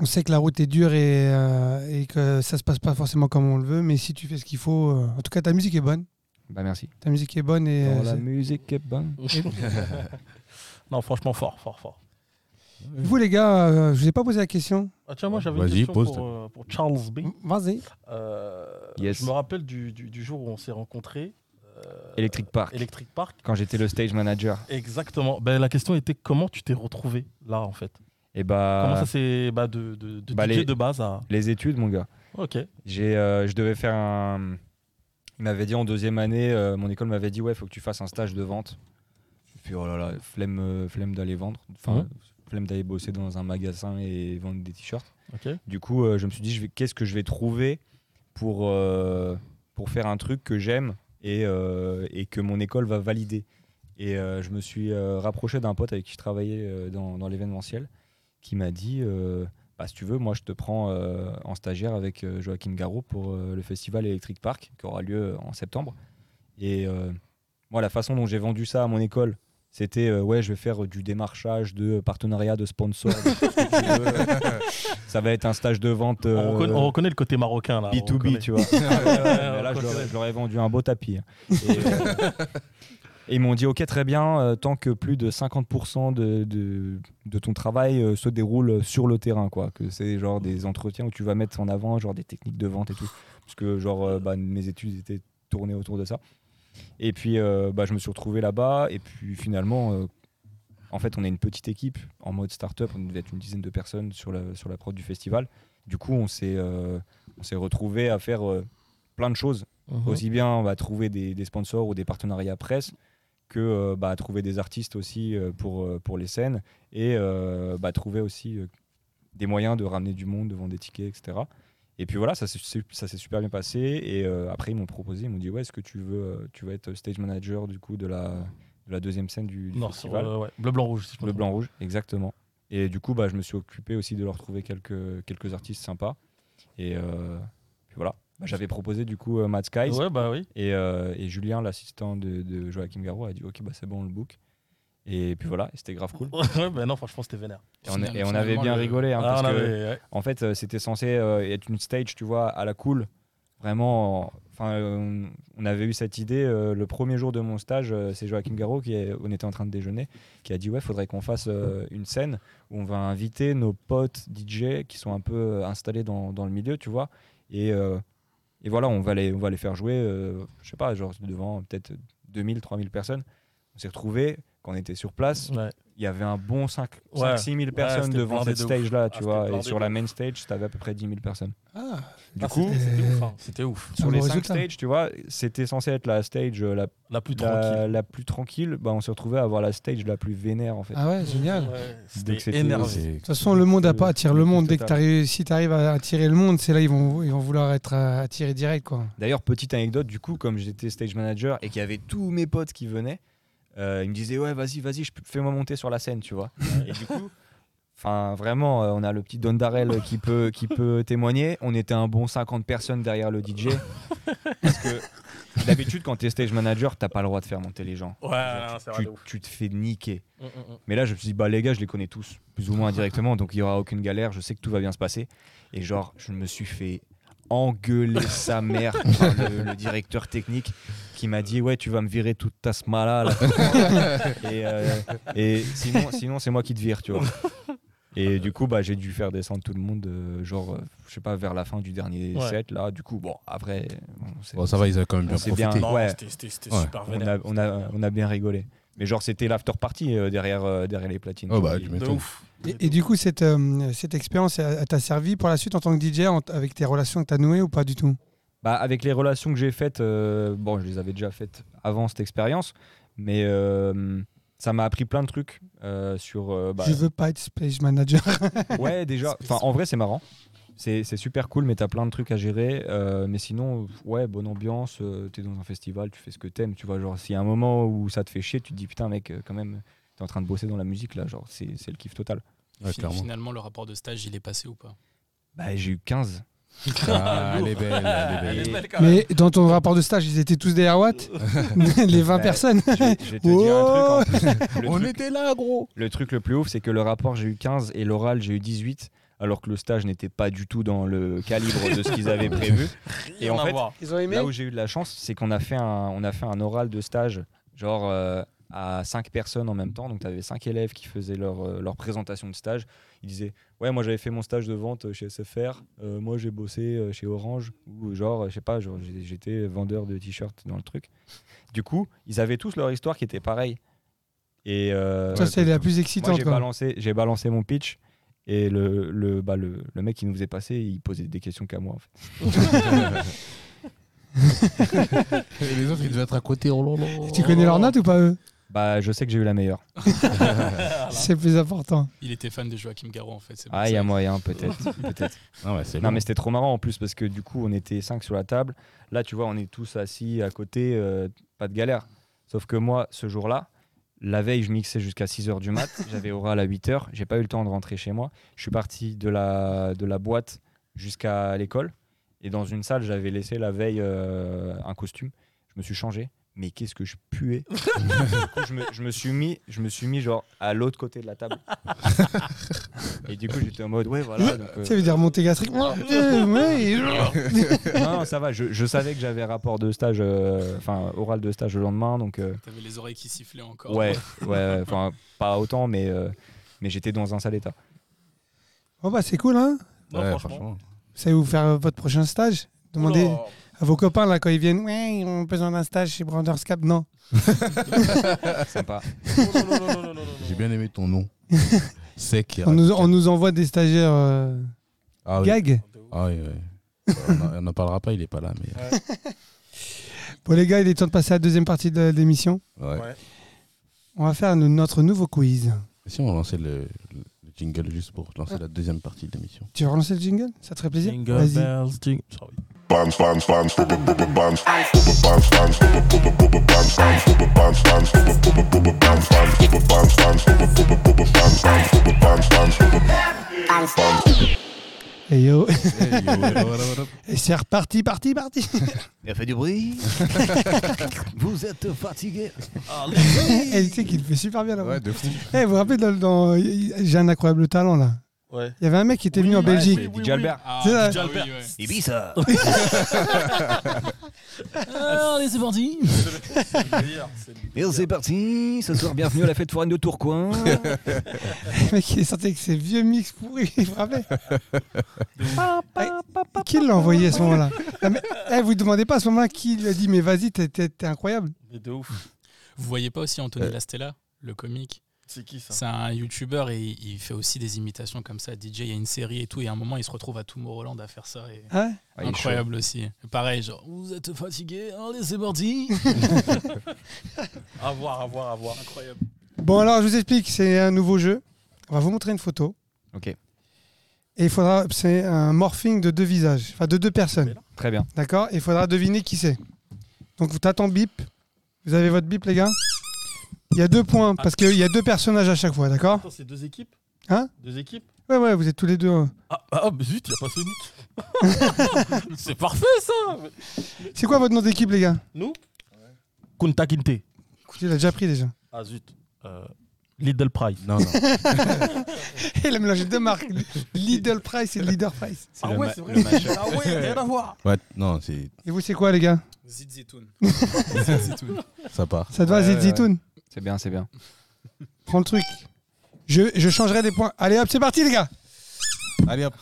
Speaker 4: on sait que la route est dure et, euh, et que ça se passe pas forcément comme on le veut, mais si tu fais ce qu'il faut, euh, en tout cas ta musique est bonne.
Speaker 5: Bah, merci.
Speaker 4: Ta musique est bonne et euh,
Speaker 5: Dans la
Speaker 4: c'est-
Speaker 5: musique eh ben, est bonne.
Speaker 3: Non, franchement, fort, fort, fort.
Speaker 4: vous les gars, euh, je vous ai pas posé la question.
Speaker 3: Ah, tiens, moi j'avais une
Speaker 2: Vas-y,
Speaker 3: question
Speaker 2: pose.
Speaker 3: pour, euh, pour Charles B.
Speaker 4: Vas-y.
Speaker 3: Euh,
Speaker 5: Hmm Yes.
Speaker 3: Je me rappelle du, du- du jour où on s'est rencontrés. euh,
Speaker 5: Electric Park.
Speaker 3: Electric Park.
Speaker 5: Quand j'étais le stage manager,
Speaker 3: Exactement. Ben, la question était comment tu t'es retrouvé là en fait
Speaker 5: et bah,
Speaker 3: Comment ça s'est bah, de, de, de
Speaker 5: bah,
Speaker 3: DJ
Speaker 5: les-
Speaker 3: de base à.
Speaker 5: les études, mon gars.
Speaker 3: Ok.
Speaker 5: J'ai, euh, je devais faire un. Il m'avait dit en deuxième année, euh, mon école m'avait dit ouais, faut que tu fasses un stage de vente. J'ai fait oh là là, flemme, euh, flemme d'aller vendre, enfin
Speaker 3: Mhm.
Speaker 5: flemme d'aller bosser dans un magasin et vendre des t-shirts.
Speaker 3: Ok.
Speaker 5: Du coup, euh, je me suis dit je vais- qu'est-ce que je vais trouver pour euh, pour faire un truc que j'aime et euh, et que mon école va valider. Et euh, je me suis euh, rapproché d'un pote avec qui je travaillais euh, dans, dans l'événementiel qui m'a dit. euh, bah, si tu veux, moi je te prends euh, en stagiaire avec euh, Joachim Garraud pour euh, le festival Electric Park qui aura lieu euh, en septembre. Et euh, moi, la façon dont j'ai vendu ça à mon école, c'était euh, ouais, je vais faire euh, du démarchage, de partenariat, de sponsors. de tout ce que tu veux. ça va être un stage de vente
Speaker 3: On,
Speaker 5: euh,
Speaker 3: reconnaît, on reconnaît le côté marocain là. on
Speaker 5: B2B,
Speaker 3: reconnaît.
Speaker 5: tu vois. Mais là,
Speaker 3: on
Speaker 5: je leur, ai-
Speaker 3: reconnaît.
Speaker 5: je leur ai vendu un beau tapis. hein. Et, euh, et ils m'ont dit, ok, très bien, euh, tant que plus de 50% de, de, de ton travail euh, se déroule sur le terrain, quoi. Que c'est genre des entretiens où tu vas mettre en avant genre des techniques de vente et tout. Parce que genre, euh, bah, mes études étaient tournées autour de ça. Et puis, euh, bah, je me suis retrouvé là-bas. Et puis, finalement, euh, en fait, on est une petite équipe en mode start-up. On devait être une dizaine de personnes sur la, sur la prod du festival. Du coup, on s'est euh, on s'est retrouvé à faire euh, plein de choses.
Speaker 3: Mhm.
Speaker 5: Aussi bien on va trouver des, des sponsors ou des partenariats presse que euh, bah, trouver des artistes aussi euh, pour, euh, pour les scènes et euh, bah, trouver aussi euh, des moyens de ramener du monde devant des tickets, etc. Et puis voilà, ça s'est su- ça s'est super bien passé. Et euh, après, ils m'ont proposé, ils m'ont dit Ouais, est-ce que tu veux, euh, tu veux être stage manager du coup de la, de la deuxième scène du, du
Speaker 3: Non, sur,
Speaker 5: festival
Speaker 3: euh, ouais, Bleu, blanc, rouge. si je me
Speaker 5: le
Speaker 3: trompe.
Speaker 5: blanc rouge, exactement. Et du coup, bah, je me suis occupé aussi de leur trouver quelques, quelques artistes sympas. Et euh, puis voilà. Bah, J'avais proposé du coup euh, Matt Skies
Speaker 3: Ouais, bah oui. [laughs]
Speaker 5: et, euh, et Julien, l'assistant de, de Joachim Garraud, a dit Ok, bah, c'est bon, on le book. Et puis voilà, et c'était grave cool.
Speaker 3: ouais, bah non, franchement, c'était vénère.
Speaker 5: Et on, et on
Speaker 6: Finalement,
Speaker 5: avait bien
Speaker 6: le-
Speaker 5: rigolé. hein,
Speaker 3: Ah,
Speaker 5: parce
Speaker 3: on
Speaker 5: que,
Speaker 3: avait- ouais.
Speaker 5: en fait, euh, c'était censé euh, être une stage, tu vois, à la cool. Vraiment, enfin, euh, on avait eu cette idée euh, le premier jour de mon stage. euh, c'est Joachim Garraud qui, est- on était en train de déjeuner, qui a dit ouais, faudrait qu'on fasse euh, une scène où on va inviter nos potes DJ qui sont un peu euh, installés dans, dans le milieu, tu vois. Et, euh, et voilà, on va les, on va les faire jouer, euh, je sais pas, genre devant peut-être 2000, 3000 personnes. On s'est retrouvés quand on était sur place
Speaker 3: Ouais.
Speaker 5: il y avait un bon 5
Speaker 3: Ouais.
Speaker 5: 6 000
Speaker 3: Ouais,
Speaker 5: personnes
Speaker 3: c'était
Speaker 5: devant
Speaker 3: blindé
Speaker 5: cette
Speaker 3: de ouf.
Speaker 5: stage là
Speaker 3: Ah,
Speaker 5: tu
Speaker 3: c'était
Speaker 5: vois et
Speaker 3: blindé
Speaker 5: sur
Speaker 3: de
Speaker 5: la
Speaker 3: ouf.
Speaker 5: main stage t'avais à peu près 10 000 personnes
Speaker 4: Ah,
Speaker 5: Du
Speaker 3: Ah,
Speaker 5: coup,
Speaker 3: c'était- c'était ouf. hein. C'était ouf.
Speaker 5: sur
Speaker 4: Ah,
Speaker 5: les
Speaker 4: bon
Speaker 5: 5
Speaker 4: résultat.
Speaker 5: stages, tu vois, c'était censé être la stage euh, la,
Speaker 3: La plus
Speaker 5: la,
Speaker 3: tranquille.
Speaker 5: la plus tranquille. Bah, on s'est retrouvé à avoir la stage la plus vénère, en fait.
Speaker 4: Ah ouais, génial. De
Speaker 3: Ouais,
Speaker 5: Donc
Speaker 3: C'était
Speaker 5: c'était-
Speaker 3: énervé.
Speaker 2: C'est-
Speaker 4: toute façon, le monde a pas attire le monde. Dès que
Speaker 5: Total.
Speaker 4: t'arrives, si t'arrives à attirer le monde, c'est là ils vont, ils vont vouloir être euh, attirés direct, quoi.
Speaker 5: D'ailleurs, petite anecdote, du coup, comme j'étais stage manager et qu'il y avait tous mes potes qui venaient, euh, ils me disaient Ouais, vas-y, vas-y, je- fais-moi monter sur la scène, tu vois. et du coup, enfin, vraiment, euh, on a le petit Don Darrell qui peut, qui peut témoigner. On était un bon 50 personnes derrière le DJ. parce que d'habitude, quand t'es stage manager, t'as pas le droit de faire monter les gens.
Speaker 7: Oh,
Speaker 3: Ouais, non, c'est vrai
Speaker 5: Tu,
Speaker 3: de ouf. Mm,
Speaker 5: tu te fais niquer. Mais là, je me suis dit, bah les gars, je les connais tous, plus ou moins indirectement, donc il n'y aura aucune galère, je sais que tout va bien se passer. Et genre, je me suis fait engueuler sa mère par le, le directeur technique qui m'a dit, ouais, tu vas me virer toute ta smala là. et, euh, et sinon, sinon c'est moi qui te vire, tu vois. Et du coup, bah, j'ai dû faire descendre tout le monde, euh, genre, euh, je sais pas, vers la fin du dernier
Speaker 3: Ouais.
Speaker 5: set, là. Du coup, bon, après, on s'est-
Speaker 2: Bon, ça va, ils avaient quand même
Speaker 5: On
Speaker 2: bien
Speaker 5: s'est
Speaker 2: profité.
Speaker 5: bien-
Speaker 3: Non,
Speaker 5: Ouais.
Speaker 3: c'était- c'était c'était
Speaker 2: Ouais.
Speaker 3: super
Speaker 5: on,
Speaker 3: vénère.
Speaker 5: a, on, a, on a bien rigolé. Mais genre, c'était l'after party euh, derrière, euh, derrière les platines.
Speaker 2: Oh, bah, tu
Speaker 3: De
Speaker 2: m'étonnes.
Speaker 3: ouf.
Speaker 4: Et, et du coup, cette, euh, cette expérience elle- elle t'a servi pour la suite en tant que DJ en- avec tes relations que t'as nouées ou pas du tout
Speaker 5: Bah, avec les relations que j'ai faites, euh, bon, je les avais déjà faites avant cette expérience, mais euh, ça m'a appris plein de trucs euh, sur. euh, bah,
Speaker 4: Je veux pas être
Speaker 5: [laughs]
Speaker 4: space manager.
Speaker 5: Ouais, déjà. Enfin, en vrai, c'est marrant. C'est c'est super cool, mais t'as plein de trucs à gérer. euh, mais sinon, ouais, bonne ambiance. euh, t'es dans un festival, tu fais ce que t'aimes. Tu vois, genre, s'il y a un moment où ça te fait chier, tu te dis putain, mec, euh, quand même, t'es en train de bosser dans la musique là. Genre, c'est c'est le kiff total.
Speaker 2: Ouais,
Speaker 6: Fin-
Speaker 2: clairement.
Speaker 6: Finalement, le rapport de stage, il est passé ou pas
Speaker 5: Bah, j'ai eu 15.
Speaker 2: Ah, elle est belle, elle est
Speaker 3: Elle
Speaker 2: belle.
Speaker 3: est belle quand même.
Speaker 4: Mais dans ton rapport de stage, ils étaient tous derrière
Speaker 5: [laughs]
Speaker 4: Watt [laughs] Les 20
Speaker 5: Ouais.
Speaker 4: personnes
Speaker 5: Je vais, je vais te dire un truc. en
Speaker 4: [laughs]
Speaker 5: plus. Le
Speaker 2: On
Speaker 5: truc-
Speaker 2: était là, gros.
Speaker 5: Le truc le plus ouf, c'est que le rapport, j'ai eu 15 et l'oral, j'ai eu 18, alors que le stage n'était pas du tout dans le calibre de ce qu'ils avaient prévu. Et
Speaker 3: Rien
Speaker 5: en
Speaker 3: à
Speaker 5: fait,
Speaker 3: voir.
Speaker 4: Ils ont aimé
Speaker 5: Là où j'ai eu de la chance, c'est qu'on a, fait un- on a fait un oral de stage, genre euh, à 5 personnes en même temps. Donc, tu avais 5 élèves qui faisaient leur, euh, leur présentation de stage. Ils disaient Ouais, moi j'avais fait mon stage de vente chez SFR, euh, moi j'ai bossé euh, chez Orange, ou genre, euh, je sais pas, genre, j'ai- j'étais vendeur de t-shirts dans le truc. Du coup, ils avaient tous leur histoire qui était pareille. Et euh,
Speaker 4: Ça, c'est la plus
Speaker 5: moi,
Speaker 4: excitante.
Speaker 5: j'ai
Speaker 4: quoi.
Speaker 5: balancé, j'ai balancé mon pitch et le, le, bah, le, le mec qui nous faisait passer, il posait des questions qu'à moi. En fait.
Speaker 2: Et les autres, ils devaient être à côté. Oh là là.
Speaker 4: Tu connais leur note ou pas eux
Speaker 5: Bah, je sais que j'ai eu la meilleure. bah.
Speaker 4: C'est le plus important.
Speaker 6: Il était fan de Joachim Garraud, en fait. c'est pour
Speaker 5: Ah,
Speaker 6: ça.
Speaker 5: il y a moyen, peut-être.
Speaker 6: [laughs]
Speaker 5: peut-être.
Speaker 2: Ah ouais, c'est
Speaker 5: Non,
Speaker 2: long.
Speaker 5: mais c'était trop marrant en plus parce que du coup, on était cinq sur la table. Là, tu vois, on est tous assis à côté, euh, pas de galère. Sauf que moi, ce jour-là, la veille, je mixais jusqu'à 6 h du
Speaker 2: [laughs]
Speaker 5: mat. J'avais oral à 8 h. J'ai pas eu le temps de rentrer chez moi. Je suis parti de la, de la boîte jusqu'à l'école. Et dans une salle, j'avais laissé la veille euh, un costume. Je me suis changé. Mais qu'est-ce que je puais
Speaker 2: [laughs]
Speaker 5: Du coup, je, me, je me suis mis, je me suis mis genre à l'autre côté de la
Speaker 2: [laughs]
Speaker 5: table. Et du coup, j'étais en mode ouais voilà. donc, euh,
Speaker 4: Ça veut dire
Speaker 5: [laughs]
Speaker 4: monter gastrique. Ouais.
Speaker 5: non, non, ça va. Je, je savais que j'avais rapport de stage, euh, enfin oral de stage le lendemain, donc euh,
Speaker 6: T'avais les oreilles qui sifflaient encore.
Speaker 5: ouais, ouais, enfin pas autant, mais euh, mais j'étais dans un sale état.
Speaker 4: Bon, bah, c'est cool, hein
Speaker 3: Non,
Speaker 2: Ouais,
Speaker 3: franchement.
Speaker 2: franchement.
Speaker 4: Vous savez vous faire euh, votre prochain stage Demandez
Speaker 3: Oh
Speaker 4: à vos copains, là, quand ils viennent, ouais, ils ont besoin d'un stage chez Branders Cap. Non.
Speaker 5: [laughs] Sympa.
Speaker 3: là. Non, non, non, non, non, non, non,
Speaker 2: J'ai
Speaker 3: non.
Speaker 2: bien aimé ton nom. Sec.
Speaker 4: On nous, on nous envoie des stagiaires euh,
Speaker 2: Ah oui.
Speaker 4: gags.
Speaker 3: De ouf.
Speaker 2: Ah oui, oui. On en- On n'en parlera pas, il est pas là, mais
Speaker 4: Bon, les gars, il est temps de passer à la deuxième partie de l'émission.
Speaker 2: ouais.
Speaker 3: Ouais.
Speaker 4: On va faire no- notre nouveau quiz.
Speaker 2: Si on lançait le, le jingle juste pour lancer la deuxième partie de l'émission.
Speaker 4: Tu veux relancer le jingle Ça te ferait plaisir
Speaker 3: Jingle
Speaker 4: Vas-y.
Speaker 3: bells, jing- Sorry.
Speaker 4: Et yo.
Speaker 2: Vous
Speaker 4: [laughs] Et c'est reparti, parti, parti. [laughs]
Speaker 5: Il a fait du [laughs] bruit. Vous êtes fatigué.
Speaker 4: Et tu sais qu'il le fait super bien là
Speaker 2: Ouais, de fou.
Speaker 4: Eh, vous vous rappelez, dans, dans- y- y- j'ai un incroyable talent là.
Speaker 3: Ouais.
Speaker 4: Il y avait un mec qui était
Speaker 3: Oui,
Speaker 4: venu en
Speaker 3: ouais,
Speaker 4: Belgique.
Speaker 3: oui, oui,
Speaker 5: DJ
Speaker 3: oui.
Speaker 5: Albert.
Speaker 6: Ah,
Speaker 4: C'est vrai.
Speaker 6: DJ
Speaker 3: Ah oui,
Speaker 6: Albert.
Speaker 5: Ibiza.
Speaker 6: Alors, les c'est parti.
Speaker 3: C'est le meilleur, c'est le
Speaker 5: Et c'est parti. Ce soir, bienvenue à la fête foraine de [laughs] Tourcoing.
Speaker 4: [laughs] Le mec, il est sorti avec ses vieux mix pourris. [laughs] Vous vous rappelez Eh, Qui l'a envoyé à ce moment-là Non, mais, eh, Vous ne demandez pas à ce moment-là qui lui a dit Mais vas-y, t'es- t'es t'es incroyable.
Speaker 7: [laughs]
Speaker 3: Mais de ouf.
Speaker 6: Vous voyez pas aussi Anthony Lastella, le comique
Speaker 7: C'est qui ça
Speaker 6: C'est un youtubeur et il il fait aussi des imitations comme ça. DJ, il y a une série et tout. Et à un moment, il se retrouve à Tomorrowland à faire ça. Et...
Speaker 4: Ah ouais
Speaker 5: Ah, il est
Speaker 6: Incroyable aussi. Pareil, genre, vous êtes hein, fatigué Allez, c'est parti
Speaker 7: À voir, à voir, à voir.
Speaker 6: Incroyable.
Speaker 4: Bon, alors, je vous explique, c'est un nouveau jeu. On va vous montrer une photo.
Speaker 5: chaud. Ok,
Speaker 4: Et il faudra. C'est un morphing de deux visages, enfin de deux personnes.
Speaker 5: très bien.
Speaker 4: D'accord Et il faudra deviner qui c'est. Donc, vous t'attends bip. Vous avez votre bip, les gars Il y a deux points, parce qu'il y a deux personnages à chaque fois, d'accord
Speaker 7: Attends, c'est deux équipes
Speaker 4: Hein
Speaker 7: Deux équipes
Speaker 4: Ouais, ouais, vous êtes tous les deux. euh.
Speaker 7: Ah, ah, mais zut, il a pas Sonic. [laughs] c'est parfait ça
Speaker 4: C'est quoi votre nom d'équipe, les gars
Speaker 7: Nous Kunta Kinte.
Speaker 4: Écoutez, il a déjà pris déjà.
Speaker 7: Ah zut. Euh, Little Price.
Speaker 2: Non, non.
Speaker 4: [laughs] il a mélangé deux marques Lidl Price et Leader Price.
Speaker 5: C'est le ma- le match.
Speaker 7: ah ouais, rien à voir.
Speaker 2: Ouais, non, c'est
Speaker 4: Et vous, c'est quoi, les gars
Speaker 6: Zidzitoun.
Speaker 2: ça part.
Speaker 4: Ça te va,
Speaker 5: Ouais, ouais,
Speaker 4: Zizitoun
Speaker 5: C'est bien, c'est bien.
Speaker 4: Prends le truc. Je, je changerai les points. Allez, hop, c'est parti, les gars
Speaker 2: Allez hop.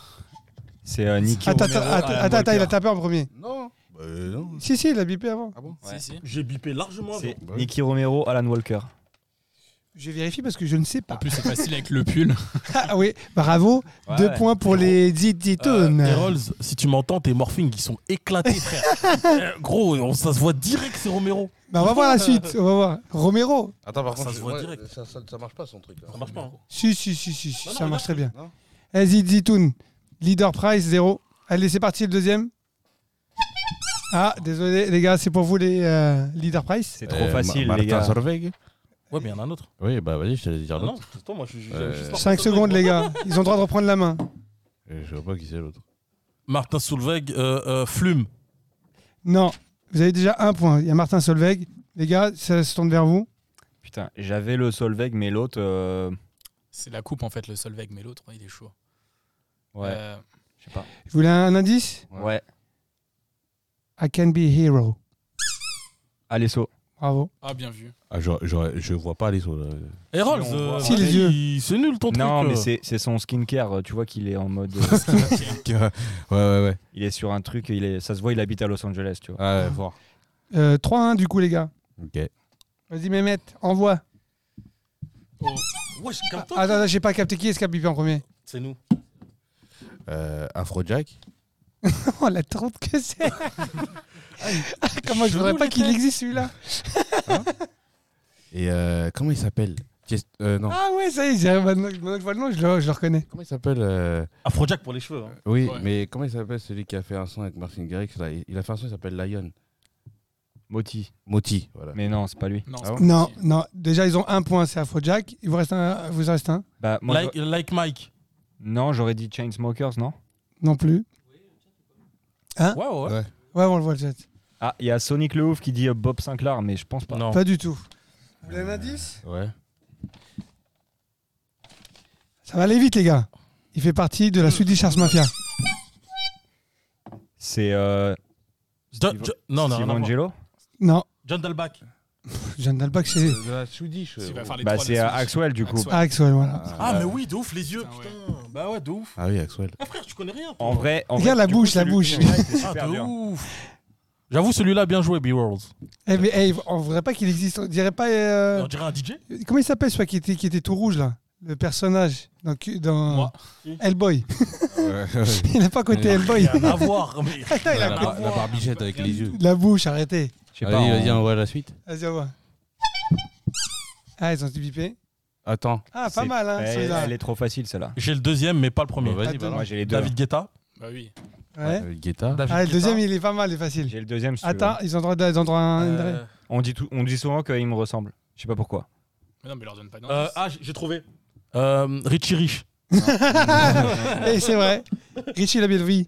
Speaker 5: C'est euh, Nicky.
Speaker 4: Attends,
Speaker 6: numéro
Speaker 4: attends,
Speaker 6: à la
Speaker 4: attends, attends,
Speaker 6: Walker.
Speaker 4: il a tapé en premier.
Speaker 2: Non. Bah, non.
Speaker 4: Si, si, il a bipé avant.
Speaker 2: Ah bon
Speaker 5: Ouais.
Speaker 6: Si, si.
Speaker 7: J'ai bipé largement avant.
Speaker 5: C'est Nicky Romero, Alan Walker.
Speaker 4: Je vérifie parce que je ne sais
Speaker 6: En
Speaker 5: Bah.
Speaker 4: pas.
Speaker 6: plus, c'est facile avec le pull.
Speaker 4: [laughs] Ah oui, bravo.
Speaker 5: Ouais,
Speaker 4: Deux
Speaker 5: ouais.
Speaker 4: points pour les Zizitoun.
Speaker 7: Euh, Errols, si tu m'entends, tes morphings ils sont éclatés, [laughs] frère. Euh, gros, on- ça se voit direct, c'est Romero.
Speaker 4: bah, on va voir la suite. On va voir. Romero.
Speaker 2: Attends, par
Speaker 7: Ça
Speaker 2: contre,
Speaker 7: se voit
Speaker 2: ouais,
Speaker 7: direct.
Speaker 2: Ça, ça, ça marche pas son truc. là.
Speaker 7: Ça marche pas. hein.
Speaker 4: Si, si, si, si, si,
Speaker 7: Non, non,
Speaker 4: ça marche très bien.
Speaker 2: non.
Speaker 4: Eh, Zizitoun, Leader Price, zéro. Allez, c'est parti, le deuxième. Ah, désolé, les gars, c'est pour vous, les euh, Leader Price.
Speaker 5: C'est trop
Speaker 2: Euh,
Speaker 5: facile,
Speaker 2: Ma-
Speaker 5: les
Speaker 2: Martin
Speaker 5: gars.
Speaker 2: Sorveg
Speaker 7: Ouais, mais il y en a un autre.
Speaker 2: Oui, bah vas-y, je te laisse dire
Speaker 7: Ah non,
Speaker 2: l'autre.
Speaker 7: attends, moi je suis
Speaker 2: Euh,
Speaker 7: juste
Speaker 4: 5 secondes, les gars. Ils ont le droit de reprendre la main.
Speaker 2: Euh, Je vois pas qui c'est l'autre.
Speaker 7: Martin Soulveg, euh, euh, Flume.
Speaker 4: Non, vous avez déjà un point. Il y a Martin Solveig. Les gars, ça se tourne vers vous.
Speaker 5: Putain, j'avais le Solveig, mais l'autre. euh,
Speaker 6: C'est la coupe, en fait, le Solveig, mais l'autre, ouais, il est chaud.
Speaker 5: Ouais,
Speaker 6: Euh,
Speaker 5: je sais pas.
Speaker 4: Vous voulez un indice
Speaker 2: Ouais.
Speaker 5: Ouais,
Speaker 4: I can be a hero.
Speaker 5: Alesso.
Speaker 4: Bravo.
Speaker 6: Ah, bien vu.
Speaker 2: Ah, je, je, je vois pas les autres. là.
Speaker 7: Errols,
Speaker 5: on
Speaker 7: euh,
Speaker 5: voit.
Speaker 4: Si, les
Speaker 7: il- c'est nul ton truc.
Speaker 5: Non, mais
Speaker 7: euh.
Speaker 5: c'est c'est son skincare. euh, Tu vois qu'il est en [laughs] mode. euh,
Speaker 2: [laughs] ouais, ouais, ouais.
Speaker 5: il est sur un truc, il est, ça se voit, il habite à Los Angeles, tu vois.
Speaker 2: Ah, ouais, fort.
Speaker 4: Euh, 3-1 du coup, les gars.
Speaker 2: Ok.
Speaker 4: Vas-y, Mehmet, envoie.
Speaker 7: Wesh, calme-toi.
Speaker 4: Attends, attends, j'ai pas capté qui est-ce qui a bipé en premier.
Speaker 7: C'est nous.
Speaker 2: Euh, Afrojack
Speaker 4: [laughs] Oh, la trompe que c'est Ah, Comment je voudrais pas qu'il existe celui-là
Speaker 2: et euh, comment il s'appelle Just- euh, Non.
Speaker 4: Ah ouais, ça y est, j'ai- maintenant que maintenant que je vois le nom, je le, je le reconnais.
Speaker 2: Comment il s'appelle euh,
Speaker 7: Afrojack pour les cheveux. hein.
Speaker 2: Oui,
Speaker 6: Ouais.
Speaker 2: mais comment il s'appelle celui qui a fait un son avec Martin Garrix là Il il a fait un son, il s'appelle Lion.
Speaker 5: Moti.
Speaker 2: Moti, voilà.
Speaker 5: Mais non, c'est pas lui.
Speaker 6: Non,
Speaker 2: Ah
Speaker 6: c'est
Speaker 2: bon
Speaker 6: pas
Speaker 4: Non,
Speaker 6: possible.
Speaker 4: non, déjà ils ont un point, c'est Afrojack. Il vous reste un, vous en reste un
Speaker 5: Bah, moi,
Speaker 7: like,
Speaker 5: j'aurais-
Speaker 7: like Mike.
Speaker 5: Non, j'aurais dit Chainsmokers, non
Speaker 4: Non plus.
Speaker 7: Ouais, ouais, ouais.
Speaker 4: Ouais, on le voit le chat.
Speaker 5: Ah, il y a Sonic le Ouf qui dit euh, Bob Sinclair, mais je pense Euh, pas.
Speaker 7: Non.
Speaker 4: Pas du tout. Vous voulez un indice
Speaker 2: Ouais.
Speaker 4: Ça va aller vite, les gars. Il fait partie de la Swedish House Mafia.
Speaker 5: C'est euh,
Speaker 7: Jo- Jo- non, non,
Speaker 5: Steve
Speaker 7: non, non.
Speaker 5: Angelo
Speaker 4: Non,
Speaker 7: John Dalbach.
Speaker 4: Jeanne d'Albac, c'est
Speaker 2: De la Swedish.
Speaker 6: Il va faire les
Speaker 5: Bah,
Speaker 6: trois de
Speaker 5: c'est
Speaker 6: la
Speaker 5: euh,
Speaker 6: suite.
Speaker 5: Axwell, du coup.
Speaker 6: Axwell.
Speaker 4: Axwell, voilà.
Speaker 7: Ah, mais oui, de ouf, les yeux.
Speaker 6: Putain, ouais.
Speaker 7: Putain, bah ouais, de ouf.
Speaker 2: Ah oui, Axwell.
Speaker 7: Ah, frère, tu connais rien. toi.
Speaker 5: En vrai, en
Speaker 4: Regarde
Speaker 5: vrai,
Speaker 4: la
Speaker 5: du
Speaker 4: bouche,
Speaker 5: coup,
Speaker 4: la
Speaker 5: celui-
Speaker 4: bouche.
Speaker 5: celui-là était
Speaker 7: Ah,
Speaker 5: super
Speaker 7: de
Speaker 5: bien.
Speaker 7: ouf. J'avoue, celui-là, bien joué, B-Worlds.
Speaker 4: Eh, mais, eh, on voudrait pas qu'il existe. On dirait pas. euh,
Speaker 7: On dirait un DJ.
Speaker 4: Comment il s'appelle celui qui était, qui était tout rouge là Le personnage dans, Q- dans
Speaker 6: Moi.
Speaker 4: Hellboy. [laughs] il n'a pas côté Hellboy.
Speaker 7: Rien à voir, mais.
Speaker 4: Attends, [laughs] il a
Speaker 2: la,
Speaker 4: pas-
Speaker 2: bar- la barbichette avec les yeux.
Speaker 4: la bouche, arrêtez.
Speaker 5: Je sais pas.
Speaker 2: Vas-y, vas-y,
Speaker 5: en-
Speaker 2: Eh ben, on voit la suite.
Speaker 4: Vas-y, on voit. Ah, ils ont été bipés.
Speaker 2: Attends.
Speaker 4: Ah, pas
Speaker 5: C'est-
Speaker 4: mal, hein,
Speaker 5: elle,
Speaker 4: celui-là.
Speaker 5: Eh, elle est trop facile, celle-là.
Speaker 7: J'ai le deuxième, mais pas le premier.
Speaker 2: Bah, vas-y,
Speaker 4: Attends.
Speaker 2: balance.
Speaker 5: Moi, j'ai les deux.
Speaker 7: David Guetta.
Speaker 6: Bah oui.
Speaker 4: Ouais.
Speaker 2: Euh, Guetta.
Speaker 7: David
Speaker 4: Ah, le
Speaker 7: Guetta.
Speaker 4: deuxième, il est pas mal, il est facile.
Speaker 5: J'ai le deuxième. si tu
Speaker 4: Attends,
Speaker 5: veux.
Speaker 4: ils ont droit, de- ils ont droit à un.
Speaker 7: Euh,
Speaker 5: On dit, tout, on dit souvent qu'il me ressemble. Je sais pas
Speaker 4: [laughs]
Speaker 5: pourquoi. [laughs]
Speaker 6: Mais non, mais leur donne pas d'indice.
Speaker 7: euh, ah, j'ai- j'ai trouvé. Euh, Richie Rich.
Speaker 4: Eh, c'est vrai. Richie Labellerie.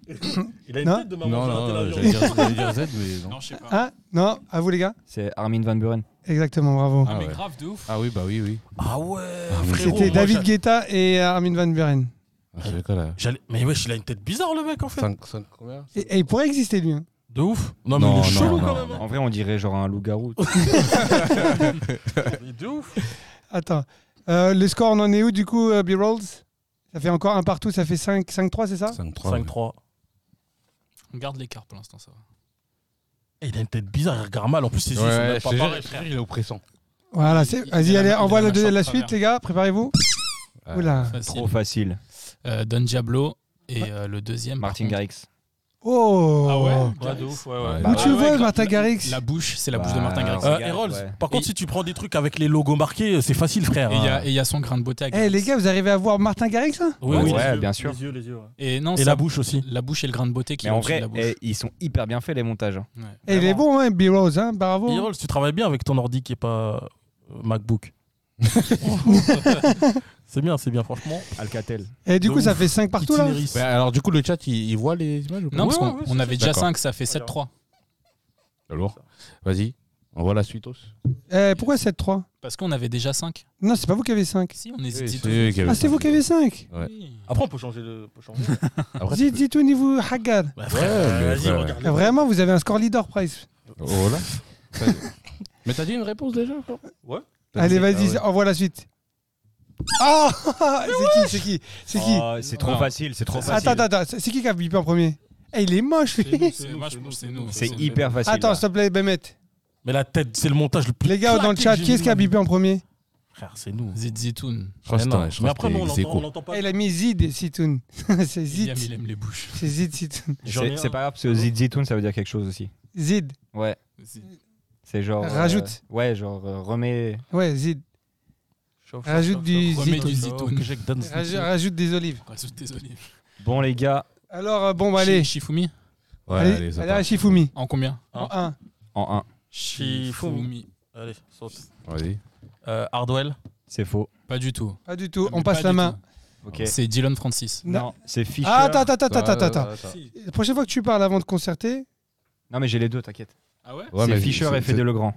Speaker 7: Il a une
Speaker 4: Non.
Speaker 7: tête de maman. j'ai
Speaker 2: Non,
Speaker 7: raté
Speaker 2: non,
Speaker 7: l'avion.
Speaker 2: euh,
Speaker 7: [laughs]
Speaker 2: j'allais dire, j'allais dire Z, mais non.
Speaker 6: [laughs] non, je sais pas.
Speaker 4: Hein Non À vous, les gars
Speaker 5: C'est Armin Van Buren.
Speaker 4: Exactement, bravo.
Speaker 6: Ah,
Speaker 2: Ah
Speaker 6: mais
Speaker 2: ouais.
Speaker 6: grave de ouf.
Speaker 2: Ah oui, bah oui, oui.
Speaker 7: Ah ouais,
Speaker 2: Ah, mais
Speaker 7: frérot.
Speaker 4: C'était
Speaker 7: moi,
Speaker 4: David
Speaker 7: j'a-
Speaker 4: Guetta et euh, Armin Van Buren.
Speaker 2: Ah, c'est quoi là
Speaker 7: j'allais- Mais wesh, il a une tête bizarre, le mec, en fait.
Speaker 2: 5, 5 combien
Speaker 4: Et, et il pourrait exister, lui. hein.
Speaker 7: De ouf. Non, mais
Speaker 2: Non,
Speaker 7: il est
Speaker 2: non,
Speaker 7: chelou
Speaker 2: non,
Speaker 7: quand même.
Speaker 5: En vrai, on dirait genre un loup-garou.
Speaker 7: hein. Il est De ouf.
Speaker 4: Attends. Euh, le score, on en est où, du coup, euh, B-Rolls Ça fait encore un partout, ça fait 5, 5-3, c'est ça
Speaker 2: 5, 3.
Speaker 7: 5-3.
Speaker 6: On garde l'écart pour l'instant, ça va.
Speaker 7: Eh, Il a une tête bizarre, il regarde mal. En plus, ses yeux sont
Speaker 2: Ouais,
Speaker 7: même pas pareils, frère.
Speaker 2: il est oppressant.
Speaker 4: Voilà,
Speaker 6: Il-
Speaker 4: c'est-
Speaker 6: il- il
Speaker 4: vas-y,
Speaker 6: a
Speaker 4: allez,
Speaker 6: la- il
Speaker 4: envoie
Speaker 6: a la
Speaker 4: la,
Speaker 6: marche en
Speaker 4: la
Speaker 6: travers.
Speaker 4: suite, les gars, préparez-vous.
Speaker 2: Ah.
Speaker 4: Oula.
Speaker 6: Facile.
Speaker 5: Trop facile.
Speaker 6: Euh, Don Diablo et
Speaker 4: Ouais.
Speaker 6: euh, le deuxième. par
Speaker 5: Martin
Speaker 6: contre.
Speaker 5: Garrix.
Speaker 4: Oh
Speaker 6: Ah ouais,
Speaker 3: Pas
Speaker 6: Garrix.
Speaker 3: de ouf, ouais,
Speaker 2: Ouais.
Speaker 3: ouais.
Speaker 2: Bah,
Speaker 4: Où tu
Speaker 6: ouais,
Speaker 4: vois,
Speaker 6: ouais,
Speaker 4: Martin
Speaker 6: gra-
Speaker 4: Garrix
Speaker 6: La bouche, c'est la bouche de
Speaker 5: Bah,
Speaker 6: Martin Garrix.
Speaker 5: ouais.
Speaker 7: Euh,
Speaker 5: Regarde,
Speaker 7: Errol,
Speaker 5: ouais.
Speaker 7: par contre,
Speaker 6: Et-
Speaker 7: si tu prends des trucs avec les logos marqués, c'est facile, frère.
Speaker 6: Euh,
Speaker 7: Ah,
Speaker 6: Et il y a- et il y, a son grain de beauté à
Speaker 4: Eh
Speaker 6: Garrix.
Speaker 4: les gars, vous arrivez à voir Martin Garrix là
Speaker 7: Oui,
Speaker 5: Ouais,
Speaker 7: oui.
Speaker 5: ouais,
Speaker 8: yeux,
Speaker 5: bien sûr.
Speaker 8: Les yeux, les yeux. ouais.
Speaker 6: Et non,
Speaker 7: Et
Speaker 6: ça-
Speaker 7: la bouche aussi.
Speaker 6: la bouche et le grain de beauté qui
Speaker 5: Mais
Speaker 6: est
Speaker 5: en
Speaker 6: au-dessus de
Speaker 5: vrai,
Speaker 6: la bouche.
Speaker 5: eh, ils sont hyper bien faits les montages. hein.
Speaker 6: Ouais.
Speaker 4: Eh, Il est bon, hein, B-Rose, hein, bravo.
Speaker 7: Errol, tu travailles bien avec ton ordi qui est pas euh,
Speaker 8: [laughs]
Speaker 7: MacBook. c'est bien, c'est bien, franchement.
Speaker 5: Alcatel.
Speaker 4: Et Eh, du
Speaker 7: De
Speaker 4: coup, ça
Speaker 7: ouf.
Speaker 4: fait 5 partout là
Speaker 7: Itinéris.
Speaker 2: Mais alors, du coup, le chat, il, il voit les images ou pas
Speaker 6: Non, parce
Speaker 7: Ouais,
Speaker 6: qu'on
Speaker 7: ouais,
Speaker 6: on
Speaker 7: c'est
Speaker 6: avait déjà
Speaker 2: D'accord.
Speaker 6: 5, ça fait 7-3.
Speaker 2: C'est lourd. Vas-y, on voit la suite aussi.
Speaker 4: Eh, Pourquoi 7-3
Speaker 6: Parce qu'on avait déjà 5.
Speaker 4: Non, c'est pas vous qui avez 5.
Speaker 6: Si, on hésite.
Speaker 2: C'est eux qui avaient
Speaker 4: Ah, c'est
Speaker 2: ça.
Speaker 4: vous qui avez 5
Speaker 2: Ouais.
Speaker 6: Oui.
Speaker 8: Après, on peut changer de. peut changer.
Speaker 2: Après, tu
Speaker 4: Dites, dites au niveau Haggad.
Speaker 7: Bah,
Speaker 2: peux-
Speaker 7: frère,
Speaker 2: Ouais, mais
Speaker 8: Vas-y,
Speaker 2: frère.
Speaker 8: regarde.
Speaker 4: Eh, Vraiment, vous avez un score leader, Price.
Speaker 2: Oh là. Mais t'as dit une réponse déjà frère
Speaker 8: Ouais.
Speaker 2: T'as
Speaker 4: Allez,
Speaker 2: dit-
Speaker 4: vas-y,
Speaker 2: Ah ouais.
Speaker 4: envoie la suite. Ah [laughs] C'est qui C'est qui C'est qui
Speaker 5: Oh, c'est trop
Speaker 6: Non.
Speaker 5: facile, c'est trop facile.
Speaker 4: Attends, attends, attends, c'est qui qui a bipé en premier Eh, il est moche
Speaker 6: C'est nous,
Speaker 4: lui
Speaker 6: c'est moi, je pense que c'est nous.
Speaker 5: C'est
Speaker 8: C'est-
Speaker 5: hyper facile.
Speaker 4: Attends,
Speaker 5: là.
Speaker 4: s'il te plaît, Bemet.
Speaker 7: Mais la tête, c'est le montage le plus.
Speaker 4: Les gars, dans le
Speaker 7: claqué
Speaker 4: chat,
Speaker 7: que
Speaker 4: qui
Speaker 7: j'ai
Speaker 4: est-ce qui a
Speaker 7: vu.
Speaker 4: bipé en premier
Speaker 7: Frère, c'est nous.
Speaker 6: Zizitoun.
Speaker 2: Je crois que
Speaker 7: Mais
Speaker 2: c'était
Speaker 7: Eh non.
Speaker 2: un- je
Speaker 7: Mais
Speaker 2: crois que
Speaker 7: après, nous, on
Speaker 2: c'était
Speaker 7: l'entend- on
Speaker 2: Execo.
Speaker 8: l'entend
Speaker 4: Eh,
Speaker 8: pas.
Speaker 4: Il a mis Zid Situn. [laughs] c'est
Speaker 6: Liam, il
Speaker 4: Zid.
Speaker 6: aime les bouches.
Speaker 4: C'est Zid Situn.
Speaker 8: J'en ai
Speaker 5: C'est
Speaker 8: un.
Speaker 5: c'est pas grave, parce que Zizitoun, ça veut dire quelque chose aussi.
Speaker 4: Zid.
Speaker 5: Ouais, c'est genre. euh,
Speaker 4: Rajoute.
Speaker 5: ouais, genre euh, remets.
Speaker 4: Ouais, Zid.
Speaker 7: Chauffe,
Speaker 4: Rajoute
Speaker 7: chauffe,
Speaker 4: du
Speaker 7: chauffe,
Speaker 6: Remets
Speaker 7: chauffe,
Speaker 6: du
Speaker 7: chauffe,
Speaker 6: zitoun.
Speaker 7: que j'ai que Dan
Speaker 4: Rajoute,
Speaker 7: Zitoun.
Speaker 4: rajoute des olives.
Speaker 6: Rajoute tes olives.
Speaker 5: Bon, les gars,
Speaker 4: Alors, euh, bon, bah, allez.
Speaker 6: Shi- Shifumi,
Speaker 2: Ouais,
Speaker 4: allez,
Speaker 2: allez, ça
Speaker 4: allez,
Speaker 2: part.
Speaker 4: à Shifumi.
Speaker 6: en combien
Speaker 7: Hein
Speaker 4: En 1.
Speaker 5: en un,
Speaker 7: Shifumi. Allez, saute.
Speaker 2: Vas-y.
Speaker 7: Euh, Hardwell.
Speaker 5: c'est faux.
Speaker 6: Pas du tout.
Speaker 4: Pas du tout.
Speaker 7: Ah,
Speaker 6: Mais
Speaker 4: On
Speaker 6: pas
Speaker 4: passe la
Speaker 6: du
Speaker 4: main.
Speaker 5: Ok.
Speaker 6: C'est Dylan Francis.
Speaker 5: Non, c'est Fischer.
Speaker 4: Ah, attends, attends, attends,
Speaker 2: Attends,
Speaker 4: attends, attends. La prochaine fois que tu parles avant de concerter. [laughs]
Speaker 5: Non, mais j'ai les deux, t'inquiète.
Speaker 6: Ah ouais
Speaker 2: Ouais,
Speaker 5: c'est
Speaker 2: mais
Speaker 5: Fischer
Speaker 2: c'est-
Speaker 5: et Fede
Speaker 2: c'est-
Speaker 5: Legrand.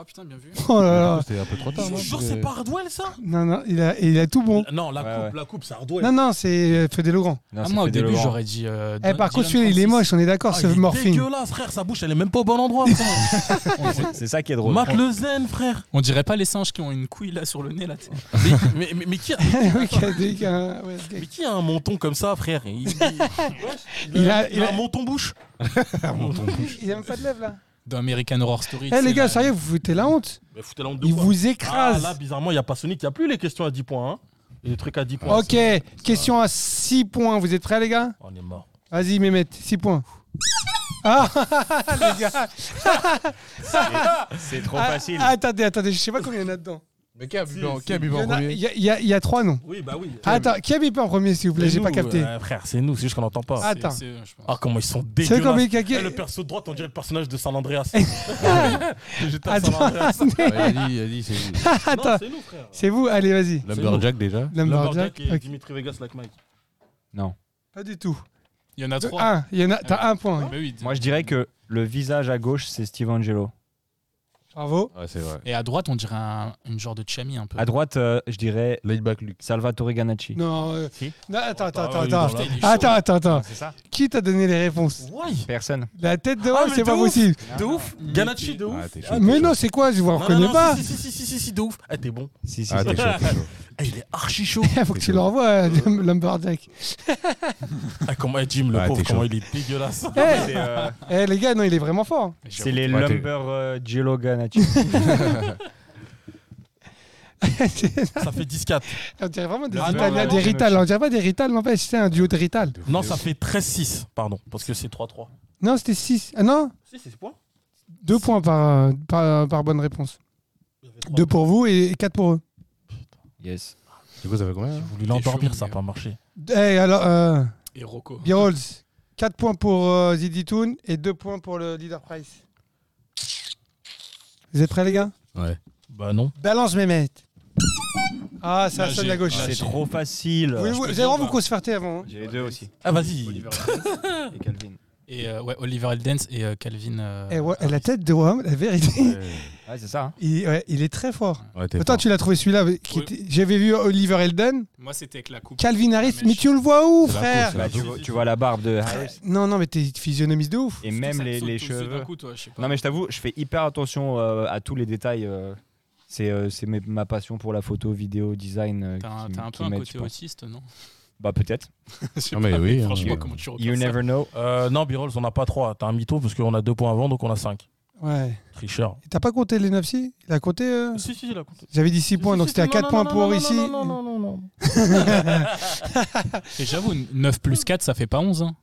Speaker 6: Oh putain, bien vu.
Speaker 4: Oh là là.
Speaker 2: C'était un peu trop tard.
Speaker 7: Je
Speaker 2: non,
Speaker 7: jure,
Speaker 2: parce
Speaker 7: c'est
Speaker 2: que-
Speaker 7: pas Hardwell, ça Euh,
Speaker 4: Non, non, il a, il a tout bon.
Speaker 7: Non, la
Speaker 5: Ouais,
Speaker 7: coupe,
Speaker 5: ouais.
Speaker 7: la coupe, c'est Hardwell.
Speaker 4: Non, non, c'est euh, Fede Legrand.
Speaker 5: Non,
Speaker 6: ah,
Speaker 5: c'est
Speaker 6: moi, au
Speaker 5: Fede
Speaker 6: début,
Speaker 5: Legrand.
Speaker 6: j'aurais dit.
Speaker 4: Eh,
Speaker 6: euh, Don-
Speaker 4: par
Speaker 6: Dylan
Speaker 4: contre, celui-là, il est
Speaker 6: Francis.
Speaker 4: moche, on est d'accord,
Speaker 7: Ah,
Speaker 4: c'est
Speaker 7: il est
Speaker 4: [laughs] morphine.
Speaker 7: dégueulasse, frère, sa bouche, elle est même pas au bon
Speaker 4: [laughs]
Speaker 7: endroit.
Speaker 5: C'est ça qui est drôle.
Speaker 7: Matt Le Zen, frère.
Speaker 6: On dirait pas les singes qui ont une couille là sur le nez là. t'sais.
Speaker 7: Mais, mais, mais, mais qui a,
Speaker 4: Ok, des gars,
Speaker 7: [laughs]
Speaker 4: ouais, ok.
Speaker 7: mais qui a un menton comme ça, frère
Speaker 4: [laughs]
Speaker 7: il,
Speaker 4: Il a- il a-
Speaker 7: un menton
Speaker 4: [laughs]
Speaker 7: bouche.
Speaker 4: Il a même pas de lèvres là.
Speaker 6: Dans American Horror Story.
Speaker 4: Eh
Speaker 6: t'sais,
Speaker 4: les gars,
Speaker 6: là,
Speaker 4: sérieux, vous foutez la honte.
Speaker 7: Mais foutez la honte de
Speaker 4: Il
Speaker 7: quoi
Speaker 4: vous
Speaker 7: Ah,
Speaker 4: écrase.
Speaker 7: là, bizarrement, il n'y a pas Sonic, il n'y a plus les questions à 10 points. Hein. Les trucs à 10 points.
Speaker 4: ok, question à 6 points. Vous êtes prêts, les gars
Speaker 7: On est mort.
Speaker 4: Vas-y, Mehmet, 6 points. Ah, [laughs] les gars.
Speaker 5: C'est trop
Speaker 4: Ah,
Speaker 5: facile.
Speaker 4: attendez, attendez, je sais pas combien il y en a dedans.
Speaker 2: Mais qui a
Speaker 7: Si,
Speaker 2: bu en-
Speaker 7: si.
Speaker 2: qui a bu
Speaker 4: Il y
Speaker 2: en
Speaker 4: en a-
Speaker 2: premier
Speaker 4: il y, a- il y a- il y a 3 noms.
Speaker 7: Oui, bah oui.
Speaker 4: Attends, qui a mis pas en premier, s'il vous plaît
Speaker 7: Mais
Speaker 4: Ah, J'ai pas
Speaker 7: nous,
Speaker 4: capté. [laughs]
Speaker 7: euh, frère, c'est nous, c'est juste qu'on n'entend
Speaker 6: c'est-
Speaker 7: pas.
Speaker 4: Ah. attends.
Speaker 6: c'est- je pense.
Speaker 7: Ah, comment ils sont
Speaker 4: C'est combien
Speaker 7: dégueulasses.
Speaker 4: qui a- qui
Speaker 7: Eh, le perso de droite, on dirait le personnage de San
Speaker 4: [laughs]
Speaker 7: Andreas. [laughs] J'étais à San Andreas.
Speaker 2: Ouais, Vas-y, vas-y, c'est
Speaker 4: Attends.
Speaker 7: Non, c'est nous, frère.
Speaker 4: C'est vous Allez, vas-y.
Speaker 2: Lumberjack déjà.
Speaker 4: Lumberjack.
Speaker 7: Lumberjack et
Speaker 4: ok.
Speaker 7: Dimitri Vegas, like Mike.
Speaker 4: Pas du tout.
Speaker 6: Il y en a trois.
Speaker 4: Un, il y en a. T'as un point. hein.
Speaker 6: Mais oui.
Speaker 5: Moi, je dirais que le visage à gauche, c'est Steve Angelo.
Speaker 4: Bravo.
Speaker 2: Ouais, c'est vrai.
Speaker 6: Et à droite, on dirait un, une genre de chami un peu.
Speaker 5: À droite, euh, je dirais
Speaker 2: Lightback Luke.
Speaker 5: Salvatore Ganacci.
Speaker 4: Non. euh,
Speaker 5: Si.
Speaker 4: non, attends, attends,
Speaker 7: Ah,
Speaker 4: attends,
Speaker 7: oui,
Speaker 4: attends.
Speaker 7: dans la-
Speaker 6: Il est chaud.
Speaker 4: Attends, attends, attends.
Speaker 5: C'est ça
Speaker 4: Qui t'a donné les réponses
Speaker 7: Why
Speaker 5: Personne.
Speaker 4: La tête de
Speaker 7: Ah,
Speaker 4: homme,
Speaker 7: mais
Speaker 4: c'est
Speaker 7: de
Speaker 4: pas
Speaker 7: ouf.
Speaker 4: possible.
Speaker 7: De ouf Ganachi, de ouf
Speaker 2: Ah, t'es chaud.
Speaker 4: Ah, Mais non, c'est quoi Je vous
Speaker 7: Non, non,
Speaker 4: reconnais
Speaker 7: non,
Speaker 4: pas.
Speaker 7: Si, si, si, si, si, si, de ouf Ah, t'es bon.
Speaker 5: Si, si,
Speaker 2: Ah,
Speaker 5: si.
Speaker 2: t'es chaud, t'es [laughs] chaud.
Speaker 7: Eh, il est archi chaud.
Speaker 4: Il [laughs] faut que tu l'envoies, euh, Lumberjack.
Speaker 7: [laughs] Ah, comment eh, Jim, le
Speaker 2: Ah,
Speaker 7: pauvre,
Speaker 2: t'es
Speaker 7: comment
Speaker 2: chaud.
Speaker 7: il est
Speaker 4: [laughs]
Speaker 7: dégueulasse.
Speaker 4: Eh,
Speaker 5: C'est, [laughs] euh,
Speaker 4: eh, les gars, non, il est vraiment fort. hein.
Speaker 6: Mais j'avoue.
Speaker 5: c'est les
Speaker 2: Ouais, t'es-
Speaker 5: Lumber euh, Gelo Ganacci.
Speaker 7: ça fait 10-4.
Speaker 4: on dirait vraiment des
Speaker 5: Ah, non,
Speaker 4: Italiens,
Speaker 5: vraiment,
Speaker 4: des
Speaker 5: c'est
Speaker 4: Rital.
Speaker 5: moche.
Speaker 4: On dirait pas des Rital, n'empêche, c'est un duo de Rital.
Speaker 7: Non, ça fait 13-6, pardon, parce que c'est 3-3.
Speaker 4: Non, c'était 6. Ah non
Speaker 7: Si, c'est ce point
Speaker 4: Deux points par, euh, par, par bonne réponse. Deux pour vous et quatre pour eux.
Speaker 5: Yes.
Speaker 2: Du coup, ça fait combien hein là
Speaker 7: J'ai voulu l'endormir,
Speaker 6: chaud,
Speaker 7: ça
Speaker 6: mon
Speaker 7: n'a pas marché.
Speaker 4: Eh, alors, euh,
Speaker 6: Et Rocco.
Speaker 4: Birols, 4 points pour euh, Zidi Toon et 2 points pour le Leader Price. Vous êtes prêts, les gars
Speaker 2: Ouais.
Speaker 7: Bah non.
Speaker 4: Balance, mes maîtres. Ah, ça
Speaker 6: Là,
Speaker 4: sonne
Speaker 6: j'ai-
Speaker 4: la gauche.
Speaker 6: là,
Speaker 5: C'est
Speaker 6: j'ai-
Speaker 5: trop facile.
Speaker 4: Vous voulez- vous
Speaker 6: peux
Speaker 4: vous allez
Speaker 6: dire
Speaker 4: vraiment
Speaker 6: ou
Speaker 4: vous
Speaker 6: pas
Speaker 4: concerter avant. hein.
Speaker 5: J'ai les deux aussi.
Speaker 7: Ah, vas-y.
Speaker 6: Oliver Eldens.
Speaker 5: [laughs] Et Calvin.
Speaker 6: Et euh, ouais, Oliver Eldens et euh, Calvin. euh,
Speaker 4: Eh ouais, la tête de Wam, la vérité,
Speaker 5: Ouais, c'est ça. hein.
Speaker 4: il, ouais, il est très fort.
Speaker 2: Ouais, t'es
Speaker 4: Attends,
Speaker 2: fort.
Speaker 4: tu l'as trouvé celui-là. qui
Speaker 6: Oui.
Speaker 4: était- J'avais vu Oliver Elden,
Speaker 6: Moi, c'était avec la coupe.
Speaker 4: Calvin Harris,
Speaker 6: Ah, mais
Speaker 4: mais
Speaker 6: je-
Speaker 4: tu le vois où,
Speaker 2: C'est la
Speaker 4: frère Ah,
Speaker 2: course, c'est la
Speaker 5: Bah, tu,
Speaker 2: course.
Speaker 5: vois, tu vois la barbe de Harris
Speaker 4: Non, non, mais t'es physionomiste de ouf.
Speaker 5: et même les, les cheveux. Non, mais je t'avoue, je fais hyper attention euh, à tous les détails. euh, c'est euh, c'est mes- ma passion pour la photo, vidéo, design. euh,
Speaker 6: T'as un,
Speaker 5: qui-
Speaker 6: t'as un
Speaker 5: qui
Speaker 6: peu un
Speaker 5: m'aide,
Speaker 6: côté
Speaker 5: je pense.
Speaker 6: autiste, non
Speaker 5: Bah, peut-être.
Speaker 6: Je sais
Speaker 2: Ah, mais
Speaker 6: pas,
Speaker 2: oui, hein,
Speaker 6: Franchement,
Speaker 2: mais-
Speaker 6: comment tu repères
Speaker 5: You
Speaker 6: ça
Speaker 5: never know.
Speaker 7: Euh, non, Birols, on n'a pas 3. T'as un mytho, parce qu'on a 2 points avant, donc on a 5.
Speaker 4: Ouais.
Speaker 7: Tricheur.
Speaker 4: Et T'as pas compté les 9 si Il a compté. euh,
Speaker 7: Si, si, il a compté.
Speaker 4: J'avais dit 6 points, donc c'était à 4 points pour ici.
Speaker 7: Non, non, non, non.
Speaker 6: Et j'avoue, 9 plus 4, ça fait pas 11. Hein.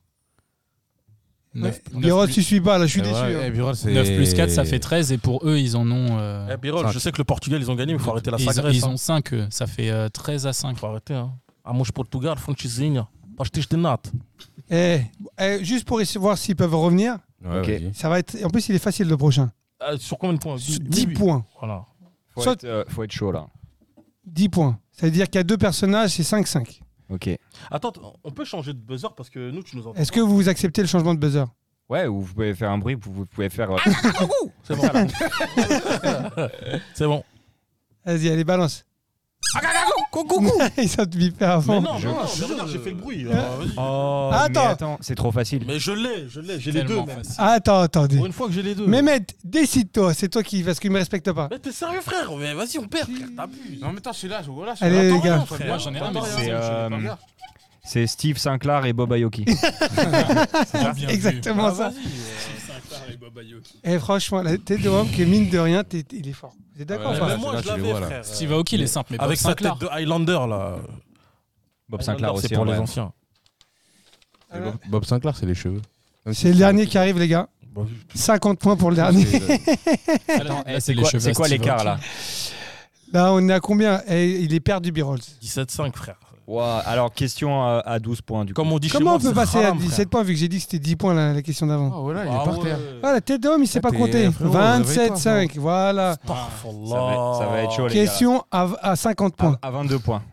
Speaker 6: 9,
Speaker 4: Biros, tu suis pas, là, je suis
Speaker 2: Eh
Speaker 4: déçu.
Speaker 2: ouais, eh,
Speaker 4: hein.
Speaker 2: Birol, c'est-
Speaker 6: 9 plus 4, ça fait 13. Et pour eux, ils en ont. euh,
Speaker 7: Eh, Birol,
Speaker 2: Cinq.
Speaker 7: je sais que le Portugal, ils ont gagné, mais il faut arrêter la
Speaker 6: ils,
Speaker 7: sagresse.
Speaker 6: ils
Speaker 7: hein.
Speaker 6: ont 5, eux. Ça fait euh, 13 à 5.
Speaker 7: Faut arrêter, hein. Ah, moi, je Portugal, Franchisinha. Pas jeter des nattes.
Speaker 4: Eh, eh, juste pour essayer de voir s'ils peuvent revenir,
Speaker 2: Ouais,
Speaker 5: Ok.
Speaker 2: vas-y.
Speaker 4: ça va être. En plus, il est facile le prochain.
Speaker 7: Ah, Sur combien de points
Speaker 4: Sur
Speaker 7: Huit,
Speaker 4: 10
Speaker 7: huit.
Speaker 4: points.
Speaker 7: Voilà.
Speaker 5: Faut,
Speaker 4: Soit-
Speaker 5: être, euh, faut être chaud là.
Speaker 4: 10 points. Ça veut dire qu'il y a deux personnages, c'est 5-5.
Speaker 5: Ok.
Speaker 7: Attends, on peut changer de buzzer parce que nous, tu nous entends.
Speaker 4: Est-ce que vous acceptez le changement de buzzer
Speaker 5: Ouais, ou vous pouvez faire un bruit, vous, vous pouvez faire. euh,
Speaker 7: C'est bon. C'est bon.
Speaker 4: Vas-y, allez, balance.
Speaker 7: Ah,
Speaker 4: [laughs] Ils sont de vipère à
Speaker 7: Mais
Speaker 4: fond.
Speaker 7: non,
Speaker 5: Je-
Speaker 7: non, non, mais regarde, j'ai fait le bruit. euh, vas-y.
Speaker 5: Oh,
Speaker 4: Attends.
Speaker 5: mais attends, c'est trop facile.
Speaker 7: Mais je l'ai, je l'ai, j'ai les deux.
Speaker 6: Tellement
Speaker 7: même.
Speaker 6: facile.
Speaker 4: Ah, Attends, attendez.
Speaker 7: Pour une fois que j'ai les deux.
Speaker 4: Mehmet, décide-toi, c'est toi qui. Parce qu'il me respecte pas.
Speaker 7: Mais t'es sérieux, frère Mais vas-y, on perd, frère, t'abuses.
Speaker 2: Non, mais attends, c'est là, je vois là.
Speaker 4: Allez, les gars.
Speaker 5: Ah,
Speaker 6: Moi, j'en ai un, mais
Speaker 5: C'est,
Speaker 6: c'est.
Speaker 5: euh, c'est Steve Sinclair et Bob Ayoki.
Speaker 6: bien vu. Ah,
Speaker 4: Exactement ça. Et Eh, franchement, la tête de Rome, que mine de rien, t'es- il est fort. Vous êtes d'accord
Speaker 2: Ouais,
Speaker 4: ou pas
Speaker 2: ouais.
Speaker 7: Même moi,
Speaker 2: là,
Speaker 7: je
Speaker 2: tu les
Speaker 7: l'avais,
Speaker 2: vois, là.
Speaker 7: frère.
Speaker 6: Steve Aoki, il est simple. Mais
Speaker 7: Avec
Speaker 6: Bob
Speaker 7: sa
Speaker 6: Sinclair,
Speaker 7: tête de Highlander, là.
Speaker 5: Bob
Speaker 7: Highlander,
Speaker 5: Sinclair aussi.
Speaker 7: C'est pour
Speaker 5: en
Speaker 7: les
Speaker 5: vrai.
Speaker 7: anciens.
Speaker 4: Voilà.
Speaker 2: Bob Sinclair, c'est les cheveux.
Speaker 4: Ah, C'est le dernier qui arrive, les gars.
Speaker 7: Bah,
Speaker 4: 50 points pour le dernier. [laughs]
Speaker 6: [laughs]
Speaker 2: C'est-
Speaker 6: ça, là,
Speaker 5: Eh,
Speaker 6: là,
Speaker 5: euh, c'est
Speaker 6: les
Speaker 5: quoi,
Speaker 6: cheveux
Speaker 5: c'est
Speaker 6: à
Speaker 5: quoi
Speaker 6: Steve
Speaker 5: l'écart
Speaker 6: Aoki.
Speaker 5: là
Speaker 4: Là, on est à combien Eh, Il est perdu, Birols.
Speaker 7: 17-5, frère.
Speaker 5: Ouah, Alors, question à, à 12 points du coup.
Speaker 7: Comme on dit chez
Speaker 4: Comment
Speaker 7: moi,
Speaker 4: on peut
Speaker 7: c'est
Speaker 4: passer à
Speaker 7: haram,
Speaker 4: 17
Speaker 7: frère.
Speaker 4: points vu que j'ai dit que c'était 10 points la, la question d'avant
Speaker 2: Ah, voilà, il est
Speaker 7: Ah
Speaker 2: par terre.
Speaker 7: ouais.
Speaker 4: Ah, la tête d'homme, il sait
Speaker 2: Ah,
Speaker 4: pas
Speaker 2: t'es-
Speaker 4: compter.
Speaker 2: frérot, réveille-toi,
Speaker 4: 27,5. Voilà.
Speaker 7: Ah, Astaghfirullah.
Speaker 5: ça, va, ça va être chaud, les gars.
Speaker 4: Question à, à 50
Speaker 2: Ah,
Speaker 4: points.
Speaker 5: À, à 22 Ah, points.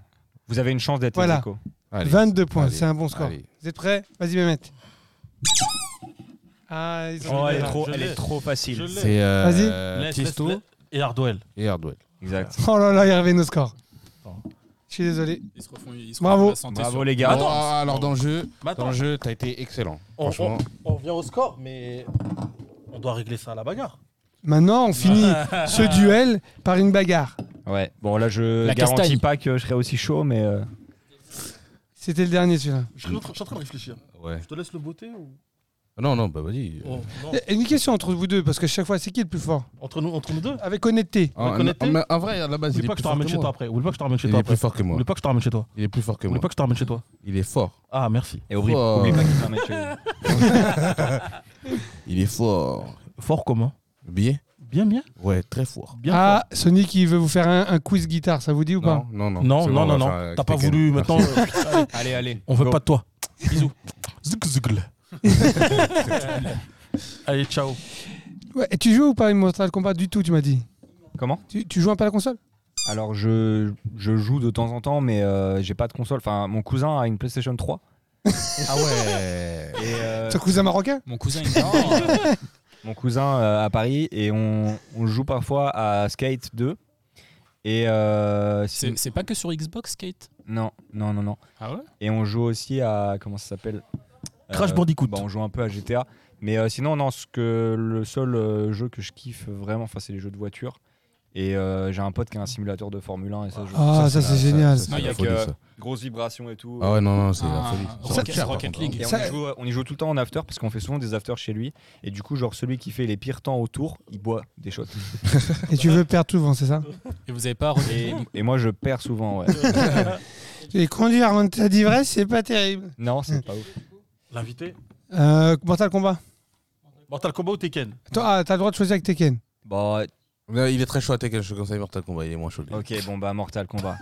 Speaker 5: Vous avez une chance d'être
Speaker 4: Voilà.
Speaker 5: Zico.
Speaker 2: Allez.
Speaker 4: 22 points,
Speaker 2: Allez.
Speaker 4: c'est un bon score.
Speaker 2: Allez.
Speaker 4: Vous êtes prêts Vas-y, Mehmet. Ah, ils ont
Speaker 5: Oh,
Speaker 4: mis
Speaker 5: elle est
Speaker 4: là.
Speaker 5: trop,
Speaker 7: Je
Speaker 5: elle est
Speaker 7: l'ai.
Speaker 5: trop
Speaker 7: Je
Speaker 5: facile.
Speaker 7: l'ai.
Speaker 2: C'est euh,
Speaker 7: Laisse, laisse,
Speaker 2: Tiesto
Speaker 7: laisse. Et Hardwell.
Speaker 2: et Hardwell.
Speaker 5: Exact.
Speaker 4: [laughs] Oh là là, il revient nos scores.
Speaker 7: Attends.
Speaker 4: Je suis désolé.
Speaker 6: Ils se refont, ils se
Speaker 4: Bravo.
Speaker 6: refont la santé
Speaker 5: Bravo
Speaker 6: sur-
Speaker 5: les gars.
Speaker 2: Oh, alors dans le jeu,
Speaker 7: Mais attends,
Speaker 2: dans le jeu, t'as été excellent.
Speaker 7: on,
Speaker 2: Franchement,
Speaker 7: on- on revient au score, mais on doit régler ça à la bagarre.
Speaker 4: Maintenant, on finit ce duel par une bagarre.
Speaker 5: Ouais. Bon là je
Speaker 6: La
Speaker 5: garantis
Speaker 6: castagne.
Speaker 5: pas que je serai aussi chaud mais euh,
Speaker 4: C'était le dernier, celui-là.
Speaker 7: Je suis en train- je suis en train de réfléchir.
Speaker 2: ouais.
Speaker 7: Je te laisse le beauté ou...
Speaker 2: Non, non, bah vas-y.
Speaker 7: Oh, [laughs] non.
Speaker 4: Et Eh, Une question entre vous deux, parce que chaque fois, c'est qui le plus fort
Speaker 7: Entre, nous, entre nous deux
Speaker 4: Avec honnêteté.
Speaker 2: En,
Speaker 7: honnêteté,
Speaker 2: en- en vrai, à la base,
Speaker 7: Oublie
Speaker 2: Ah, il
Speaker 7: pas que
Speaker 2: est plus
Speaker 7: je te
Speaker 2: fort
Speaker 7: ramène
Speaker 2: que
Speaker 7: chez toi
Speaker 2: moi.
Speaker 7: après. Oublie pas que je te ramène chez
Speaker 2: Il
Speaker 7: toi
Speaker 2: est plus
Speaker 7: après.
Speaker 2: fort que moi.
Speaker 7: Oublie pas que je te ramène chez toi.
Speaker 2: Il est plus fort que
Speaker 7: Oublie
Speaker 2: moi.
Speaker 7: pas que je te ramène chez toi.
Speaker 2: Il est fort.
Speaker 7: Ah, merci.
Speaker 5: et oublie,
Speaker 2: Oh.
Speaker 5: oublie pas [laughs] qu'il fait un match. euh,
Speaker 2: Il est fort.
Speaker 7: Fort comment
Speaker 2: Bien
Speaker 7: Bien, bien.
Speaker 2: Ouais, très fort.
Speaker 7: Bien
Speaker 4: ah, Sonic, il veut vous faire un, un quiz guitare, ça vous dit ou pas
Speaker 2: Non, non, non.
Speaker 7: fort. Non,
Speaker 2: C'est bon,
Speaker 7: non,
Speaker 2: on va
Speaker 7: non,
Speaker 2: faire,
Speaker 7: non.
Speaker 2: euh,
Speaker 7: T'as pas
Speaker 2: Tekken.
Speaker 7: voulu maintenant.
Speaker 2: Merci.
Speaker 7: euh,
Speaker 5: allez allez.
Speaker 7: On veut
Speaker 5: Go.
Speaker 7: pas de
Speaker 2: [laughs]
Speaker 7: toi. Bisous. Zouk, zouk, le.
Speaker 2: [laughs]
Speaker 7: Allez, ciao.
Speaker 4: Ouais, et tu joues ou pas une Mortal Kombat du tout, tu m'as dit
Speaker 5: Comment
Speaker 4: tu, tu joues un peu à la console
Speaker 5: Alors je je joue de temps en temps mais euh, j'ai pas de console. Enfin mon cousin a une PlayStation 3
Speaker 2: [laughs] Ah ouais.
Speaker 5: et euh,
Speaker 4: Ton cousin marocain
Speaker 6: Mon cousin, il me dit,
Speaker 5: mon cousin euh, à Paris et on, on joue parfois à Skate 2 et euh, si-
Speaker 6: c'est- c'est pas que sur Xbox, Kate
Speaker 5: non non non non
Speaker 6: Ah ouais
Speaker 5: et on joue aussi à comment ça s'appelle
Speaker 7: Crash Bandicoot.
Speaker 5: bah, on joue un peu à GTA mais euh, sinon non ce que le seul euh, jeu que je kiffe vraiment enfin c'est les jeux de voiture et euh, j'ai un pote qui a un simulateur de Formule 1 et ça je
Speaker 4: Ah, ça, c'est génial.
Speaker 2: ça, c'est
Speaker 6: Non, il y
Speaker 2: la
Speaker 6: a
Speaker 2: folie,
Speaker 5: que-
Speaker 2: ça.
Speaker 5: grosse vibration et tout
Speaker 2: Ah ouais, non, non, c'est
Speaker 6: Ah,
Speaker 2: la folie.
Speaker 6: Rocket-
Speaker 2: Ça coûte cher, par
Speaker 6: Rocket
Speaker 2: contre,
Speaker 6: League.
Speaker 5: Et on,
Speaker 4: Ça-
Speaker 5: y joue, on y joue tout le temps en after parce qu'on fait souvent des after chez lui. Et du coup, genre celui qui fait les pires temps autour, il boit des shots.
Speaker 4: Et tu veux perdre souvent, c'est ça
Speaker 6: Et vous avez pas re-
Speaker 5: Et, et moi, je perds souvent. Ouais.
Speaker 4: Et conduire en état d'ivresse, c'est pas terrible.
Speaker 5: [laughs] Non, c'est pas ouf.
Speaker 7: L'invité
Speaker 4: Euh, Mortal Kombat.
Speaker 7: Mortal Kombat ou Tekken
Speaker 4: Toi, ah, t'as le droit de choisir avec Tekken.
Speaker 5: Bah,
Speaker 2: Non, Il est très chaud à Tekken, je te conseille Mortal Kombat, il est moins chaud. lui.
Speaker 5: ok, bon bah Mortal Kombat.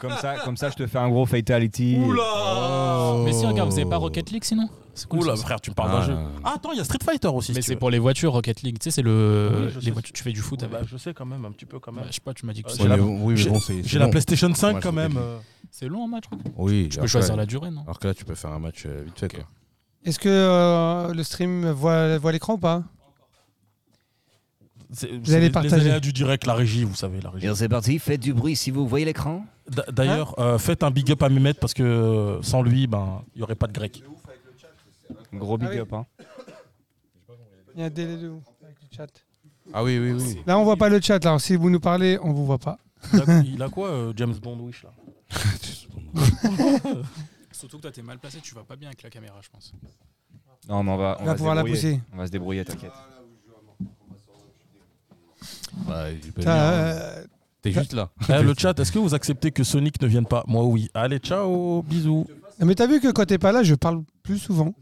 Speaker 5: comme ça, comme ça, je te fais un gros fatality.
Speaker 7: Oula
Speaker 6: Mais si, regarde, vous avez pas Rocket League sinon C'est cool,
Speaker 7: Oula,
Speaker 6: ça.
Speaker 7: frère, tu me parles d'un
Speaker 2: Ah.
Speaker 7: jeu. Oh. Ah, attends, il y a Street Fighter aussi.
Speaker 6: Mais
Speaker 7: si
Speaker 6: c'est
Speaker 7: tu
Speaker 6: pour les voitures, Rocket League. Tu sais, c'est le.
Speaker 7: Oui, je
Speaker 6: les
Speaker 7: sais.
Speaker 6: voitures, tu fais du
Speaker 7: veux.
Speaker 6: foot
Speaker 7: Ouais, bah,
Speaker 6: avec.
Speaker 7: je sais quand même, un petit peu quand
Speaker 6: Bah,
Speaker 7: même.
Speaker 6: je sais pas, tu m'as dit que
Speaker 7: Ouais,
Speaker 6: tu
Speaker 2: Ouais,
Speaker 7: j'ai
Speaker 2: mais
Speaker 7: la-
Speaker 2: bon, Oui, mais
Speaker 7: j'ai-
Speaker 2: bon, c'est.
Speaker 7: J'ai
Speaker 2: c'est
Speaker 7: la
Speaker 2: long.
Speaker 7: PlayStation 5
Speaker 2: Moi, je Ah.
Speaker 7: quand
Speaker 2: l'ai
Speaker 7: même.
Speaker 2: dit.
Speaker 7: euh.
Speaker 6: C'est long hein, un match, Rocket League
Speaker 2: Oui,
Speaker 6: Tu peux
Speaker 2: alors que
Speaker 6: choisir
Speaker 2: là-
Speaker 6: la durée, non
Speaker 2: Alors que là, tu peux faire un match euh, vite fait. quoi.
Speaker 4: Est-ce que euh, le stream voit, voit l'écran ou pas
Speaker 7: C'est-
Speaker 4: Vous
Speaker 7: c'est
Speaker 4: allez
Speaker 7: les-
Speaker 4: partager.
Speaker 7: Les aléas du direct, la régie, vous savez, la régie.
Speaker 5: c'est parti, faites du bruit si vous voyez l'écran.
Speaker 7: D- D'ailleurs, euh, faites un big up à Mehmet parce que euh, sans lui, ben, il n'y aurait pas de grec.
Speaker 5: Gros big
Speaker 4: Ah oui.
Speaker 5: up. Hein.
Speaker 4: Il y a un délai de ouf avec le chat.
Speaker 2: Ah oui, oui, oui.
Speaker 4: Là, on voit pas le chat. Là. Alors, si vous nous parlez, on vous voit pas.
Speaker 7: Il a, il a quoi, euh, James Bond Wish, là
Speaker 6: Surtout que toi, t'es mal placé, tu vas pas bien avec la caméra, je pense.
Speaker 5: Non, mais on va, on
Speaker 4: On va
Speaker 5: se
Speaker 4: pouvoir la
Speaker 5: débrouiller.
Speaker 4: pousser.
Speaker 5: On va se débrouiller, t'inquiète.
Speaker 2: Bah, j'ai pas
Speaker 4: T'as,
Speaker 2: vu, hein.
Speaker 4: euh,
Speaker 2: T'es juste là.
Speaker 7: Eh, le chat, est-ce que vous acceptez que Sonic ne vienne pas Moi, oui. Allez, ciao, bisous.
Speaker 4: Mais t'as vu que quand t'es pas là, je parle plus [laughs] souvent.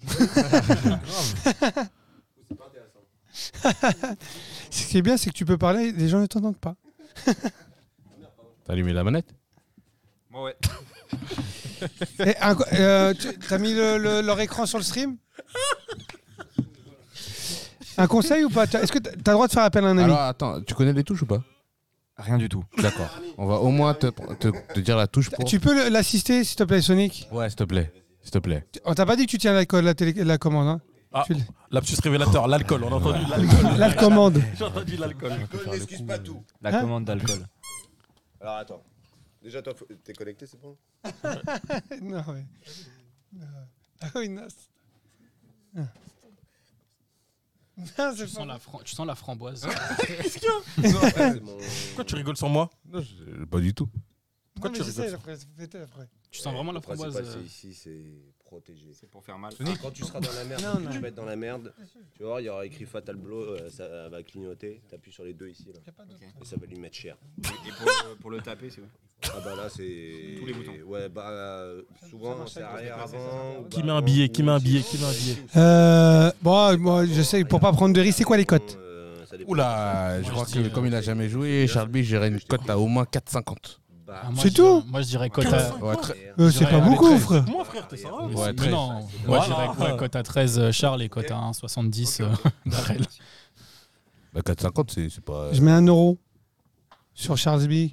Speaker 4: Ce qui est bien, c'est que tu peux parler, les gens ne t'entendent pas.
Speaker 2: T'as allumé la manette
Speaker 5: ouais.
Speaker 4: Et un- euh, tu- T'as mis le- le- leur écran sur le stream Un conseil ou pas T'as- Est-ce que t'as t'as le droit de faire appel à un ami
Speaker 2: Alors attends, tu connais les touches ou pas
Speaker 5: Rien du tout.
Speaker 2: D'accord. On va au moins te, te- te dire la touche pour.
Speaker 4: Tu peux le- l'assister, s'il te plaît, Sonic
Speaker 2: Ouais, s'il te plaît. S'il te plaît.
Speaker 4: Tu- On t'a pas dit que tu tiens la, co- la télé- la commande. Hein
Speaker 7: Ah,
Speaker 4: Tu-
Speaker 7: lapsus révélateur, l'alcool. On a entendu de l'alcool.
Speaker 4: la
Speaker 2: [laughs]
Speaker 4: commande.
Speaker 7: J'ai entendu de l'alcool.
Speaker 8: n'excuse pas tout.
Speaker 5: La
Speaker 4: Hein
Speaker 5: commande [laughs] d'alcool.
Speaker 8: Alors attends. Déjà, toi, faut- t'es connecté, c'est bon
Speaker 4: Non, ouais. Euh, Ah oui, non. c'est- Ah. Non,
Speaker 6: Tu
Speaker 4: c'est
Speaker 6: sens
Speaker 4: pas...
Speaker 6: la, fran- tu sens la framboise.
Speaker 7: Pourquoi tu rigoles sur moi
Speaker 2: Non, je- Euh, pas du tout.
Speaker 7: Pourquoi
Speaker 4: non,
Speaker 7: tu
Speaker 4: mais
Speaker 7: rigoles
Speaker 4: j'essaie après, c'est pété après.
Speaker 6: Tu sens vraiment la framboise.
Speaker 8: principal,
Speaker 6: euh.
Speaker 8: c'est ici, c'est protégé. Ah,
Speaker 5: pour faire mal.
Speaker 8: Quand tu seras dans la merde,
Speaker 4: Non,
Speaker 8: que tu
Speaker 4: non.
Speaker 8: vas être dans la merde, tu vois, il y aura écrit Fatal Blow, euh, ça va clignoter, t'appuies sur les deux ici, là,
Speaker 4: Y a pas d'autre.
Speaker 8: et ça va lui mettre cher.
Speaker 5: Et pour, le taper, c'est
Speaker 8: Ah bah là, c'est...
Speaker 5: Tous les boutons.
Speaker 8: Ouais, bah, euh, souvent,
Speaker 4: marche
Speaker 8: c'est
Speaker 4: avec le
Speaker 8: arrière
Speaker 4: déplacé, ça,
Speaker 8: avant...
Speaker 4: ça,
Speaker 8: ou
Speaker 7: Qui
Speaker 8: bah
Speaker 7: met un
Speaker 8: avant,
Speaker 7: billet Qui
Speaker 8: ou
Speaker 7: met un
Speaker 8: ici,
Speaker 7: billet
Speaker 8: ou
Speaker 7: Qui met un
Speaker 8: ici,
Speaker 7: billet
Speaker 8: ou ça.
Speaker 4: Euh, bon, moi, j'essaie pour pas prendre de risques. C'est quoi les cotes
Speaker 8: Euh, ça dépend.
Speaker 2: Oula, je
Speaker 6: Moi,
Speaker 2: crois
Speaker 6: je
Speaker 2: que
Speaker 6: dis,
Speaker 2: comme
Speaker 8: euh,
Speaker 2: il a jamais joué, Charlie, j'irai une cote à au moins 4,50.
Speaker 8: Bah,
Speaker 6: Ah, moi,
Speaker 4: C'est
Speaker 6: je dirais-
Speaker 4: tout
Speaker 6: Moi, je dirais cote à.
Speaker 2: Ouais, très-
Speaker 8: arrière,
Speaker 4: Euh, C'est
Speaker 6: J'irai
Speaker 4: pas
Speaker 6: à la
Speaker 4: beaucoup,
Speaker 6: traîne.
Speaker 4: frère.
Speaker 7: Moi, frère, t'es sérieux
Speaker 2: Ouais,
Speaker 6: Mais
Speaker 2: très.
Speaker 6: non,
Speaker 8: c'est-
Speaker 6: moi
Speaker 7: Voilà.
Speaker 6: je dirais quoi, cote à 13 euh, Charles et cote à 1,70 euh, [laughs] Darrell.
Speaker 2: Bah 4,50, c'est- c'est pas.
Speaker 4: Je mets un euro sur Charles B.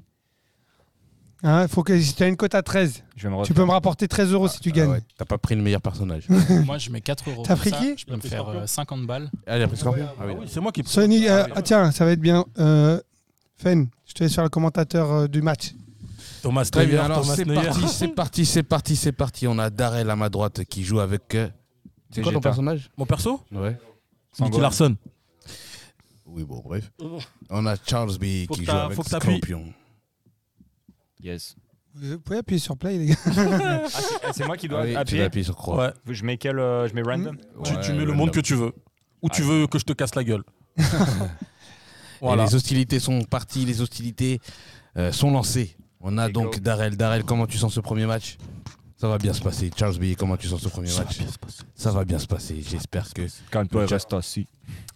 Speaker 4: Hein, faut que si t'as une cote à 13,
Speaker 5: Je vais me
Speaker 4: tu peux me rapporter 13 euros si tu
Speaker 2: Ah
Speaker 4: gagnes.
Speaker 2: ouais, T'as pas pris le meilleur [laughs] personnage.
Speaker 6: Moi je mets 4 euros.
Speaker 4: T'as
Speaker 6: Comme
Speaker 4: pris
Speaker 6: ça,
Speaker 4: qui
Speaker 6: Je peux me faire euh, 50 balles.
Speaker 2: Ah, il a pris Scorpion Ah
Speaker 7: Ah
Speaker 2: oui.
Speaker 7: oui, C'est moi qui.
Speaker 4: Sony, euh,
Speaker 7: Ah oui.
Speaker 4: ah, tiens, ça va être bien. Euh, Fen, je te laisse faire le commentateur euh, du match.
Speaker 7: Thomas
Speaker 2: Très
Speaker 7: Neuer,
Speaker 2: bien, alors
Speaker 7: Thomas
Speaker 2: c'est
Speaker 7: Neuer.
Speaker 2: parti, c'est parti, c'est parti, c'est parti. On a Darrell à ma droite qui joue avec. euh, C'est quoi ton
Speaker 5: Vegeta.
Speaker 2: personnage
Speaker 7: Mon perso
Speaker 2: Ouais.
Speaker 7: Nicky Larson.
Speaker 2: Oui, bon, bref. Oh. On a Charles B
Speaker 7: Faut
Speaker 2: qui
Speaker 7: que
Speaker 2: joue
Speaker 7: t'as-
Speaker 2: avec
Speaker 7: faut que t'appuies.
Speaker 2: Scorpion.
Speaker 5: Yes.
Speaker 4: Vous pouvez appuyer sur play, les gars.
Speaker 5: c'est moi qui
Speaker 2: Ah
Speaker 5: dois
Speaker 2: oui, tu dois
Speaker 5: appuyer.
Speaker 2: appuyer sur croix.
Speaker 7: Ouais.
Speaker 5: Je mets quel euh, Je mets random.
Speaker 7: Tu,
Speaker 2: Ouais,
Speaker 7: tu mets le
Speaker 2: random.
Speaker 7: monde que tu veux. Ou tu
Speaker 5: Ah.
Speaker 7: veux que je te casse la gueule.
Speaker 2: Et
Speaker 7: voilà.
Speaker 2: les hostilités sont parties, les hostilités euh, sont lancées. On a
Speaker 5: Et
Speaker 2: donc
Speaker 5: go.
Speaker 2: Darrell. Darrell, comment tu sens ce premier match Ça va bien se passer. Charles B, comment tu sens ce premier match Ça va bien se passer. J'espère que
Speaker 5: Calme-toi, reste assis.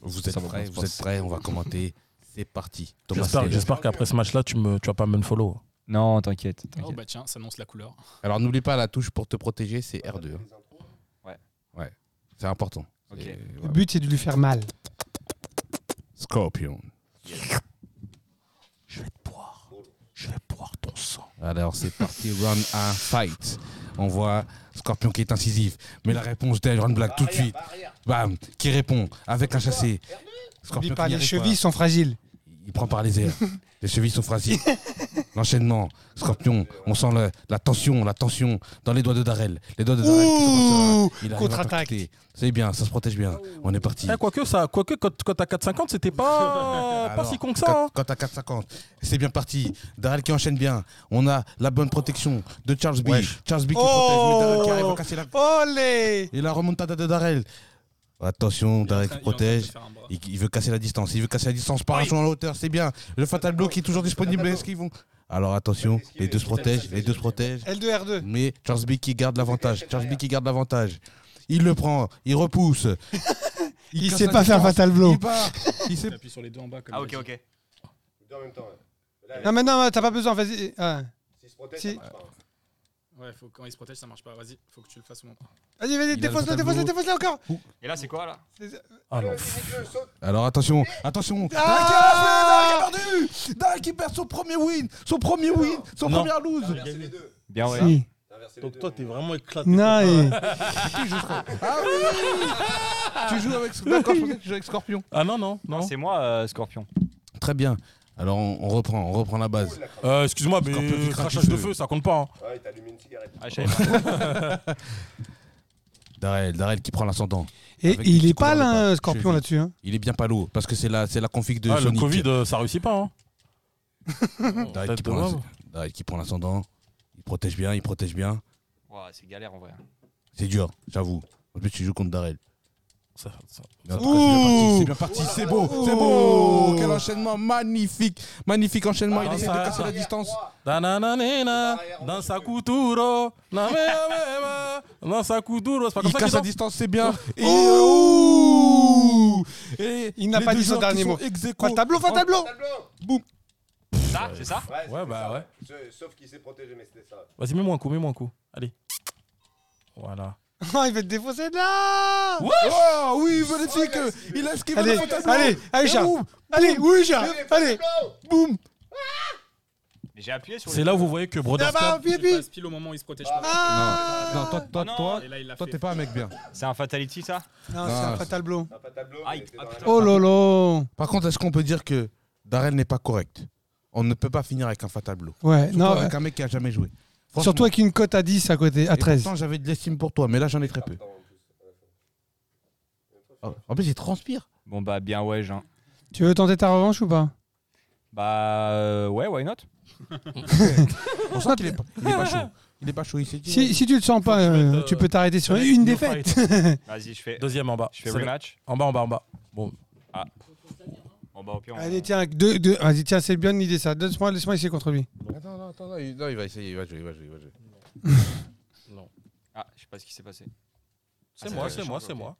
Speaker 2: vous êtes
Speaker 5: Ça va
Speaker 2: prêts.
Speaker 5: bien se
Speaker 2: Vous
Speaker 5: passer.
Speaker 2: êtes prêts. On va commenter. C'est parti. Thomas
Speaker 7: J'espère
Speaker 2: Taylor.
Speaker 7: j'espère qu'après ce match-là, tu, me, tu vas pas me follow.
Speaker 5: Non, t'inquiète.
Speaker 6: Oh
Speaker 5: t'inquiète.
Speaker 6: bah tiens, ça annonce la couleur.
Speaker 2: Alors n'oublie pas la touche pour te protéger, c'est R2. hein.
Speaker 5: Ouais.
Speaker 2: Ouais. C'est important.
Speaker 5: Ok.
Speaker 2: C'est-
Speaker 4: Le
Speaker 2: voilà.
Speaker 4: but, c'est de lui faire mal.
Speaker 2: Scorpion.
Speaker 7: Je vais te boire. Je vais boire ton sang.
Speaker 2: Alors c'est parti, round 1, fight. On voit Scorpion qui est incisif, mais la réponse d'Iron Black tout de suite. Bam, qui répond avec un chassé.
Speaker 4: N'oublie
Speaker 2: Scorpion
Speaker 4: pas,
Speaker 2: qui n'y
Speaker 4: les
Speaker 2: arrive
Speaker 4: chevilles sont fragiles.
Speaker 2: pas. Il prend par
Speaker 4: [laughs]
Speaker 2: les airs. Les chevilles sont fragiles. L'enchaînement, Scorpion, on sent le- la tension, la tension dans les doigts de Darrell. Les doigts de Darrell. qui se
Speaker 4: Ouh,
Speaker 2: resserrent. Il arrive à
Speaker 4: contre-attaque.
Speaker 2: percuter. C'est bien, ça se protège bien. On est parti.
Speaker 7: Eh, quoique, ça, quoique quand, quand t'as 4,50, c'était [laughs] pas, pas
Speaker 2: Alors,
Speaker 7: si con que ça.
Speaker 2: Quand,
Speaker 7: hein.
Speaker 2: quand t'as 4,50, c'est bien parti. Darrell qui enchaîne bien. On a la bonne protection de Charles B.
Speaker 7: Wesh.
Speaker 2: Charles B qui
Speaker 4: Oh.
Speaker 2: protège, mais Darrell qui arrive à casser la.
Speaker 4: Olé
Speaker 2: Et la remontada de Darrell. Attention, Darrell qui
Speaker 6: Il est en train de
Speaker 2: protège.
Speaker 6: faire un bras.
Speaker 2: Il, il veut casser la distance. Il veut casser la distance par un saut en hauteur. C'est bien. Le Fatal Blow qui est toujours disponible. Est-ce qu'ils vont Alors attention, les deux se protègent. Les deux se protègent.
Speaker 4: L2R2.
Speaker 2: Mais Charles B qui garde l'avantage. Charles B qui garde l'avantage. Il le prend. Il
Speaker 4: [laughs]
Speaker 2: repousse.
Speaker 4: Il
Speaker 2: casse
Speaker 4: sait
Speaker 2: la
Speaker 4: pas faire
Speaker 2: distance.
Speaker 4: Fatal Blow.
Speaker 2: Il part. Il sait
Speaker 6: T'appuies sur les deux en bas comme il a dit.
Speaker 5: ok.
Speaker 8: hein.
Speaker 4: Non, mais non, t'as pas besoin, vas-y. Ah. Si.
Speaker 6: Ouais, faut, quand il se protège, ça marche pas. Vas-y, faut que tu le fasses au moment.
Speaker 4: Vas-y,
Speaker 2: Il
Speaker 4: vas-y,
Speaker 2: a le
Speaker 4: défonce-le,
Speaker 2: Fatal
Speaker 4: défonce-le,
Speaker 2: Blow.
Speaker 4: défonce-le encore
Speaker 5: Et là, c'est quoi là
Speaker 7: Ah non.
Speaker 2: Alors attention, attention.
Speaker 4: Ah
Speaker 2: Dark qui a perdu. Dark qui perd son premier win, son premier win, son
Speaker 7: Non.
Speaker 2: première
Speaker 4: Ah,
Speaker 2: lose.
Speaker 5: Bien ouais.
Speaker 4: Si.
Speaker 7: Donc toi, t'es vraiment éclaté.
Speaker 4: Non, il-
Speaker 2: Ah oui. tu joues avec d'accord, je pensais que tu jouais avec Scorpion.
Speaker 7: Ah non, non, non.
Speaker 5: C'est moi, euh, Scorpion.
Speaker 2: Très bien. Alors on, on reprend, on reprend la base.
Speaker 7: Euh, Excuse-moi,
Speaker 2: Scorpion qui
Speaker 7: mais
Speaker 2: crache
Speaker 7: crachage
Speaker 2: du
Speaker 7: de
Speaker 2: feu.
Speaker 7: feu, ça compte pas. hein.
Speaker 8: Ouais, t'as allumé une cigarette.
Speaker 5: Ah, je savais pas.
Speaker 2: Darrell, Darrel qui prend l'ascendant.
Speaker 4: Et
Speaker 2: Avec des
Speaker 4: il
Speaker 2: petits
Speaker 4: est pas
Speaker 2: coups dans le
Speaker 4: là,
Speaker 2: bas.
Speaker 4: Scorpion,
Speaker 2: Cheville.
Speaker 4: là-dessus. hein.
Speaker 2: Il est bien palo parce que c'est la c'est la config de
Speaker 7: Ah, le
Speaker 2: Sonic.
Speaker 7: Covid, euh, ça réussit pas. [laughs] hein.
Speaker 2: Darrell
Speaker 7: Tête
Speaker 2: qui
Speaker 7: de
Speaker 2: prend
Speaker 7: homme.
Speaker 2: l'as- Darrell qui prend l'ascendant. Il protège bien, il protège bien.
Speaker 5: Ouah, c'est galère en vrai.
Speaker 2: C'est dur, j'avoue. En plus tu joues contre Darrell.
Speaker 7: Ça, ça-
Speaker 2: Mais en tout cas, c'est bien parti,
Speaker 4: Ouh.
Speaker 2: C'est bien parti, c'est beau, c'est beau.
Speaker 4: Ouh.
Speaker 2: Quel enchaînement magnifique, magnifique enchaînement.
Speaker 7: Ah,
Speaker 2: Il essaie de
Speaker 7: ça-
Speaker 2: casser la distance.
Speaker 7: Dananana, dans sa couturo, na me- me- me- dans sa couturo, c'est pas comme
Speaker 2: Il
Speaker 7: ça
Speaker 2: casse
Speaker 7: qu'ils
Speaker 2: la
Speaker 7: ont-
Speaker 2: distance, c'est bien. Et
Speaker 4: euh, Ouh.
Speaker 2: ouh. Et
Speaker 4: Il n'a
Speaker 2: les
Speaker 4: pas
Speaker 2: deux
Speaker 4: dit son
Speaker 2: joueurs qui
Speaker 4: dernier
Speaker 2: sont
Speaker 4: mot.
Speaker 2: ex aequo.
Speaker 4: Pas de tableau, pas de tableau [laughs]
Speaker 7: Ça, c'est ça
Speaker 8: Ouais,
Speaker 7: Ouais, bah ouais.
Speaker 8: Sauf qu'il s'est protégé, mais c'était ça.
Speaker 7: Vas-y, mets-moi un coup, mets-moi un coup. Allez. Voilà.
Speaker 4: Oh, il va te défoncer de là
Speaker 2: Oh, oui, magnifique. Il a esquivé
Speaker 4: Allez,
Speaker 2: le fantasme.
Speaker 4: allez, allez, Jean.
Speaker 2: Ouh.
Speaker 4: Allez, oui, Jean. Allez, boum
Speaker 5: J'ai appuyé sur
Speaker 7: C'est là où vous voyez que
Speaker 4: Là-bas,
Speaker 7: Broderstab.
Speaker 4: pied,
Speaker 6: Il
Speaker 4: pied.
Speaker 6: passe pile au moment où il se protège pas.
Speaker 4: Ah
Speaker 2: Non, toi, toi,
Speaker 5: non.
Speaker 2: toi,
Speaker 6: Et là, il l'a
Speaker 2: toi, t'es
Speaker 6: fait.
Speaker 2: pas un mec bien.
Speaker 5: C'est un fatality ça
Speaker 4: Non, c'est
Speaker 2: Ah,
Speaker 4: un fatal blow.
Speaker 8: T'as pas de tableau,
Speaker 6: Aïe,
Speaker 8: mais t'es
Speaker 6: ah,
Speaker 8: dans la
Speaker 6: putain.
Speaker 4: Oh lolo
Speaker 2: Par contre, est-ce qu'on peut dire que Darren n'est pas correct On ne peut pas finir avec un fatal blow.
Speaker 4: Ouais,
Speaker 2: Surtout
Speaker 4: non,
Speaker 2: avec un mec qui a jamais joué. Franchement.
Speaker 4: surtout avec une cote à 10 à côté, à
Speaker 2: Et
Speaker 4: 13.
Speaker 2: pourtant, j'avais de l'estime pour toi, mais là, j'en ai très peu. Oh, En plus, il transpire.
Speaker 5: Bon bah bien ouais, Jean.
Speaker 4: Tu veux tenter ta revanche ou pas
Speaker 5: Bah euh, ouais, why not
Speaker 2: On sent qu'il est, pas- il est pas chaud. Il est pas chaud, il s'est dit.
Speaker 4: si, si tu le sens pas,
Speaker 7: que je
Speaker 4: euh,
Speaker 7: mette, euh,
Speaker 4: tu peux t'arrêter sur
Speaker 7: Direct,
Speaker 4: une
Speaker 7: no
Speaker 4: défaite.
Speaker 7: fight.
Speaker 5: Vas-y, je fais
Speaker 7: Deuxième en bas.
Speaker 5: je fais
Speaker 7: C'est là.
Speaker 5: rematch.
Speaker 7: En bas, en bas, en bas. Bon,
Speaker 5: Bon bah au pire on-
Speaker 4: Allez, tiens, deux, deux. Vas-y, tiens, c'est bien l'idée ça. Laisse-moi laisse essayer contre lui.
Speaker 2: Attends, non, attends, non, il, non, il va essayer, il va jouer, il va jouer. Il va jouer.
Speaker 5: Ah, je sais pas ce qui s'est passé.
Speaker 7: c'est
Speaker 5: Ah,
Speaker 7: moi,
Speaker 5: vrai,
Speaker 7: c'est
Speaker 5: je
Speaker 7: moi,
Speaker 5: change,
Speaker 7: c'est
Speaker 5: ok.
Speaker 7: moi.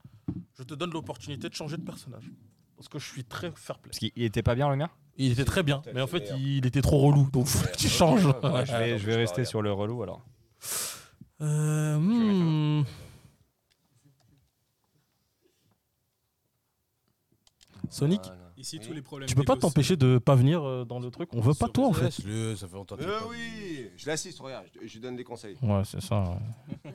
Speaker 7: Je te donne l'opportunité de changer de personnage. Parce que je suis très fair-play.
Speaker 5: Parce qu'il il était pas bien le mien
Speaker 7: Il était très bien, mais en fait, il était trop relou. Donc, faut que [laughs] tu changes.
Speaker 5: Ouais, je vais,
Speaker 8: attends,
Speaker 5: Ah, je
Speaker 8: je
Speaker 5: vais
Speaker 8: te
Speaker 5: rester
Speaker 8: regarde.
Speaker 5: sur le relou alors.
Speaker 7: Euh, hmm. Sonic,
Speaker 6: Ici, tous les problèmes.
Speaker 7: tu peux pas
Speaker 6: d'ego,
Speaker 7: t'empêcher de pas venir euh, dans le truc. On veut pas
Speaker 6: Sur
Speaker 7: toi en fait.
Speaker 2: Laisse-le, ça fait longtemps que
Speaker 8: Euh, oui Je l'assiste, regarde, je, je lui donne des conseils.
Speaker 7: Ouais, c'est ça. [laughs] ouais.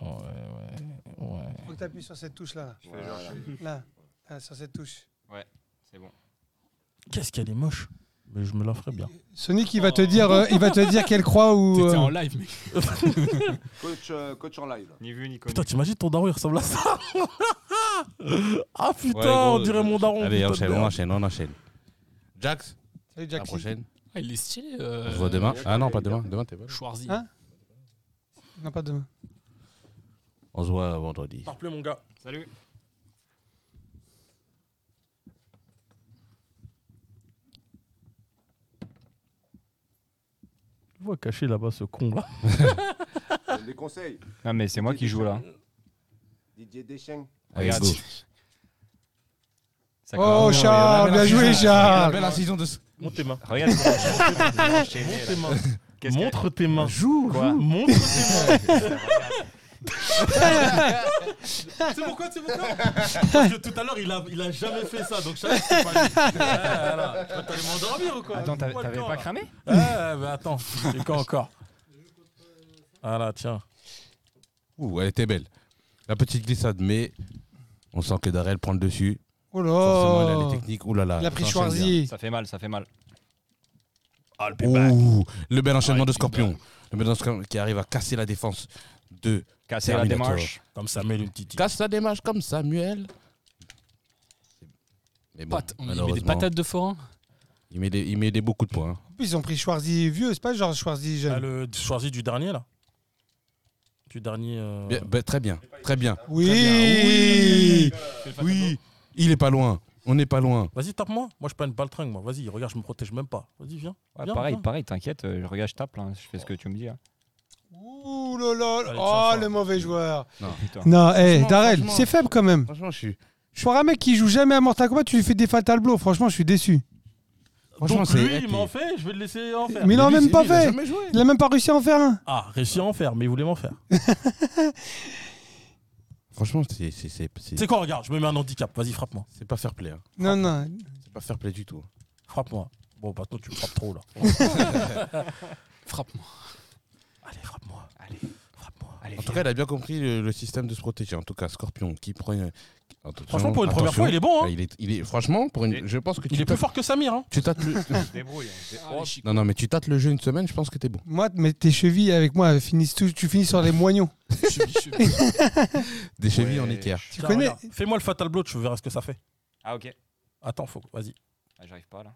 Speaker 7: Ouais, ouais, ouais.
Speaker 4: Faut que tu appuies sur cette touche là.
Speaker 8: Voilà.
Speaker 4: Là, là, sur cette touche.
Speaker 5: C'est bon.
Speaker 7: Qu'est-ce qu'elle est moche. Mais je me la ferai bien.
Speaker 4: Sonic, il va te dire, euh, il va te dire quelle croix
Speaker 6: c'est-
Speaker 4: ou.
Speaker 6: T'étais
Speaker 4: euh,
Speaker 6: en live, mec.
Speaker 8: Coach, euh, coach en
Speaker 2: [laughs]
Speaker 8: live.
Speaker 5: Ni vu ni connu.
Speaker 7: Putain, t'imagines ton daron, il ressemble à ça [laughs] Ah putain,
Speaker 2: Ouais, gros,
Speaker 7: on dirait
Speaker 2: euh,
Speaker 7: mon daron.
Speaker 2: Allez,
Speaker 7: putain de
Speaker 2: enchaîne, on
Speaker 7: merde.
Speaker 2: enchaîne, on enchaîne. Jax,
Speaker 4: Salut
Speaker 2: la
Speaker 4: Jack.
Speaker 2: prochaine.
Speaker 6: Ah, il est stylé.
Speaker 2: On
Speaker 6: euh,
Speaker 2: se voit demain.
Speaker 8: euh,
Speaker 2: Ah non, pas demain. Demain, t'es pas là.
Speaker 6: Schwarzy.
Speaker 4: Hein Non, pas demain.
Speaker 2: On se voit vendredi.
Speaker 7: Parle plus, mon gars.
Speaker 5: Salut.
Speaker 7: Je vois caché là-bas ce con là.
Speaker 8: Je donne des conseils.
Speaker 5: Non mais c'est moi qui joue là.
Speaker 2: Euh,
Speaker 8: Didier Deschamps.
Speaker 2: Allez,
Speaker 5: Regarde.
Speaker 2: go.
Speaker 5: Ça
Speaker 4: Oh,
Speaker 5: commence.
Speaker 4: Charles, bien joué, Charles.
Speaker 2: Belle la saison de.
Speaker 7: Monte tes mains.
Speaker 5: [laughs] Regarde.
Speaker 7: Monte tes mains.
Speaker 5: Qu'est-ce qu'il y a
Speaker 7: Montre tes mains.
Speaker 2: Joue,
Speaker 7: Quoi Montre
Speaker 5: [laughs]
Speaker 7: C'est pourquoi, c'est pourquoi Parce que tout à l'heure, il a, il a jamais fait ça, donc je savais que c'était
Speaker 5: [laughs]
Speaker 7: pas lui. Ah, là, là. T'allais m'endormir ou quoi
Speaker 5: Attends, t'avais
Speaker 7: Dis-moi le
Speaker 5: t'avais
Speaker 7: temps,
Speaker 5: pas
Speaker 7: là.
Speaker 5: cramé
Speaker 7: Ah, bah
Speaker 5: [laughs]
Speaker 7: attends, c'est quoi encore Ah là, tiens.
Speaker 2: Ouh, elle était belle. La petite glissade, mais on sent que Darrell prend le dessus.
Speaker 4: Oh
Speaker 2: Forcément, il a
Speaker 4: là
Speaker 2: les techniques. Ah, Ouh là là.
Speaker 4: Il a pris
Speaker 2: ça enchaîne
Speaker 4: Schwarzy.
Speaker 5: Ça fait mal, ça fait mal.
Speaker 6: Ah,
Speaker 2: bien. Ouh, le bel enchaînement de Scorpion. Le bel enchaînement qui arrive à casser la défense de.
Speaker 5: Casser la
Speaker 2: Terminator.
Speaker 5: démarche.
Speaker 7: Comme ça, met une petite.
Speaker 2: Casse la démarche comme Samuel. Mais bon,
Speaker 6: Pâte. On met des
Speaker 2: malheureusement,
Speaker 6: patates de forain.
Speaker 2: il met des, il met des beaux coups de poing. hein.
Speaker 4: En plus, ils ont pris Schwarzy vieux, c'est pas genre Schwarzy
Speaker 7: Ah,
Speaker 4: jeune.
Speaker 7: le choisi du dernier là Du dernier.
Speaker 6: Oh.
Speaker 7: euh,
Speaker 2: Bien- bah, très bien, très bien.
Speaker 4: Oui
Speaker 2: Oui, il est pas loin. On n'est pas loin.
Speaker 7: Vas-y, tape-moi. Moi, je prends une baltringue, moi. Vas-y, regarde, je me protège même pas. Vas-y, viens.
Speaker 5: Ouais,
Speaker 7: Bien,
Speaker 5: pareil,
Speaker 7: bien.
Speaker 5: pareil, t'inquiète, euh, je regarde, je tape, là, je fais ce que tu me dis. hein.
Speaker 4: Ouh là là
Speaker 7: Allez,
Speaker 4: Oh
Speaker 7: tiens,
Speaker 4: le
Speaker 7: fort.
Speaker 4: mauvais joueur
Speaker 5: [laughs] Putain.
Speaker 4: Non, hé,
Speaker 2: Franchement,
Speaker 4: Darrell,
Speaker 2: franchement.
Speaker 4: c'est faible quand même.
Speaker 2: Franchement, je suis.
Speaker 4: Je vois un mec qui joue jamais à Mortal Kombat, tu lui fais des fatal blows. Franchement, je suis déçu.
Speaker 2: Franchement,
Speaker 7: Donc,
Speaker 2: c'est.
Speaker 7: lui, il m'en fait, je vais le laisser en faire.
Speaker 4: Mais il en a même pas fait
Speaker 2: jamais joué.
Speaker 4: Il a même pas réussi à en faire un.
Speaker 7: Ah, réussi à en faire, mais il voulait m'en faire.
Speaker 2: Franchement, c'est- c'est- c'est
Speaker 7: Tu
Speaker 2: c'est-
Speaker 7: sais quoi, regarde, je me mets un handicap. Vas-y, frappe-moi.
Speaker 2: c'est pas fair play. hein.
Speaker 4: Non, non.
Speaker 2: C'est pas fair play du tout.
Speaker 7: Frappe-moi. Bon, bah, toi, tu me frappes trop, là.
Speaker 6: Frappe-moi.
Speaker 7: Allez, frappe-moi.
Speaker 5: Allez,
Speaker 7: Frappe-moi.
Speaker 5: allez,
Speaker 2: En tout cas, il a bien compris le, le système de se protéger. En tout cas, Scorpion qui prend. une- Attention,
Speaker 7: Franchement, pour une première
Speaker 2: attention.
Speaker 7: fois, il est bon,
Speaker 2: Ah,
Speaker 7: hein.
Speaker 2: il est, il est- franchement, pour une, je pense que tu
Speaker 7: Il est plus
Speaker 2: tâtes-
Speaker 7: fort que Samir, hein.
Speaker 2: Tu tâtes le, [laughs]
Speaker 5: débrouille.
Speaker 6: Ah,
Speaker 2: non, non, mais tu tâtes le jeu une semaine, je pense que t'es bon.
Speaker 4: Moi, mais tes chevilles avec moi, elles finissent tous- tu finis sur les moignons.
Speaker 2: [laughs] Des chevilles en équerre.
Speaker 4: Tu
Speaker 7: Tiens,
Speaker 4: connais
Speaker 7: regarde, Fais-moi le Fatal Blow, tu verras ce que ça fait.
Speaker 5: Ah, ok.
Speaker 7: Attends, faut. Vas-y.
Speaker 5: Ah, J'arrive pas là.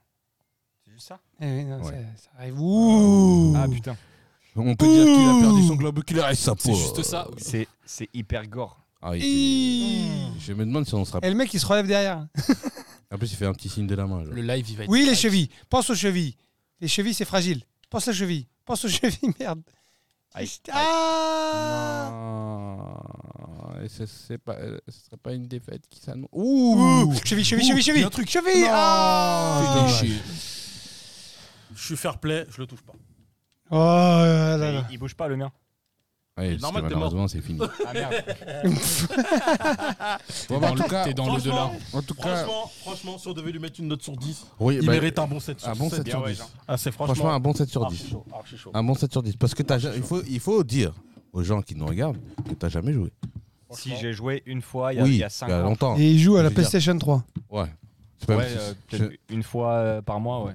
Speaker 5: C'est juste ça
Speaker 4: Eh oui,
Speaker 2: Ouais.
Speaker 4: non, ça, ça arrive. Ouh
Speaker 5: Ah, putain.
Speaker 2: On peut dire qu'il a perdu son globe oculaire et Ah, sa peau. euh,
Speaker 6: C'est juste ça.
Speaker 5: C'est c'est hyper gore.
Speaker 2: Ah, il
Speaker 4: Hi.
Speaker 2: fait- Je me demande si on sera.
Speaker 4: Et le mec, il se relève derrière.
Speaker 2: En plus, il fait un petit signe de la main. genre.
Speaker 6: Le live, il va être.
Speaker 4: Oui, les
Speaker 6: crack.
Speaker 4: chevilles. Pense aux chevilles. Les chevilles, c'est fragile. Pense aux chevilles. Pense aux [laughs] chevilles, merde.
Speaker 5: Aïe.
Speaker 4: Ah
Speaker 2: Non. Ah, Et ce c'est pas, euh, ce serait pas une défaite qui s'annonce.
Speaker 4: Ouh
Speaker 2: Ouh
Speaker 4: Cheville, cheville,
Speaker 7: Ouh,
Speaker 4: cheville,
Speaker 7: il y
Speaker 4: cheville
Speaker 7: a un truc.
Speaker 4: Cheville
Speaker 7: Non.
Speaker 4: Ah
Speaker 7: Putain, Je suis fair play, je le touche pas.
Speaker 4: Oh là là
Speaker 5: Et
Speaker 4: là.
Speaker 5: Il, il bouge pas le mien.
Speaker 2: ouais, parce que
Speaker 7: Normal, t'es
Speaker 2: Malheureusement, c'est fini.
Speaker 5: Ah merde.
Speaker 2: Bon, bah, en tout cas,
Speaker 6: T'es dans le de là.
Speaker 7: Franchement,
Speaker 2: en [laughs] tout cas,
Speaker 7: franchement, franchement, si on devait lui mettre une note sur 10,
Speaker 2: oui,
Speaker 7: il
Speaker 2: bah,
Speaker 7: mérite un bon 7 sur
Speaker 2: un bon 7
Speaker 5: bien,
Speaker 2: sur
Speaker 5: ouais,
Speaker 2: 10.
Speaker 5: genre.
Speaker 7: Ah, c'est franchement, ah,
Speaker 2: Franchement, un bon 7 sur 10.
Speaker 7: archi chaud, archi chaud.
Speaker 2: Un bon 7 sur 10. Parce que t'as ja- il, faut, il faut dire aux gens qui nous regardent que t'as jamais joué.
Speaker 5: Si j'ai joué une fois Ah, il y a-
Speaker 2: oui, bah,
Speaker 5: il y a 5 ans.
Speaker 2: longtemps.
Speaker 4: Et il joue à
Speaker 2: Je
Speaker 4: la
Speaker 2: veux dire-
Speaker 4: PlayStation 3.
Speaker 2: Ouais. C'est pas
Speaker 5: Ouais, euh, peut-être une fois euh, par mois, ouais.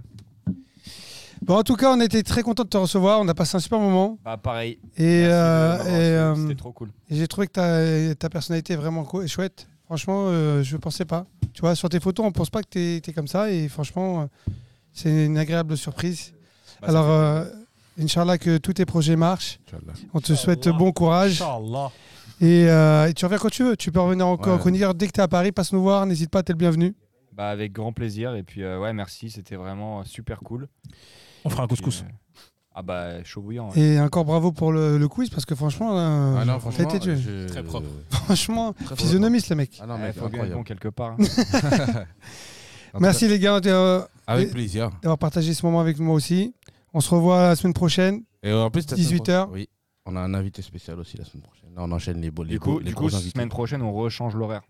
Speaker 4: Bon, en tout cas, on était très content de te recevoir. On a passé un super moment.
Speaker 5: Bah pareil. Merci
Speaker 4: Et,
Speaker 5: de
Speaker 4: euh,
Speaker 5: m'avoir
Speaker 4: et,
Speaker 5: reçu,
Speaker 4: euh,
Speaker 5: C'était trop cool.
Speaker 4: et j'ai trouvé que ta, ta personnalité est vraiment cou- chouette. Franchement, euh, je pensais pas. Tu vois, sur tes photos, on pense pas que t'es es comme ça. Et franchement, euh, c'est une agréable surprise.
Speaker 5: Bah, ça
Speaker 4: Alors,
Speaker 5: fait-
Speaker 4: euh, Inch'Allah, que tous tes projets marchent.
Speaker 2: Inch'Allah.
Speaker 4: On te souhaite
Speaker 7: Inch'Allah.
Speaker 4: bon courage.
Speaker 7: Inch'Allah.
Speaker 4: Et, euh, et tu reviens quand tu veux. Tu peux revenir en
Speaker 2: Ouais.
Speaker 4: en chroniqueur dès que tu es à Paris. Passe nous voir. N'hésite pas, t'es le bienvenu.
Speaker 5: bah, avec grand plaisir. Et puis, euh, ouais, merci. C'était vraiment euh, super cool.
Speaker 7: On fera un couscous.
Speaker 5: Puis, euh, ah bah, chaud bouillant. ouais.
Speaker 4: Et encore bravo pour le, le quiz parce que franchement, là,
Speaker 2: Ah
Speaker 4: euh,
Speaker 2: non, franchement,
Speaker 4: t'as été Dieu.
Speaker 2: je-
Speaker 6: Très propre.
Speaker 4: [laughs]
Speaker 2: Euh,
Speaker 4: franchement,
Speaker 2: propre.
Speaker 4: physionomiste le mec.
Speaker 2: Ah non, mais
Speaker 5: Ouais, faut bien être
Speaker 2: incroyable.
Speaker 5: bon quelque
Speaker 2: [laughs]
Speaker 5: part. hein.
Speaker 2: En tout
Speaker 4: Merci les gars euh,
Speaker 2: cas, Avec plaisir.
Speaker 4: d'avoir partagé ce moment avec moi aussi. On se revoit la semaine prochaine.
Speaker 2: Et en plus,
Speaker 4: 18 heures.
Speaker 2: Oui. On a un invité spécial aussi la semaine prochaine. Là, on enchaîne les beaux, les
Speaker 5: du coup,
Speaker 2: beaux, les
Speaker 5: du
Speaker 2: gros
Speaker 5: coup
Speaker 2: invités.
Speaker 5: semaine prochaine, on rechange l'horaire.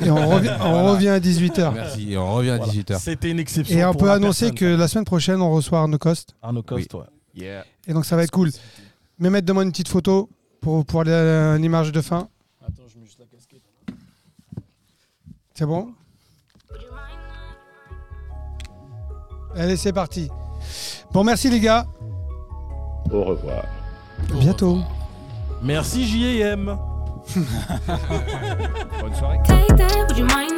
Speaker 4: Et on, revient- on
Speaker 2: Voilà.
Speaker 4: revient à 18h.
Speaker 2: Merci. Et on revient à
Speaker 7: Voilà.
Speaker 2: 18h.
Speaker 7: C'était une exception.
Speaker 4: Et on
Speaker 7: pour
Speaker 4: peut
Speaker 7: la
Speaker 4: annoncer que
Speaker 7: personne.
Speaker 4: la semaine prochaine, on reçoit Arnaud Coste.
Speaker 7: Arnaud Coste, ouais.
Speaker 5: Yeah.
Speaker 4: Et donc ça va être cool. Mehmet, demande une petite photo pour pouvoir aller à l'image de fin.
Speaker 6: Attends, je mets juste la casquette.
Speaker 4: C'est bon Allez, c'est parti. Bon, merci les gars.
Speaker 8: Au revoir.
Speaker 4: À bientôt.
Speaker 7: Merci JAM.
Speaker 5: Bonne soirée.
Speaker 9: Take that, would you mind?